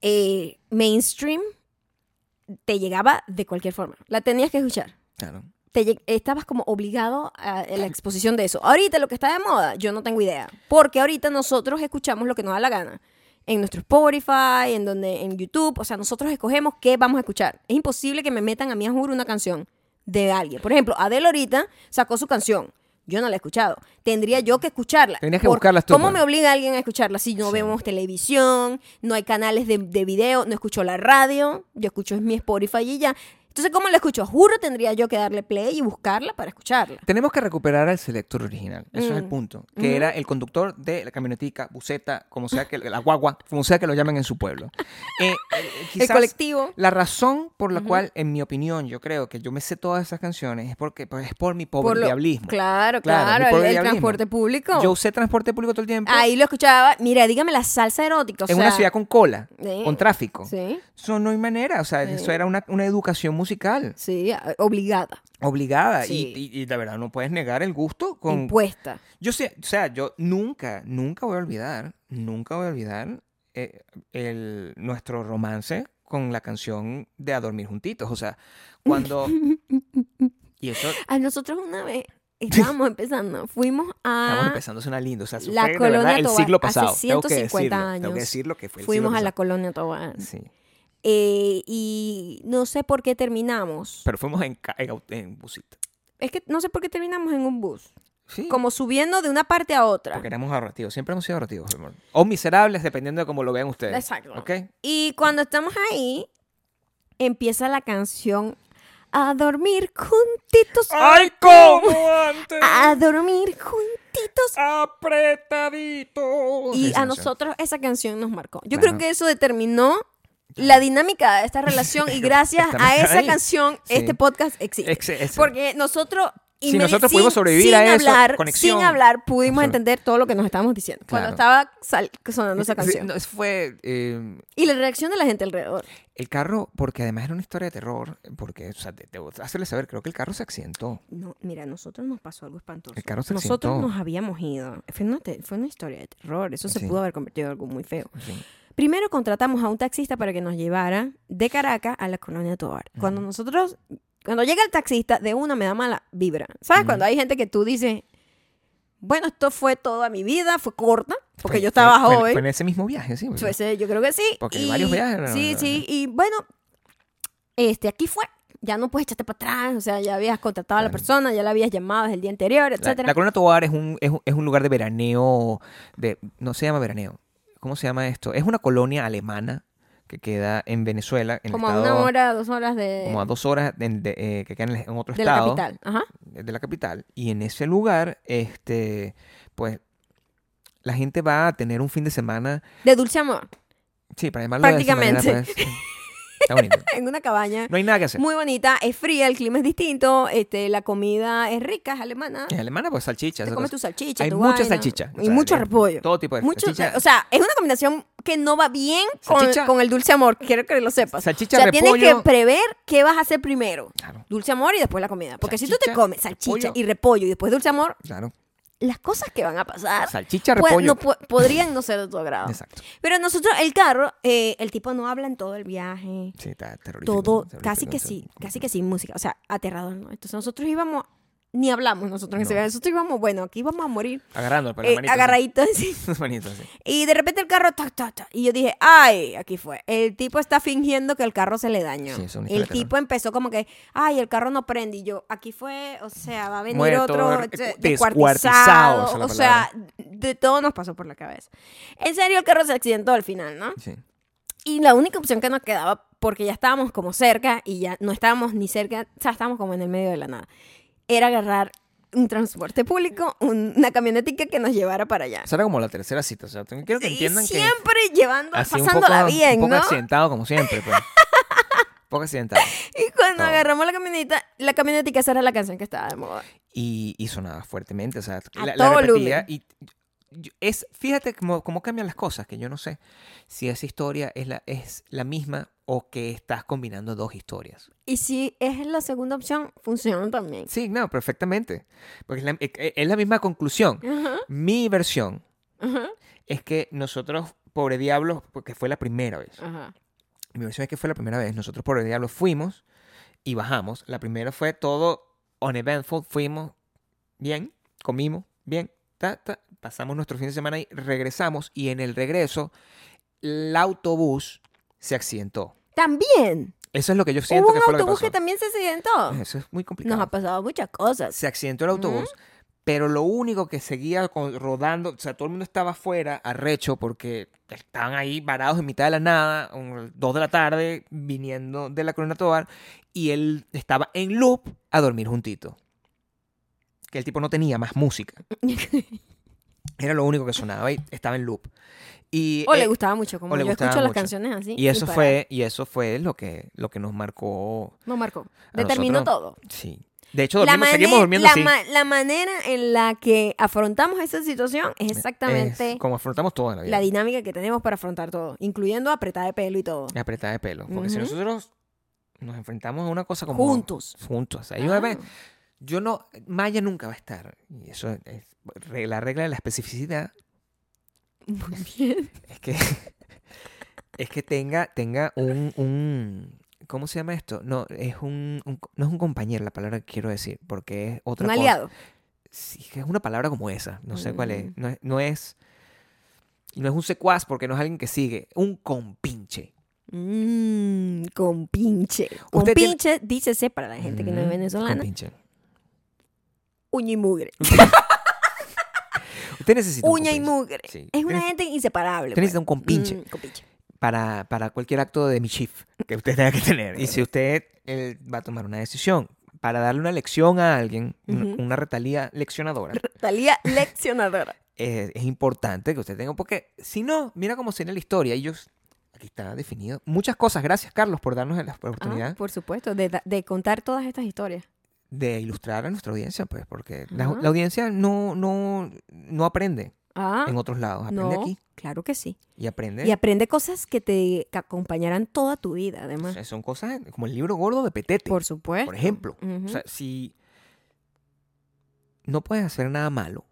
Speaker 1: eh, mainstream te llegaba de cualquier forma. La tenías que escuchar.
Speaker 2: claro.
Speaker 1: Te lle- estabas como obligado a, a la exposición de eso. Ahorita lo que está de moda, yo no tengo idea. Porque ahorita nosotros escuchamos lo que nos da la gana. En nuestro Spotify, en donde, en YouTube. O sea, nosotros escogemos qué vamos a escuchar. Es imposible que me metan a mí a juro una canción de alguien. Por ejemplo, Adele ahorita sacó su canción. Yo no la he escuchado. Tendría yo que escucharla.
Speaker 2: Tendrías que
Speaker 1: Por-
Speaker 2: buscarla tú,
Speaker 1: ¿Cómo
Speaker 2: pues.
Speaker 1: me obliga alguien a escucharla si no
Speaker 2: Sí.
Speaker 1: vemos televisión, no hay canales de, de video, no escucho la radio, yo escucho es mi Spotify y ya. Entonces, ¿cómo la escucho? Juro tendría yo que darle play y buscarla para escucharla.
Speaker 2: Tenemos que recuperar al selector original. Eso es el
Speaker 1: Mm.
Speaker 2: punto. Que era el conductor de la camionetica, buceta, como sea que la guagua, como sea que lo llamen en su pueblo. Eh, eh, quizás
Speaker 1: el colectivo.
Speaker 2: La razón por la cual, en mi opinión, yo creo que yo me sé todas esas canciones es porque pues, es por mi pobre
Speaker 1: lo-
Speaker 2: diablismo.
Speaker 1: Claro,
Speaker 2: Claro, mi
Speaker 1: claro, el-
Speaker 2: pobre
Speaker 1: el,
Speaker 2: diablismo.
Speaker 1: transporte público.
Speaker 2: Yo usé transporte público todo el tiempo.
Speaker 1: Ahí lo escuchaba. Mira, dígame la salsa erótica. o
Speaker 2: en una
Speaker 1: sea,
Speaker 2: ciudad con cola,
Speaker 1: Sí.
Speaker 2: con tráfico.
Speaker 1: Sí,
Speaker 2: Eso no hay manera, o sea, eso era una, una educación musical
Speaker 1: sí, a- obligada,
Speaker 2: obligada. Y-
Speaker 1: Sí.
Speaker 2: Y, y la verdad, no puedes negar el gusto con...
Speaker 1: impuesta.
Speaker 2: Yo sé, o sea, yo nunca, nunca voy a olvidar, nunca voy a olvidar eh, el, nuestro romance con la canción de A Dormir Juntitos. O sea,
Speaker 1: *laughs*
Speaker 2: cuando... y eso...
Speaker 1: A nosotros una
Speaker 2: *laughs*
Speaker 1: vez estábamos empezando, fuimos
Speaker 2: Estamos
Speaker 1: a...
Speaker 2: empezando a sonar lindo. O sea, eso
Speaker 1: Ah, La
Speaker 2: fue de verdad
Speaker 1: Colonia
Speaker 2: el
Speaker 1: Tovar,
Speaker 2: siglo
Speaker 1: hace
Speaker 2: pasado. Tengo que
Speaker 1: 150
Speaker 2: decirlo, Tengo que
Speaker 1: años
Speaker 2: decir lo que fue el siglo
Speaker 1: Fuimos a la
Speaker 2: pasado.
Speaker 1: colonia Tobar.
Speaker 2: Sí.
Speaker 1: Eh, y no sé por qué terminamos.
Speaker 2: Pero fuimos en, ca- en, aut- en busita.
Speaker 1: Es que no sé por qué terminamos en un bus.
Speaker 2: Sí.
Speaker 1: Como subiendo de una parte a otra.
Speaker 2: Mm. Porque éramos ahorrativos. Siempre hemos sido ahorrativos, mi amor. O miserables, dependiendo de cómo lo vean ustedes.
Speaker 1: Exacto.
Speaker 2: ¿Ok?
Speaker 1: Y cuando estamos ahí, empieza la canción A dormir juntitos.
Speaker 2: ¡Ay, cómo antes!
Speaker 1: A dormir juntitos.
Speaker 2: ¡Apretadito!
Speaker 1: Y
Speaker 2: Esa
Speaker 1: a
Speaker 2: canción.
Speaker 1: nosotros esa canción nos marcó. Yo
Speaker 2: Claro.
Speaker 1: creo que eso determinó la dinámica
Speaker 2: *laughs*
Speaker 1: de esta relación y gracias
Speaker 2: Estamos
Speaker 1: a esa
Speaker 2: ahí.
Speaker 1: canción
Speaker 2: Sí.
Speaker 1: este podcast existe.
Speaker 2: Ex- ex-
Speaker 1: Porque nosotros...
Speaker 2: Si
Speaker 1: inmedi-
Speaker 2: nosotros pudimos sobrevivir
Speaker 1: sin
Speaker 2: a eso,
Speaker 1: hablar,
Speaker 2: conexión.
Speaker 1: Sin hablar, pudimos
Speaker 2: Absolut-
Speaker 1: entender todo lo que nos estábamos diciendo. Cuando estaba sal- sonando esa
Speaker 2: Sí,
Speaker 1: canción.
Speaker 2: no, eso fue eh,
Speaker 1: Y la reacción de la gente alrededor.
Speaker 2: el carro, porque además era una historia de terror, porque, o sea, te- debo hacerle saber, creo que el carro se accidentó.
Speaker 1: No, mira, a nosotros nos pasó algo espantoso.
Speaker 2: El carro se
Speaker 1: nosotros
Speaker 2: accidentó.
Speaker 1: nos habíamos ido. Fue una, te- fue una historia de terror. Eso se
Speaker 2: Sí.
Speaker 1: pudo haber convertido en algo muy feo.
Speaker 2: Sí.
Speaker 1: Primero contratamos a un taxista para que nos llevara de Caracas a la colonia Tobar. Cuando nosotros, cuando llega el taxista, de una me da mala vibra. ¿Sabes? Cuando hay gente que tú dices, bueno, esto fue toda mi vida, fue corta, porque
Speaker 2: Fue-
Speaker 1: yo estaba
Speaker 2: fue- fue-
Speaker 1: joven.
Speaker 2: Fue en ese mismo viaje, sí.
Speaker 1: Pues, eh, yo creo que sí.
Speaker 2: Porque hay varios viajes, ¿no?
Speaker 1: Sí, sí. Y bueno, este, aquí fue. Ya no puedes echarte para atrás. O sea, ya habías contratado a la
Speaker 2: Claro.
Speaker 1: persona, ya la habías llamado desde el día anterior,
Speaker 2: La,
Speaker 1: etcétera.
Speaker 2: la Colonia Tobar es un, es, un- es un lugar de veraneo, de, no se llama veraneo, ¿cómo se llama esto? Es una colonia alemana que queda en Venezuela, en el
Speaker 1: como a
Speaker 2: estado-
Speaker 1: una hora, dos horas de,
Speaker 2: como a dos horas de- de, eh, que queda en, el- en otro
Speaker 1: de la
Speaker 2: estado eh,
Speaker 1: capital. Ajá.
Speaker 2: de la capital. Y en ese lugar, este, pues, la gente va a tener un fin de semana,
Speaker 1: De Dulce Amor.
Speaker 2: sí, para llamarlo de esa manera,
Speaker 1: Prácticamente.
Speaker 2: pues, sí. está bonito.
Speaker 1: En una cabaña.
Speaker 2: No hay nada que hacer.
Speaker 1: Muy bonita, es fría, el clima es distinto, este, la comida es rica, es alemana.
Speaker 2: En alemana, pues salchichas.
Speaker 1: Te
Speaker 2: esas
Speaker 1: comes tu
Speaker 2: cosas.
Speaker 1: salchicha,
Speaker 2: Hay
Speaker 1: tu
Speaker 2: mucha
Speaker 1: vaina,
Speaker 2: salchicha. o
Speaker 1: Y
Speaker 2: sea,
Speaker 1: mucho
Speaker 2: de-
Speaker 1: repollo.
Speaker 2: Todo tipo de
Speaker 1: Mucho-
Speaker 2: salchicha.
Speaker 1: O sea, es una combinación que no va bien con,
Speaker 2: Salchicha-
Speaker 1: con el dulce amor. Quiero que lo sepas.
Speaker 2: Salchicha,
Speaker 1: o sea, tienes que
Speaker 2: repollo.
Speaker 1: prever qué vas a hacer primero.
Speaker 2: Claro,
Speaker 1: Dulce amor y después la comida. Porque si tú te
Speaker 2: Salchicha,
Speaker 1: comes salchicha
Speaker 2: repollo.
Speaker 1: y repollo y después dulce amor,
Speaker 2: claro.
Speaker 1: las cosas que van a pasar
Speaker 2: Salchicha,
Speaker 1: pues,
Speaker 2: repollo.
Speaker 1: no po- podrían no ser de tu agrado.
Speaker 2: Exacto.
Speaker 1: Pero nosotros, el carro, eh, el tipo no habla en todo el viaje.
Speaker 2: Sí, está terrorífico.
Speaker 1: Todo,
Speaker 2: terrorífico,
Speaker 1: casi que
Speaker 2: sí,
Speaker 1: sí, casi que sin música. O sea, aterrador, ¿no? Entonces nosotros íbamos ni hablamos nosotros en ese
Speaker 2: No.
Speaker 1: viaje. Nosotros íbamos, bueno, aquí vamos a morir.
Speaker 2: Agarrando, pero
Speaker 1: Eh,
Speaker 2: la manito.
Speaker 1: *laughs*
Speaker 2: así. *laughs*
Speaker 1: agarraditos así.
Speaker 2: Manito así.
Speaker 1: Y de repente el carro, ta, ta, ta. Y yo dije, ay, aquí fue. El tipo está fingiendo que el carro se le dañó.
Speaker 2: Sí, es una historia
Speaker 1: el tipo empezó como que, ay, el carro no prende. Y yo, aquí fue, o sea, va a venir
Speaker 2: Muerto,
Speaker 1: otro
Speaker 2: eh,
Speaker 1: de-
Speaker 2: descuartizado, esa es la
Speaker 1: O sea, de todo nos pasó por la cabeza. En serio, el carro se accidentó al final, ¿no?
Speaker 2: Sí.
Speaker 1: Y la única opción que nos quedaba, porque ya estábamos como cerca y ya no estábamos ni cerca, o sea, estábamos como en el medio de la nada, era agarrar un transporte público, un- una camionetica que nos llevara para allá.
Speaker 2: O sea, era como la tercera cita. O sea, tengo- quiero que
Speaker 1: Y
Speaker 2: entiendan que.
Speaker 1: siempre llevando,
Speaker 2: Así un
Speaker 1: pasándola
Speaker 2: poco,
Speaker 1: bien,
Speaker 2: un poco
Speaker 1: ¿no?
Speaker 2: accidentado, como siempre,
Speaker 1: *laughs*
Speaker 2: pues. un poco accidentado.
Speaker 1: Y cuando
Speaker 2: No.
Speaker 1: agarramos la camioneta, la camionetica, esa era la canción que estaba de moda.
Speaker 2: Y, y sonaba fuertemente, o sea,
Speaker 1: A
Speaker 2: la, la
Speaker 1: todo
Speaker 2: repetía. Y yo- es, fíjate cómo, cómo cambian las cosas, que yo no sé si esa historia es la, es la misma o que estás combinando dos historias.
Speaker 1: Y si es la segunda opción, funciona también.
Speaker 2: Sí, no, perfectamente. Porque es la, e- e- es la misma conclusión.
Speaker 1: Ajá,
Speaker 2: Mi versión
Speaker 1: ajá,
Speaker 2: es que nosotros, pobre diablos, porque fue la primera vez.
Speaker 1: ajá.
Speaker 2: Mi versión es que fue la primera vez. Nosotros, por el diablo, fuimos y bajamos. La primera fue todo uneventful. Fuimos bien, comimos bien, ta, ta. pasamos nuestro fin de semana y regresamos. Y en el regreso, el autobús se accidentó.
Speaker 1: También.
Speaker 2: Eso es lo que yo siento
Speaker 1: Hubo
Speaker 2: que
Speaker 1: un
Speaker 2: fue lo que
Speaker 1: autobús que,
Speaker 2: pasó.
Speaker 1: también se accidentó.
Speaker 2: Eso es muy complicado.
Speaker 1: Nos ha pasado muchas cosas.
Speaker 2: Se accidentó el autobús, pero lo único que seguía con- rodando, o sea, todo el mundo estaba afuera, arrecho, porque estaban ahí varados en mitad de la nada, un- dos de la tarde, viniendo de la Corona Tobar, y él estaba en loop a dormir juntito. Que el tipo no tenía más
Speaker 1: *laughs*
Speaker 2: música. Era lo único que sonaba y estaba en loop. Y,
Speaker 1: O Oh, le
Speaker 2: eh,
Speaker 1: gustaba mucho, como
Speaker 2: o le
Speaker 1: yo escucho
Speaker 2: gustaba
Speaker 1: las
Speaker 2: mucho.
Speaker 1: canciones así.
Speaker 2: y eso
Speaker 1: sin parar.
Speaker 2: fue, y eso fue lo que, lo que nos marcó.
Speaker 1: No marcó.
Speaker 2: A
Speaker 1: Determinó todo.
Speaker 2: Sí. De hecho, dormimos, seguimos
Speaker 1: mane-
Speaker 2: durmiendo
Speaker 1: la
Speaker 2: así.
Speaker 1: ma- la manera en la que afrontamos esa situación es
Speaker 2: Es
Speaker 1: exactamente
Speaker 2: como afrontamos toda la vida.
Speaker 1: la dinámica que tenemos para afrontar todo, incluyendo apretar de pelo y todo.
Speaker 2: La apretada de pelo. Porque si
Speaker 1: Ujú.
Speaker 2: nosotros nos enfrentamos a una cosa como.
Speaker 1: Juntos. Ah.
Speaker 2: Juntos. O sea, hay una vez- yo no. Maya nunca va a estar. Y eso es. re- La regla de la especificidad
Speaker 1: Muy bien.
Speaker 2: es que. es que tenga, tenga un, un- ¿Cómo se llama esto? No, es un, un- No es un compañero la palabra que quiero decir. Porque es *laughs* otra
Speaker 1: Un
Speaker 2: cosa.
Speaker 1: aliado.
Speaker 2: Sí, que es una palabra como esa. No sé cuál es.
Speaker 1: Mm.
Speaker 2: No es. No es, y no es un secuaz porque no es alguien que sigue. Un compinche.
Speaker 1: Mm, con pinche. Con
Speaker 2: Usted tiene- Mm,
Speaker 1: pinche, dícese para la gente que no es
Speaker 2: Ujú,
Speaker 1: venezolana,
Speaker 2: Compinche.
Speaker 1: uña y mugre.
Speaker 2: Usted necesita. un
Speaker 1: Uña y
Speaker 2: compinche.
Speaker 1: mugre.
Speaker 2: Sí.
Speaker 1: Es una
Speaker 2: Tienes-
Speaker 1: gente inseparable.
Speaker 2: Usted necesita un
Speaker 1: pues.
Speaker 2: compinche
Speaker 1: Mm, con pinche.
Speaker 2: para, para cualquier acto de michif que usted tenga que tener. Y si usted eh, va a tomar una decisión para darle una lección a alguien, un-
Speaker 1: Ujú.
Speaker 2: una retalía leccionadora,
Speaker 1: Talía *laughs* leccionadora.
Speaker 2: eh, es importante que usted tenga, porque si no, mira cómo sería la historia. Ellos, aquí está definido. Muchas cosas. Gracias, Carlos, por darnos la
Speaker 1: Ah,
Speaker 2: oportunidad
Speaker 1: por supuesto, de, de contar todas estas historias.
Speaker 2: de ilustrar a nuestra audiencia, pues, porque la,
Speaker 1: Ajá.
Speaker 2: la audiencia no, no, no aprende
Speaker 1: Ah,
Speaker 2: en ¿Eh? otros lados,
Speaker 1: no,
Speaker 2: aprende aquí
Speaker 1: claro que sí.
Speaker 2: y aprende.
Speaker 1: Y aprende cosas que te ca- acompañarán toda tu vida,
Speaker 2: o
Speaker 1: además.
Speaker 2: sea, son cosas como el libro gordo de Petete.
Speaker 1: Por supuesto.
Speaker 2: por ejemplo.
Speaker 1: Ujú. *laughs*
Speaker 2: O sea, si no puedes hacer nada malo,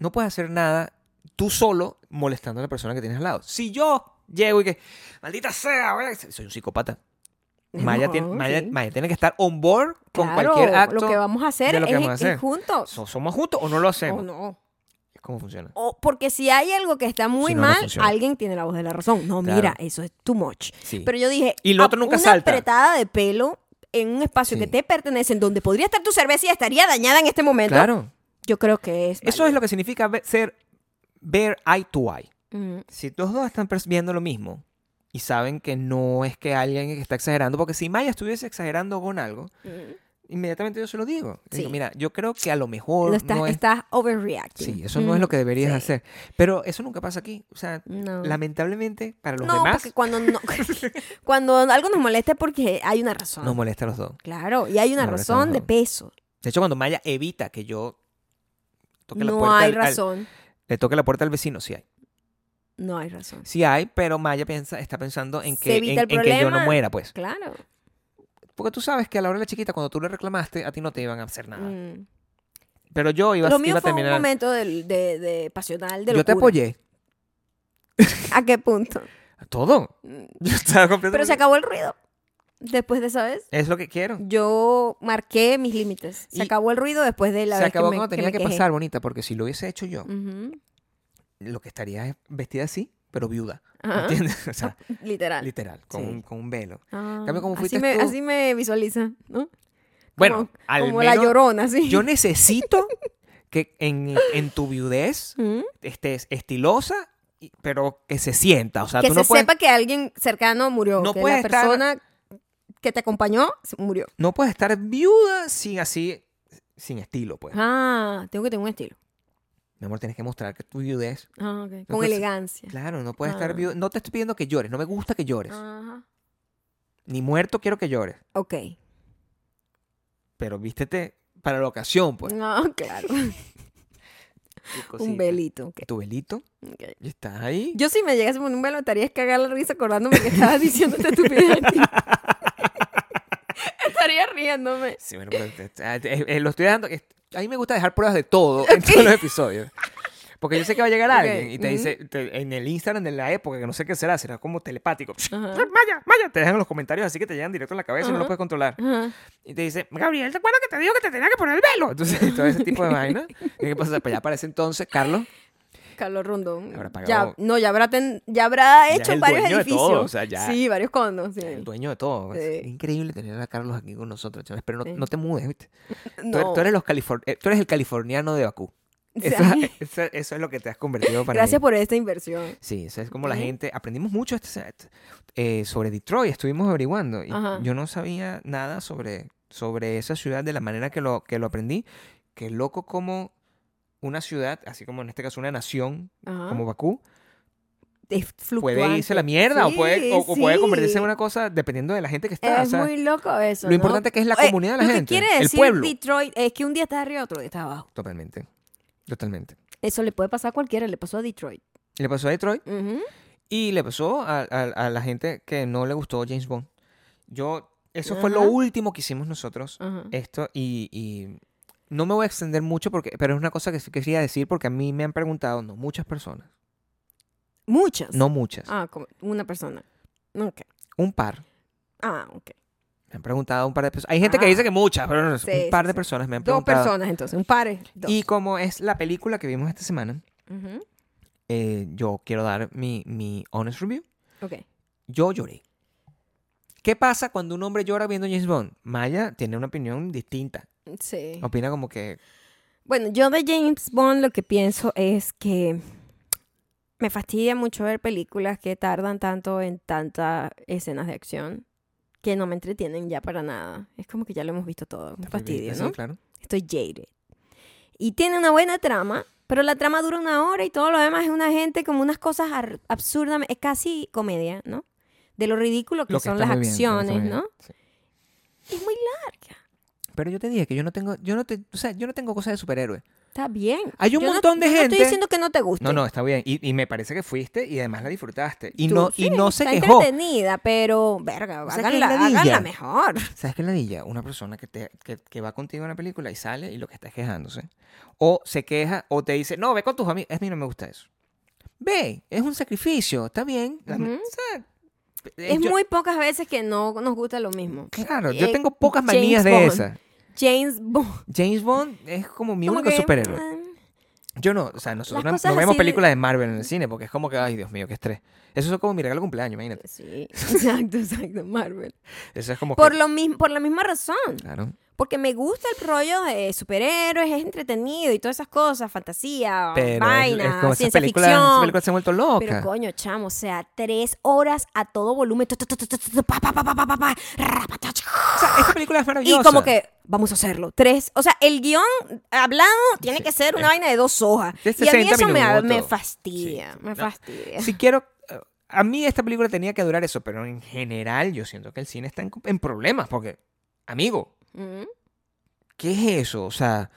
Speaker 2: no puedes hacer nada tú solo molestando a la persona que tienes al lado. Si yo llego y que, maldita sea, güey", soy un psicópata.
Speaker 1: *laughs*
Speaker 2: Maya,
Speaker 1: No,
Speaker 2: tiene, Maya-
Speaker 1: sí.
Speaker 2: Maya tiene que estar on board con
Speaker 1: Claro,
Speaker 2: cualquier acto.
Speaker 1: Lo que vamos a hacer
Speaker 2: de lo
Speaker 1: es,
Speaker 2: que vamos a
Speaker 1: es
Speaker 2: hacer.
Speaker 1: juntos.
Speaker 2: So- ¿Somos juntos o no lo hacemos?
Speaker 1: O no.
Speaker 2: Es como funciona.
Speaker 1: O porque si hay algo que está muy
Speaker 2: Si no, no
Speaker 1: mal,
Speaker 2: funciona.
Speaker 1: alguien tiene la voz de la razón. No,
Speaker 2: Claro.
Speaker 1: mira, eso es too much.
Speaker 2: Sí.
Speaker 1: Pero yo dije,
Speaker 2: Y lo
Speaker 1: a-
Speaker 2: otro nunca
Speaker 1: una
Speaker 2: salta.
Speaker 1: apretada de pelo en un espacio
Speaker 2: Sí.
Speaker 1: que te pertenece, en donde podría estar tu cerveza y estaría dañada en este momento.
Speaker 2: claro.
Speaker 1: Yo creo que es.
Speaker 2: Eso es lo que significa ve- ser ver eye to eye.
Speaker 1: Mm,
Speaker 2: si los dos están pers- viendo lo mismo y saben que no es que alguien que está exagerando, porque si Maya estuviese exagerando con algo,
Speaker 1: mm.
Speaker 2: inmediatamente yo se lo digo. Le digo,
Speaker 1: Sí.
Speaker 2: mira, yo creo que a lo
Speaker 1: Lo
Speaker 2: mejor
Speaker 1: estás,
Speaker 2: no es...
Speaker 1: estás overreacting.
Speaker 2: Sí, eso no es
Speaker 1: Mm,
Speaker 2: lo que deberías
Speaker 1: sí.
Speaker 2: hacer. Pero eso nunca pasa aquí. O sea,
Speaker 1: No.
Speaker 2: lamentablemente para los
Speaker 1: no,
Speaker 2: demás
Speaker 1: porque cuando, no- *laughs* cuando algo nos molesta es porque hay una razón.
Speaker 2: nos molesta a los dos.
Speaker 1: Claro, y hay una
Speaker 2: No, no,
Speaker 1: razón
Speaker 2: no.
Speaker 1: de peso.
Speaker 2: De hecho, cuando Maya evita que yo toque la
Speaker 1: no
Speaker 2: puerta
Speaker 1: hay
Speaker 2: al- al-
Speaker 1: razón.
Speaker 2: le toque la puerta al vecino, sí hay.
Speaker 1: No hay razón.
Speaker 2: Sí hay, pero Maya piensa, está pensando en
Speaker 1: Se
Speaker 2: que,
Speaker 1: evita
Speaker 2: en-
Speaker 1: el
Speaker 2: en que yo no
Speaker 1: problema.
Speaker 2: muera, pues.
Speaker 1: Claro.
Speaker 2: Porque tú sabes que a la hora de la chiquita, cuando tú le reclamaste, a ti no te iban a hacer nada.
Speaker 1: Mm.
Speaker 2: Pero yo iba,
Speaker 1: Lo
Speaker 2: iba
Speaker 1: mío
Speaker 2: a
Speaker 1: fue un
Speaker 2: terminar.
Speaker 1: momento del- de, de pasional, de
Speaker 2: yo te
Speaker 1: locura.
Speaker 2: apoyé.
Speaker 1: ¿A qué punto?
Speaker 2: A todo.
Speaker 1: Mm.
Speaker 2: *laughs* Yo
Speaker 1: Pero se
Speaker 2: estaba *laughs* completamente.
Speaker 1: acabó el ruido. después de esa vez,
Speaker 2: Es lo que quiero.
Speaker 1: yo marqué mis límites. Se
Speaker 2: Y-
Speaker 1: acabó el ruido después de la
Speaker 2: Se
Speaker 1: vez que
Speaker 2: acabó
Speaker 1: me-
Speaker 2: cuando
Speaker 1: que
Speaker 2: tenía
Speaker 1: me
Speaker 2: que,
Speaker 1: quejé.
Speaker 2: pasar, bonita, porque si lo hubiese hecho yo,
Speaker 1: Ujú,
Speaker 2: lo que estaría es vestida así, pero viuda. ¿me
Speaker 1: Ajá.
Speaker 2: ¿Entiendes? *laughs*
Speaker 1: *laughs*
Speaker 2: O sea,
Speaker 1: Literal.
Speaker 2: literal, con,
Speaker 1: Sí.
Speaker 2: un, con un velo.
Speaker 1: Ah,
Speaker 2: cambio, como
Speaker 1: así,
Speaker 2: fuiste
Speaker 1: me,
Speaker 2: tú.
Speaker 1: así me visualiza, ¿no?
Speaker 2: Bueno, al
Speaker 1: como la
Speaker 2: menos
Speaker 1: llorona, sí. *laughs*
Speaker 2: yo necesito que en, en tu viudez
Speaker 1: Ujú.
Speaker 2: estés estilosa, y- pero que se sienta. O sea,
Speaker 1: que
Speaker 2: tú
Speaker 1: se
Speaker 2: no puedes,
Speaker 1: sepa que alguien cercano murió.
Speaker 2: No
Speaker 1: que
Speaker 2: puedes
Speaker 1: la
Speaker 2: estar-
Speaker 1: persona que te acompañó se- murió.
Speaker 2: no puedes estar viuda sin así, sin estilo, pues.
Speaker 1: Ah, tengo que tener un estilo.
Speaker 2: Mi amor, tienes que mostrar que tu viudez.
Speaker 1: Ah, ok.
Speaker 2: No
Speaker 1: Con
Speaker 2: puede ser-
Speaker 1: elegancia.
Speaker 2: Claro, no puedes estar
Speaker 1: Ah.
Speaker 2: viuda. No te estoy pidiendo que llores, no me gusta que llores.
Speaker 1: Ajá.
Speaker 2: Ni muerto quiero que llores.
Speaker 1: Ok.
Speaker 2: Pero vístete para la ocasión, pues.
Speaker 1: No, *laughs* claro.
Speaker 2: tu
Speaker 1: un
Speaker 2: cosita.
Speaker 1: velito. ok,
Speaker 2: eh, Tu velito.
Speaker 1: ok.
Speaker 2: Y estás ahí.
Speaker 1: Yo si me llegase con un velo estaría es cagar la risa acordándome que
Speaker 2: *laughs*
Speaker 1: estabas diciendo esta estupidez. aquí. estaría riéndome.
Speaker 2: Sí, bueno, pero te- te- ah, te- eh, lo estoy dejando. es- A mí me gusta dejar pruebas de todo en todos los episodios. Porque yo sé que va a llegar
Speaker 1: Ok,
Speaker 2: alguien y te
Speaker 1: ujú.
Speaker 2: dice te- en el Instagram de la época, que no sé qué será, será como telepático. *laughs*
Speaker 1: Ajá.
Speaker 2: Maya, Maya, te dejan los comentarios así que te llegan directo en la cabeza y no lo
Speaker 1: Ajá.
Speaker 2: puedes controlar.
Speaker 1: Ajá.
Speaker 2: Y te dice, Gabriel, ¿te acuerdas que te digo que te tenía que poner el velo? Entonces, *laughs* todo ese tipo de vaina. ¿Y ¿Qué pasa? Pues ya aparece entonces, Carlos.
Speaker 1: Carlos Rondón.
Speaker 2: Habrá
Speaker 1: Ya,
Speaker 2: pagado-
Speaker 1: no, ya habrá, ten- ya habrá
Speaker 2: Ya
Speaker 1: hecho
Speaker 2: es el
Speaker 1: varios
Speaker 2: dueño de todo,
Speaker 1: edificios.
Speaker 2: o sea, ya-
Speaker 1: Sí, varios condos. sí.
Speaker 2: El dueño de todo. Es
Speaker 1: Sí.
Speaker 2: increíble tener a Carlos aquí con nosotros, chavales, pero no,
Speaker 1: Sí.
Speaker 2: no te mudes, ¿viste? Tú, eres,
Speaker 1: No.
Speaker 2: tú eres los califor- eh, tú eres el californiano de Bakú. *laughs*
Speaker 1: O *laughs*
Speaker 2: Eso,
Speaker 1: sea,
Speaker 2: eso- eso es lo que te has convertido para
Speaker 1: Gracias
Speaker 2: mí.
Speaker 1: por esta inversión.
Speaker 2: Sí, eso es como la
Speaker 1: Ujú.
Speaker 2: gente. Aprendimos mucho este- este- eh, sobre Detroit, estuvimos averiguando. Y
Speaker 1: Ajá.
Speaker 2: yo no sabía nada sobre, sobre esa ciudad de la manera que lo, que lo aprendí. Que loco como una ciudad, así como en este caso una nación
Speaker 1: Ajá.
Speaker 2: como Bakú,
Speaker 1: Es
Speaker 2: puede irse a la
Speaker 1: Ah. fluctuante.
Speaker 2: mierda o,
Speaker 1: Sí,
Speaker 2: puede, o- o puede
Speaker 1: sí.
Speaker 2: convertirse en una cosa dependiendo de la gente que está.
Speaker 1: Es
Speaker 2: o sea,
Speaker 1: muy loco eso.
Speaker 2: lo
Speaker 1: ¿no?
Speaker 2: importante que es la
Speaker 1: Eh,
Speaker 2: comunidad de la
Speaker 1: lo
Speaker 2: gente,
Speaker 1: que quiere
Speaker 2: el
Speaker 1: decir
Speaker 2: pueblo.
Speaker 1: Detroit es que un día estás arriba, otro día estás abajo.
Speaker 2: Totalmente. Totalmente.
Speaker 1: Eso le puede pasar a cualquiera, le pasó a Detroit.
Speaker 2: Le pasó a Detroit
Speaker 1: Ujú.
Speaker 2: y le pasó a, a- a la gente que no le gustó James Bond. Yo, eso fue lo
Speaker 1: Ajá.
Speaker 2: último que hicimos nosotros.
Speaker 1: Ajá.
Speaker 2: Esto y, y no me voy a extender mucho, porque, pero es una cosa que sí quería decir porque a mí me han preguntado, no muchas personas,
Speaker 1: Muchas.
Speaker 2: no muchas,
Speaker 1: Ah, como una persona. Ok.
Speaker 2: un par.
Speaker 1: Ah, ok.
Speaker 2: Me han preguntado un par de personas. Hay gente que
Speaker 1: Ah.
Speaker 2: dice que muchas, pero no,
Speaker 1: Sí,
Speaker 2: un par
Speaker 1: sí,
Speaker 2: de
Speaker 1: sí.
Speaker 2: personas me han
Speaker 1: Dos
Speaker 2: preguntado.
Speaker 1: personas entonces, un par. es Dos.
Speaker 2: Y como es la película que vimos esta semana,
Speaker 1: Ujú.
Speaker 2: eh, yo quiero dar mi, mi honest review.
Speaker 1: Ok.
Speaker 2: Yo lloré. ¿Qué pasa cuando un hombre llora viendo James Bond? Maya tiene una opinión distinta.
Speaker 1: Sí.
Speaker 2: Opina como que
Speaker 1: Bueno, yo de James Bond lo que pienso es que me fastidia mucho ver películas que tardan tanto en tantas escenas de acción que no me entretienen ya para nada. Es como que ya lo hemos visto todo. Un fastidio,
Speaker 2: Sí,
Speaker 1: ¿no?
Speaker 2: claro.
Speaker 1: Estoy jaded. Y tiene una buena trama, pero la trama dura una hora y todo lo demás es una gente como unas cosas ar- absurdas. Es casi comedia, ¿no? De lo ridículo que,
Speaker 2: Lo que
Speaker 1: son
Speaker 2: está
Speaker 1: las
Speaker 2: muy bien, lo que está
Speaker 1: acciones,
Speaker 2: muy bien,
Speaker 1: ¿no?
Speaker 2: sí.
Speaker 1: Es muy larga.
Speaker 2: Pero yo te dije que yo no tengo, yo no te, o sea, yo no tengo cosas de superhéroe.
Speaker 1: Está bien.
Speaker 2: Hay un
Speaker 1: Yo no-
Speaker 2: montón de
Speaker 1: yo No
Speaker 2: gente-
Speaker 1: estoy diciendo que no te guste.
Speaker 2: No, no, está bien. Y, y me parece que fuiste y además la disfrutaste. Y
Speaker 1: Tú-
Speaker 2: no,
Speaker 1: sí,
Speaker 2: y no se
Speaker 1: está
Speaker 2: quejó.
Speaker 1: entretenida, pero verga,
Speaker 2: O sea, que
Speaker 1: háganla,
Speaker 2: es ladilla.
Speaker 1: háganla mejor.
Speaker 2: ¿Sabes qué es la dilla? Una persona que, te, que, que va contigo a una película y sale y lo que está es quejándose. O se queja o te dice, no, ve con tus amigos. A mí no me gusta eso. Ve, es un sacrificio, está bien. La-
Speaker 1: Ujú.
Speaker 2: o sea, eh,
Speaker 1: Es
Speaker 2: yo-
Speaker 1: muy pocas veces que no nos gusta lo mismo.
Speaker 2: Claro, yo
Speaker 1: eh,
Speaker 2: tengo pocas
Speaker 1: James
Speaker 2: manías de
Speaker 1: Bond.
Speaker 2: esas.
Speaker 1: James Bond.
Speaker 2: James Bond es como mi
Speaker 1: como
Speaker 2: único
Speaker 1: que,
Speaker 2: superhéroe.
Speaker 1: mm,
Speaker 2: Yo no, o sea, nosotros
Speaker 1: Las
Speaker 2: no,
Speaker 1: cosas
Speaker 2: no vemos
Speaker 1: así de-
Speaker 2: películas de Marvel en el cine porque es como que, ay, Dios mío, qué estrés. Eso es como mi regalo de cumpleaños, imagínate.
Speaker 1: pues Sí, *laughs* exacto, exacto, Marvel.
Speaker 2: Eso es como
Speaker 1: Por,
Speaker 2: que...
Speaker 1: lo mismo, por la misma razón.
Speaker 2: Claro.
Speaker 1: Porque me gusta el rollo de superhéroes, es entretenido y todas esas cosas, fantasía,
Speaker 2: Pero es- es,
Speaker 1: vaina,
Speaker 2: como esas
Speaker 1: ciencia
Speaker 2: películas, esas
Speaker 1: ficción.
Speaker 2: películas se han vuelto
Speaker 1: Pero
Speaker 2: locas.
Speaker 1: coño, chamo, o sea, tres horas a todo volumen. tu, tu, tu, tu, tu, tu, pa, pa, pa, pa, pa, pa, pa, ra, pa, ta, cha.
Speaker 2: O sea, esta película es
Speaker 1: Y
Speaker 2: maravillosa.
Speaker 1: como que, vamos a hacerlo. Tres. O sea, el guión hablado tiene
Speaker 2: Sí,
Speaker 1: que ser una
Speaker 2: es-
Speaker 1: vaina de dos hojas.
Speaker 2: de
Speaker 1: Y a mí
Speaker 2: 60
Speaker 1: eso me,
Speaker 2: minutos.
Speaker 1: me fastidia.
Speaker 2: Sí, sí.
Speaker 1: Me
Speaker 2: No.
Speaker 1: fastidia.
Speaker 2: si quiero. eh, A mí esta película tenía que durar eso, pero en general yo siento que el cine está en, en problemas porque, amigo,
Speaker 1: Mm.
Speaker 2: ¿qué es eso? O sea,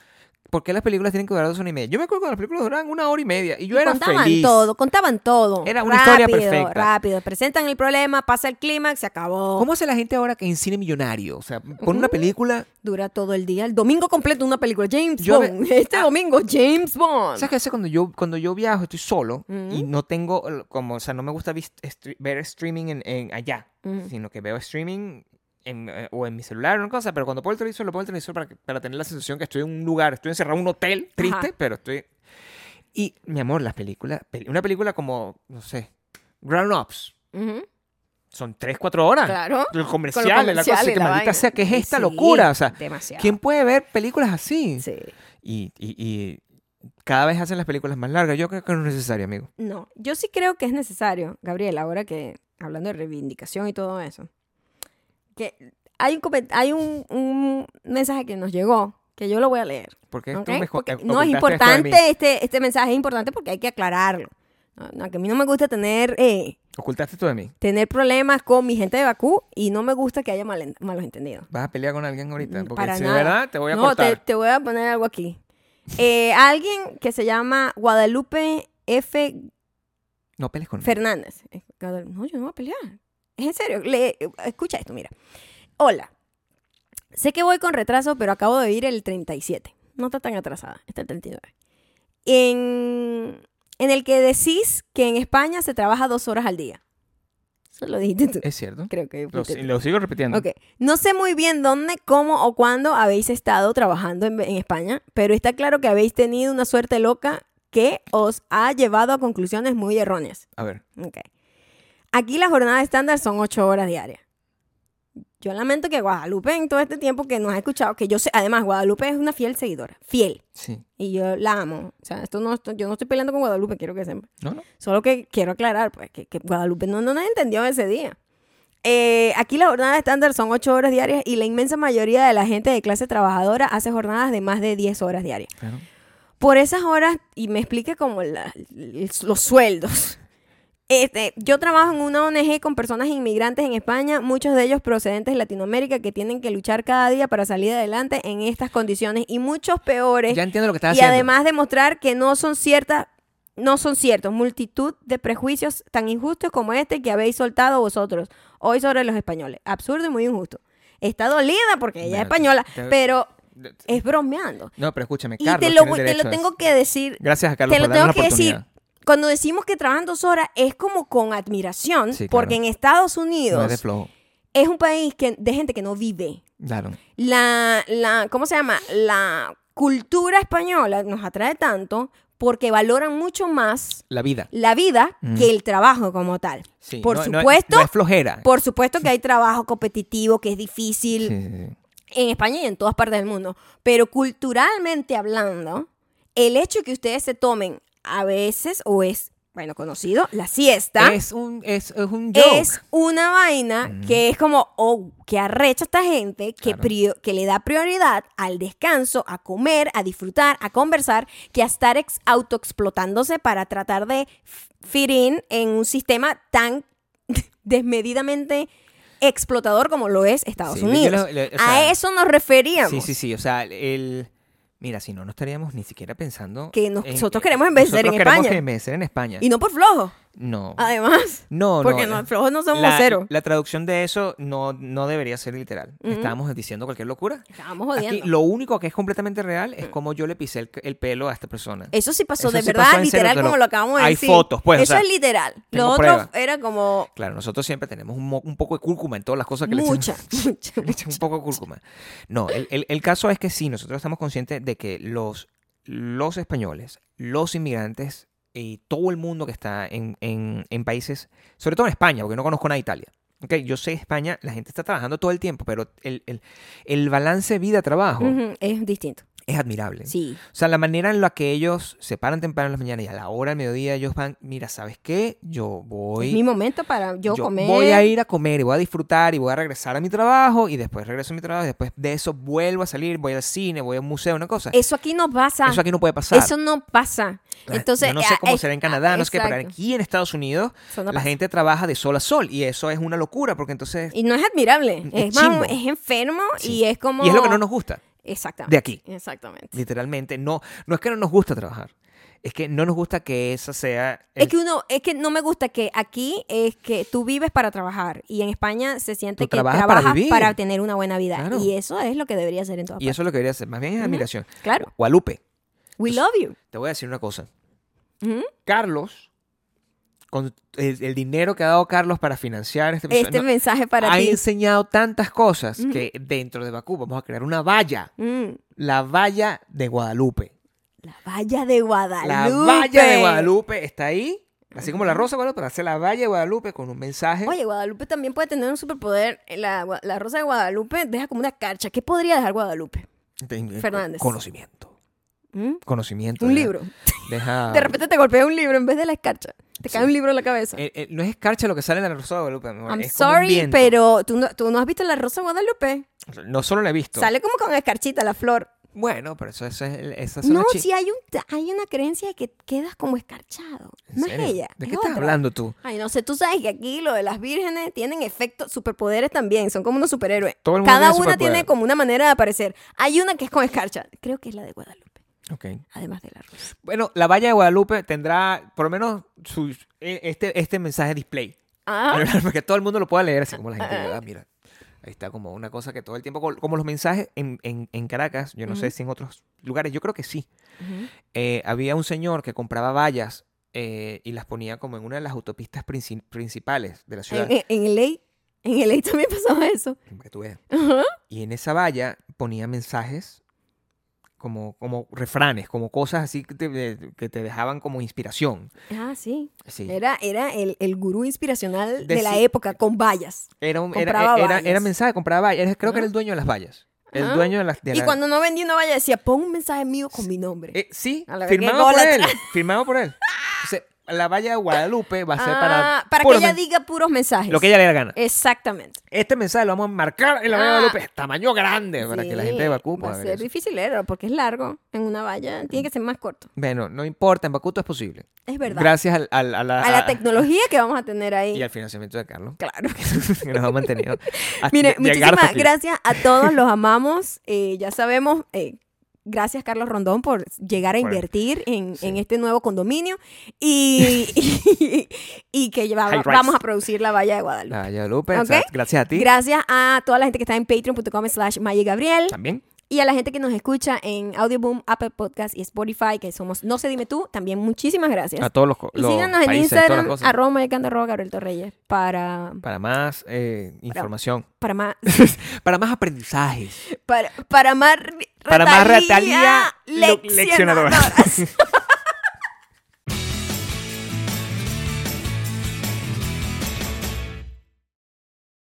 Speaker 2: ¿por qué las películas tienen que durar dos horas y media? Yo me acuerdo que las películas duraban una hora y media y yo
Speaker 1: Y
Speaker 2: era
Speaker 1: contaban
Speaker 2: feliz.
Speaker 1: todo, contaban todo.
Speaker 2: Era una historia perfecta.
Speaker 1: Rápido, presentan el problema, pasa el clímax, se acabó.
Speaker 2: ¿Cómo hace la gente ahora que en cine millonario? O sea, pone una película.
Speaker 1: Dura todo el día. El domingo completo una película. James
Speaker 2: Yo Ah.
Speaker 1: Bond. Este domingo, James Bond.
Speaker 2: ¿Sabes qué hace cuando yo, cuando yo viajo, estoy solo y
Speaker 1: Mm.
Speaker 2: no tengo, eh, el- como, o sea, no me gusta vis- estre- ver streaming en, en allá,
Speaker 1: Mm.
Speaker 2: sino que veo streaming en, eh, o en mi celular o una cosa, pero cuando pongo el televisor, lo pongo el televisor para, que- para tener la sensación que estoy en un lugar, estoy encerrado en un hotel, triste,
Speaker 1: Ajá.
Speaker 2: pero estoy... Y, mi amor, las películas, pel- una película como, no sé, Ground Ups,
Speaker 1: Ujú,
Speaker 2: son 3, 4 horas.
Speaker 1: Claro.
Speaker 2: El comercial,
Speaker 1: Con lo
Speaker 2: la cosa,
Speaker 1: comercial y
Speaker 2: que
Speaker 1: la
Speaker 2: maldita
Speaker 1: vaina.
Speaker 2: sea, que es esta
Speaker 1: Sí,
Speaker 2: locura? O sea,
Speaker 1: demasiado.
Speaker 2: ¿quién puede ver películas así?
Speaker 1: Sí.
Speaker 2: Y, y- y cada vez hacen las películas más largas. Yo creo que no es necesario, amigo.
Speaker 1: No, yo sí creo que es necesario, Gabriel, ahora que hablando de reivindicación y todo eso, que hay un, comen- hay un, un mensaje que nos llegó, que yo lo voy a leer.
Speaker 2: Porque
Speaker 1: ¿ok?
Speaker 2: tú me jo-
Speaker 1: Porque
Speaker 2: eh,
Speaker 1: no es
Speaker 2: ocultaste esto de mí.
Speaker 1: importante, este, este mensaje es importante porque hay que aclararlo. No, no, que a mí no me gusta tener, eh,
Speaker 2: Ocultaste tú de mí.
Speaker 1: tener problemas con mi gente de Bakú y no me gusta que haya malen- malos entendidos.
Speaker 2: Vas a pelear con alguien ahorita.
Speaker 1: Mm,
Speaker 2: Porque
Speaker 1: para
Speaker 2: si
Speaker 1: nada.
Speaker 2: de verdad te voy a
Speaker 1: no, te,
Speaker 2: cortar.
Speaker 1: te voy a poner algo aquí. Eh, alguien que se llama Guadalupe F.
Speaker 2: No pelees conmigo.
Speaker 1: Fernández. Eh, Guadalu- No, yo no voy a pelear. Es en serio. Le- eh, escucha esto, mira. Hola. Sé que voy con retraso, pero acabo de ir el 37. No está tan atrasada. Está el 39. En, en el que decís que en España se trabaja dos horas al día. Eso lo dijiste tú.
Speaker 2: Es cierto.
Speaker 1: Creo que
Speaker 2: Lo,
Speaker 1: fuiste
Speaker 2: si-
Speaker 1: tú.
Speaker 2: lo sigo repitiendo.
Speaker 1: Ok. No sé muy bien dónde, cómo o cuándo habéis estado trabajando en, en España, pero está claro que habéis tenido una suerte loca que os ha llevado a conclusiones muy erróneas.
Speaker 2: A ver.
Speaker 1: Ok. Aquí la jornada estándar son ocho horas diarias. Yo lamento que Guadalupe en todo este tiempo que nos ha escuchado, que yo sé, además Guadalupe es una fiel seguidora, fiel,
Speaker 2: Sí.
Speaker 1: y yo la amo. O sea, esto no, esto- yo no estoy peleando con Guadalupe, quiero que sepa.
Speaker 2: No, no.
Speaker 1: Solo que quiero aclarar, pues, que, que Guadalupe no, no nos entendió ese día. Eh, aquí la jornada estándar son 8 horas diarias y la inmensa mayoría de la gente de clase trabajadora hace jornadas de más de 10 horas diarias.
Speaker 2: Claro.
Speaker 1: Por esas horas, y me explique como la- el- los sueldos. *laughs* Este, yo trabajo en una ONG con personas inmigrantes en España, muchos de ellos procedentes de Latinoamérica que tienen que luchar cada día para salir adelante en estas condiciones y muchos peores
Speaker 2: Ya entiendo lo que estás
Speaker 1: y
Speaker 2: haciendo.
Speaker 1: además demostrar que no son ciertas no son ciertos multitud de prejuicios tan injustos como este que habéis soltado vosotros hoy sobre los españoles absurdo y muy injusto está dolida porque ella es
Speaker 2: Verte,
Speaker 1: española
Speaker 2: te-
Speaker 1: pero es bromeando
Speaker 2: No, pero escúchame,
Speaker 1: y te
Speaker 2: Carlos.
Speaker 1: lo,
Speaker 2: tiene
Speaker 1: te
Speaker 2: derecho
Speaker 1: lo
Speaker 2: a
Speaker 1: tengo
Speaker 2: eso.
Speaker 1: que decir
Speaker 2: Gracias a Carlos
Speaker 1: te lo
Speaker 2: por darme
Speaker 1: tengo
Speaker 2: la
Speaker 1: que decir
Speaker 2: oportunidad.
Speaker 1: cuando decimos que trabajan dos horas es como con admiración
Speaker 2: Sí, claro.
Speaker 1: porque en Estados
Speaker 2: No
Speaker 1: Unidos
Speaker 2: es de flojo.
Speaker 1: es un país que, de gente que no vive
Speaker 2: Claro.
Speaker 1: la, la, ¿cómo se llama? La cultura española nos atrae tanto porque valoran mucho más
Speaker 2: La vida.
Speaker 1: la vida
Speaker 2: Mm.
Speaker 1: que el trabajo como tal.
Speaker 2: Sí,
Speaker 1: por
Speaker 2: no- no es-
Speaker 1: supuesto,
Speaker 2: No es flojera.
Speaker 1: por supuesto que hay trabajo competitivo que es difícil
Speaker 2: Sí, sí, sí.
Speaker 1: en España y en todas partes del mundo, pero culturalmente hablando, el hecho de que ustedes se tomen a veces o es bueno conocido la siesta
Speaker 2: Es un, es, es un joke. Mm.
Speaker 1: es una vaina que es como, oh, que arrecha esta gente que,
Speaker 2: Claro.
Speaker 1: prio- que le da prioridad al descanso, a comer, a disfrutar, a conversar, que a estar ex- autoexplotándose para tratar de f- fit in en un sistema tan *laughs* desmedidamente explotador como lo es Estados
Speaker 2: Sí, yo
Speaker 1: Unidos.
Speaker 2: lo- le- o
Speaker 1: a
Speaker 2: sea,
Speaker 1: eso nos referíamos.
Speaker 2: Sí, sí, sí. O sea, el. Mira, si no, no estaríamos ni siquiera pensando.
Speaker 1: Que nos- nosotros queremos envejecer
Speaker 2: nosotros
Speaker 1: en
Speaker 2: queremos
Speaker 1: España.
Speaker 2: envejecer en España.
Speaker 1: Y no por flojo,
Speaker 2: No.
Speaker 1: además.
Speaker 2: No,
Speaker 1: porque
Speaker 2: no.
Speaker 1: no, flojos no somos
Speaker 2: la,
Speaker 1: cero.
Speaker 2: La traducción de eso no, no debería ser literal. Estábamos diciendo cualquier locura.
Speaker 1: Estábamos
Speaker 2: Aquí,
Speaker 1: jodiendo. Mm.
Speaker 2: lo único que es completamente real es cómo yo le pisé el, el pelo a esta persona.
Speaker 1: Eso sí pasó
Speaker 2: Eso
Speaker 1: de
Speaker 2: sí
Speaker 1: verdad,
Speaker 2: pasó en serio,
Speaker 1: literal,
Speaker 2: te lo-
Speaker 1: como lo acabamos de
Speaker 2: hay
Speaker 1: decir.
Speaker 2: fotos, pues, o
Speaker 1: Eso
Speaker 2: sea,
Speaker 1: es literal. Lo
Speaker 2: tengo
Speaker 1: otro
Speaker 2: pruebas.
Speaker 1: era como
Speaker 2: Claro, nosotros siempre tenemos un, mo- un poco de cúrcuma en todas las cosas que le echamos.
Speaker 1: mucha, *laughs* mucha.
Speaker 2: *laughs* Le eché un poco de cúrcuma. No, el, el- el caso es que sí, nosotros estamos conscientes de que los, los españoles, los inmigrantes y todo el mundo que está en, en- en países, sobre todo en España, porque no conozco nada de Italia. ¿ok? Yo sé España, la gente está trabajando todo el tiempo, pero el, el- el balance vida-trabajo
Speaker 1: Ujú, Es distinto.
Speaker 2: es admirable.
Speaker 1: Sí.
Speaker 2: O sea, la manera en la que ellos se paran temprano en las mañanas y a la hora del mediodía ellos van, mira, ¿sabes qué? Yo voy
Speaker 1: Es mi momento para yo, comer.
Speaker 2: voy a ir a comer y voy a disfrutar y voy a regresar a mi trabajo y después regreso a mi trabajo y después de eso vuelvo a salir, voy al cine, voy a un museo, una cosa.
Speaker 1: Eso aquí no pasa.
Speaker 2: Eso aquí no puede pasar.
Speaker 1: Eso no pasa.
Speaker 2: La-
Speaker 1: Entonces,
Speaker 2: yo no sé
Speaker 1: ah,
Speaker 2: cómo
Speaker 1: es-
Speaker 2: será en Canadá, no sé qué, pero
Speaker 1: exacto.
Speaker 2: aquí en Estados Unidos
Speaker 1: Eso no
Speaker 2: la
Speaker 1: pasa.
Speaker 2: gente trabaja de sol a sol y eso es una locura porque entonces...
Speaker 1: Y no es admirable.
Speaker 2: Es
Speaker 1: Es, más,
Speaker 2: chimbo.
Speaker 1: es enfermo
Speaker 2: sí.
Speaker 1: y es como.
Speaker 2: Y es lo que no nos gusta,
Speaker 1: Exactamente.
Speaker 2: de aquí.
Speaker 1: Exactamente.
Speaker 2: literalmente. No, no es que no nos gusta trabajar, es que no nos gusta que esa sea... el-
Speaker 1: Es que uno, es que no me gusta que aquí es que tú vives para trabajar y en España se siente
Speaker 2: Tú
Speaker 1: que
Speaker 2: trabajas
Speaker 1: trabajas
Speaker 2: para vivir.
Speaker 1: tener una buena vida.
Speaker 2: Claro.
Speaker 1: Y eso es lo que debería ser en todas
Speaker 2: y eso es pues, lo que debería ser, más bien es admiración.
Speaker 1: partes. Claro.
Speaker 2: Guadalupe,
Speaker 1: We love you.
Speaker 2: te voy a decir una cosa.
Speaker 1: Ujú.
Speaker 2: Carlos con el, el dinero que ha dado Carlos para financiar este episodio,
Speaker 1: Este
Speaker 2: no,
Speaker 1: mensaje para
Speaker 2: ha
Speaker 1: ti.
Speaker 2: enseñado tantas cosas
Speaker 1: Ujú.
Speaker 2: que dentro de Bakú vamos a crear una valla,
Speaker 1: Mm,
Speaker 2: la valla de Guadalupe.
Speaker 1: la valla de Guadalupe.
Speaker 2: La valla de Guadalupe está ahí, así como la rosa de Guadalupe, pero hace la valla de Guadalupe con un mensaje.
Speaker 1: Oye, Guadalupe también puede tener un superpoder. La, gua- la rosa de Guadalupe deja como una carcha. ¿Qué podría dejar Guadalupe?
Speaker 2: de- de-
Speaker 1: Fernández.
Speaker 2: Conocimiento.
Speaker 1: ¿Mm?
Speaker 2: Conocimiento.
Speaker 1: Un
Speaker 2: deja-
Speaker 1: libro. *laughs*
Speaker 2: Deja.
Speaker 1: De repente te golpea un libro en vez de la escarcha. Te cae
Speaker 2: ah. Sí.
Speaker 1: un libro en la cabeza.
Speaker 2: Eh, eh, no es escarcha lo que sale en la rosa de Guadalupe. amor,
Speaker 1: I'm
Speaker 2: es como un
Speaker 1: sorry,
Speaker 2: viento.
Speaker 1: pero ¿tú no, tú no has visto la rosa de Guadalupe.
Speaker 2: No solo la he visto.
Speaker 1: Sale como con escarchita la flor.
Speaker 2: Bueno, pero eso, eso es, esas son
Speaker 1: No,
Speaker 2: las chi-
Speaker 1: si hay, un, hay una creencia de que quedas como escarchado.
Speaker 2: ¿En
Speaker 1: No es
Speaker 2: serio?
Speaker 1: ella.
Speaker 2: ¿De
Speaker 1: es
Speaker 2: qué estás
Speaker 1: otra.
Speaker 2: hablando tú?
Speaker 1: Ay, no sé, tú sabes que aquí lo de las vírgenes tienen efectos, superpoderes también, son como unos superhéroes.
Speaker 2: Todo el mundo
Speaker 1: Cada
Speaker 2: tiene
Speaker 1: una tiene
Speaker 2: superpoder.
Speaker 1: como una manera de aparecer. Hay una que es con escarcha, creo que es la de Guadalupe,
Speaker 2: Ok.
Speaker 1: además de la rosa.
Speaker 2: Bueno, la valla de Guadalupe tendrá por lo menos su- eh, este, este mensaje display.
Speaker 1: Ah,
Speaker 2: *laughs* Para que todo el mundo lo pueda leer, así como la gente. Ah, mira. Ahí está como una cosa que todo el tiempo, como los mensajes en, en- en Caracas, yo no sé
Speaker 1: Ujú.
Speaker 2: si en otros lugares, yo creo que sí. Eh, había un señor que compraba vallas eh, y las ponía como en una de las autopistas princi- principales de la ciudad.
Speaker 1: en, en- en LA, en LA también pasaba eso.
Speaker 2: Para que tú veas.
Speaker 1: Ajá.
Speaker 2: Y en esa valla ponía mensajes como, como refranes, como cosas así que te, de- que te dejaban como inspiración.
Speaker 1: Ah, sí.
Speaker 2: Sí.
Speaker 1: Era, era el, el gurú inspiracional de,
Speaker 2: Deci-
Speaker 1: la época, con vallas.
Speaker 2: Era, un- era,
Speaker 1: compraba
Speaker 2: era-
Speaker 1: vallas.
Speaker 2: era mensaje, compraba vallas. Era- creo que
Speaker 1: Ajá.
Speaker 2: era el dueño de las vallas. El
Speaker 1: Ajá.
Speaker 2: dueño de las de
Speaker 1: Y
Speaker 2: la-
Speaker 1: cuando no vendía una valla decía, pon un mensaje mío con mi nombre.
Speaker 2: Eh, sí,
Speaker 1: A la verga,
Speaker 2: firmado por
Speaker 1: gólatra.
Speaker 2: él. Firmado por él. O sea, la valla de Guadalupe va a ser
Speaker 1: Ah,
Speaker 2: para...
Speaker 1: que
Speaker 2: puros
Speaker 1: ella
Speaker 2: men-
Speaker 1: diga puros mensajes.
Speaker 2: Lo que ella le dé la gana.
Speaker 1: Exactamente.
Speaker 2: Este mensaje lo vamos a marcar en la valla de
Speaker 1: Ah.
Speaker 2: Guadalupe. Tamaño grande Eh, para que la gente de
Speaker 1: Sí,
Speaker 2: Bakú
Speaker 1: Va
Speaker 2: pueda
Speaker 1: a
Speaker 2: ver
Speaker 1: ser
Speaker 2: eso.
Speaker 1: difícil, era porque es largo. En una valla tiene que ser más corto.
Speaker 2: Bueno, no importa, en Bakuto es posible.
Speaker 1: Es verdad.
Speaker 2: Gracias al- al- a la,
Speaker 1: a la tecnología que vamos a tener
Speaker 2: y
Speaker 1: ahí.
Speaker 2: al financiamiento de Carlos,
Speaker 1: Claro.
Speaker 2: *laughs* que nos ha mantenido.
Speaker 1: *laughs*
Speaker 2: hasta
Speaker 1: Mire,
Speaker 2: lle- llegar hasta
Speaker 1: muchísimas
Speaker 2: aquí.
Speaker 1: gracias a todos,
Speaker 2: *laughs*
Speaker 1: los amamos. eh, ya sabemos, eh, gracias Carlos Rondón por llegar a
Speaker 2: Por-
Speaker 1: invertir en,
Speaker 2: sí.
Speaker 1: en este nuevo condominio y, y,
Speaker 2: *laughs*
Speaker 1: y que lleva-
Speaker 2: High rise.
Speaker 1: vamos a producir la valla de Guadalupe.
Speaker 2: La Valla de Guadalupe, Ah, o sea,
Speaker 1: ¿Ok?
Speaker 2: gracias a ti
Speaker 1: Gracias a toda la gente que está en patreon.com slash Maya y Gabriel.
Speaker 2: también.
Speaker 1: Y a la gente que nos escucha en Audioboom, Apple Podcast y Spotify, que somos No sé dime tú, también muchísimas gracias.
Speaker 2: A todos los, co-
Speaker 1: y
Speaker 2: los
Speaker 1: síganos en
Speaker 2: países, todas las
Speaker 1: Instagram,
Speaker 2: cosas.
Speaker 1: arroba mayacando, arroba Gabriel Torreyes, para,
Speaker 2: Para más eh, información.
Speaker 1: para más, *laughs*
Speaker 2: Para más aprendizajes.
Speaker 1: para, para más,
Speaker 2: Para más retalía
Speaker 1: leccionadoras.
Speaker 2: leccionadoras.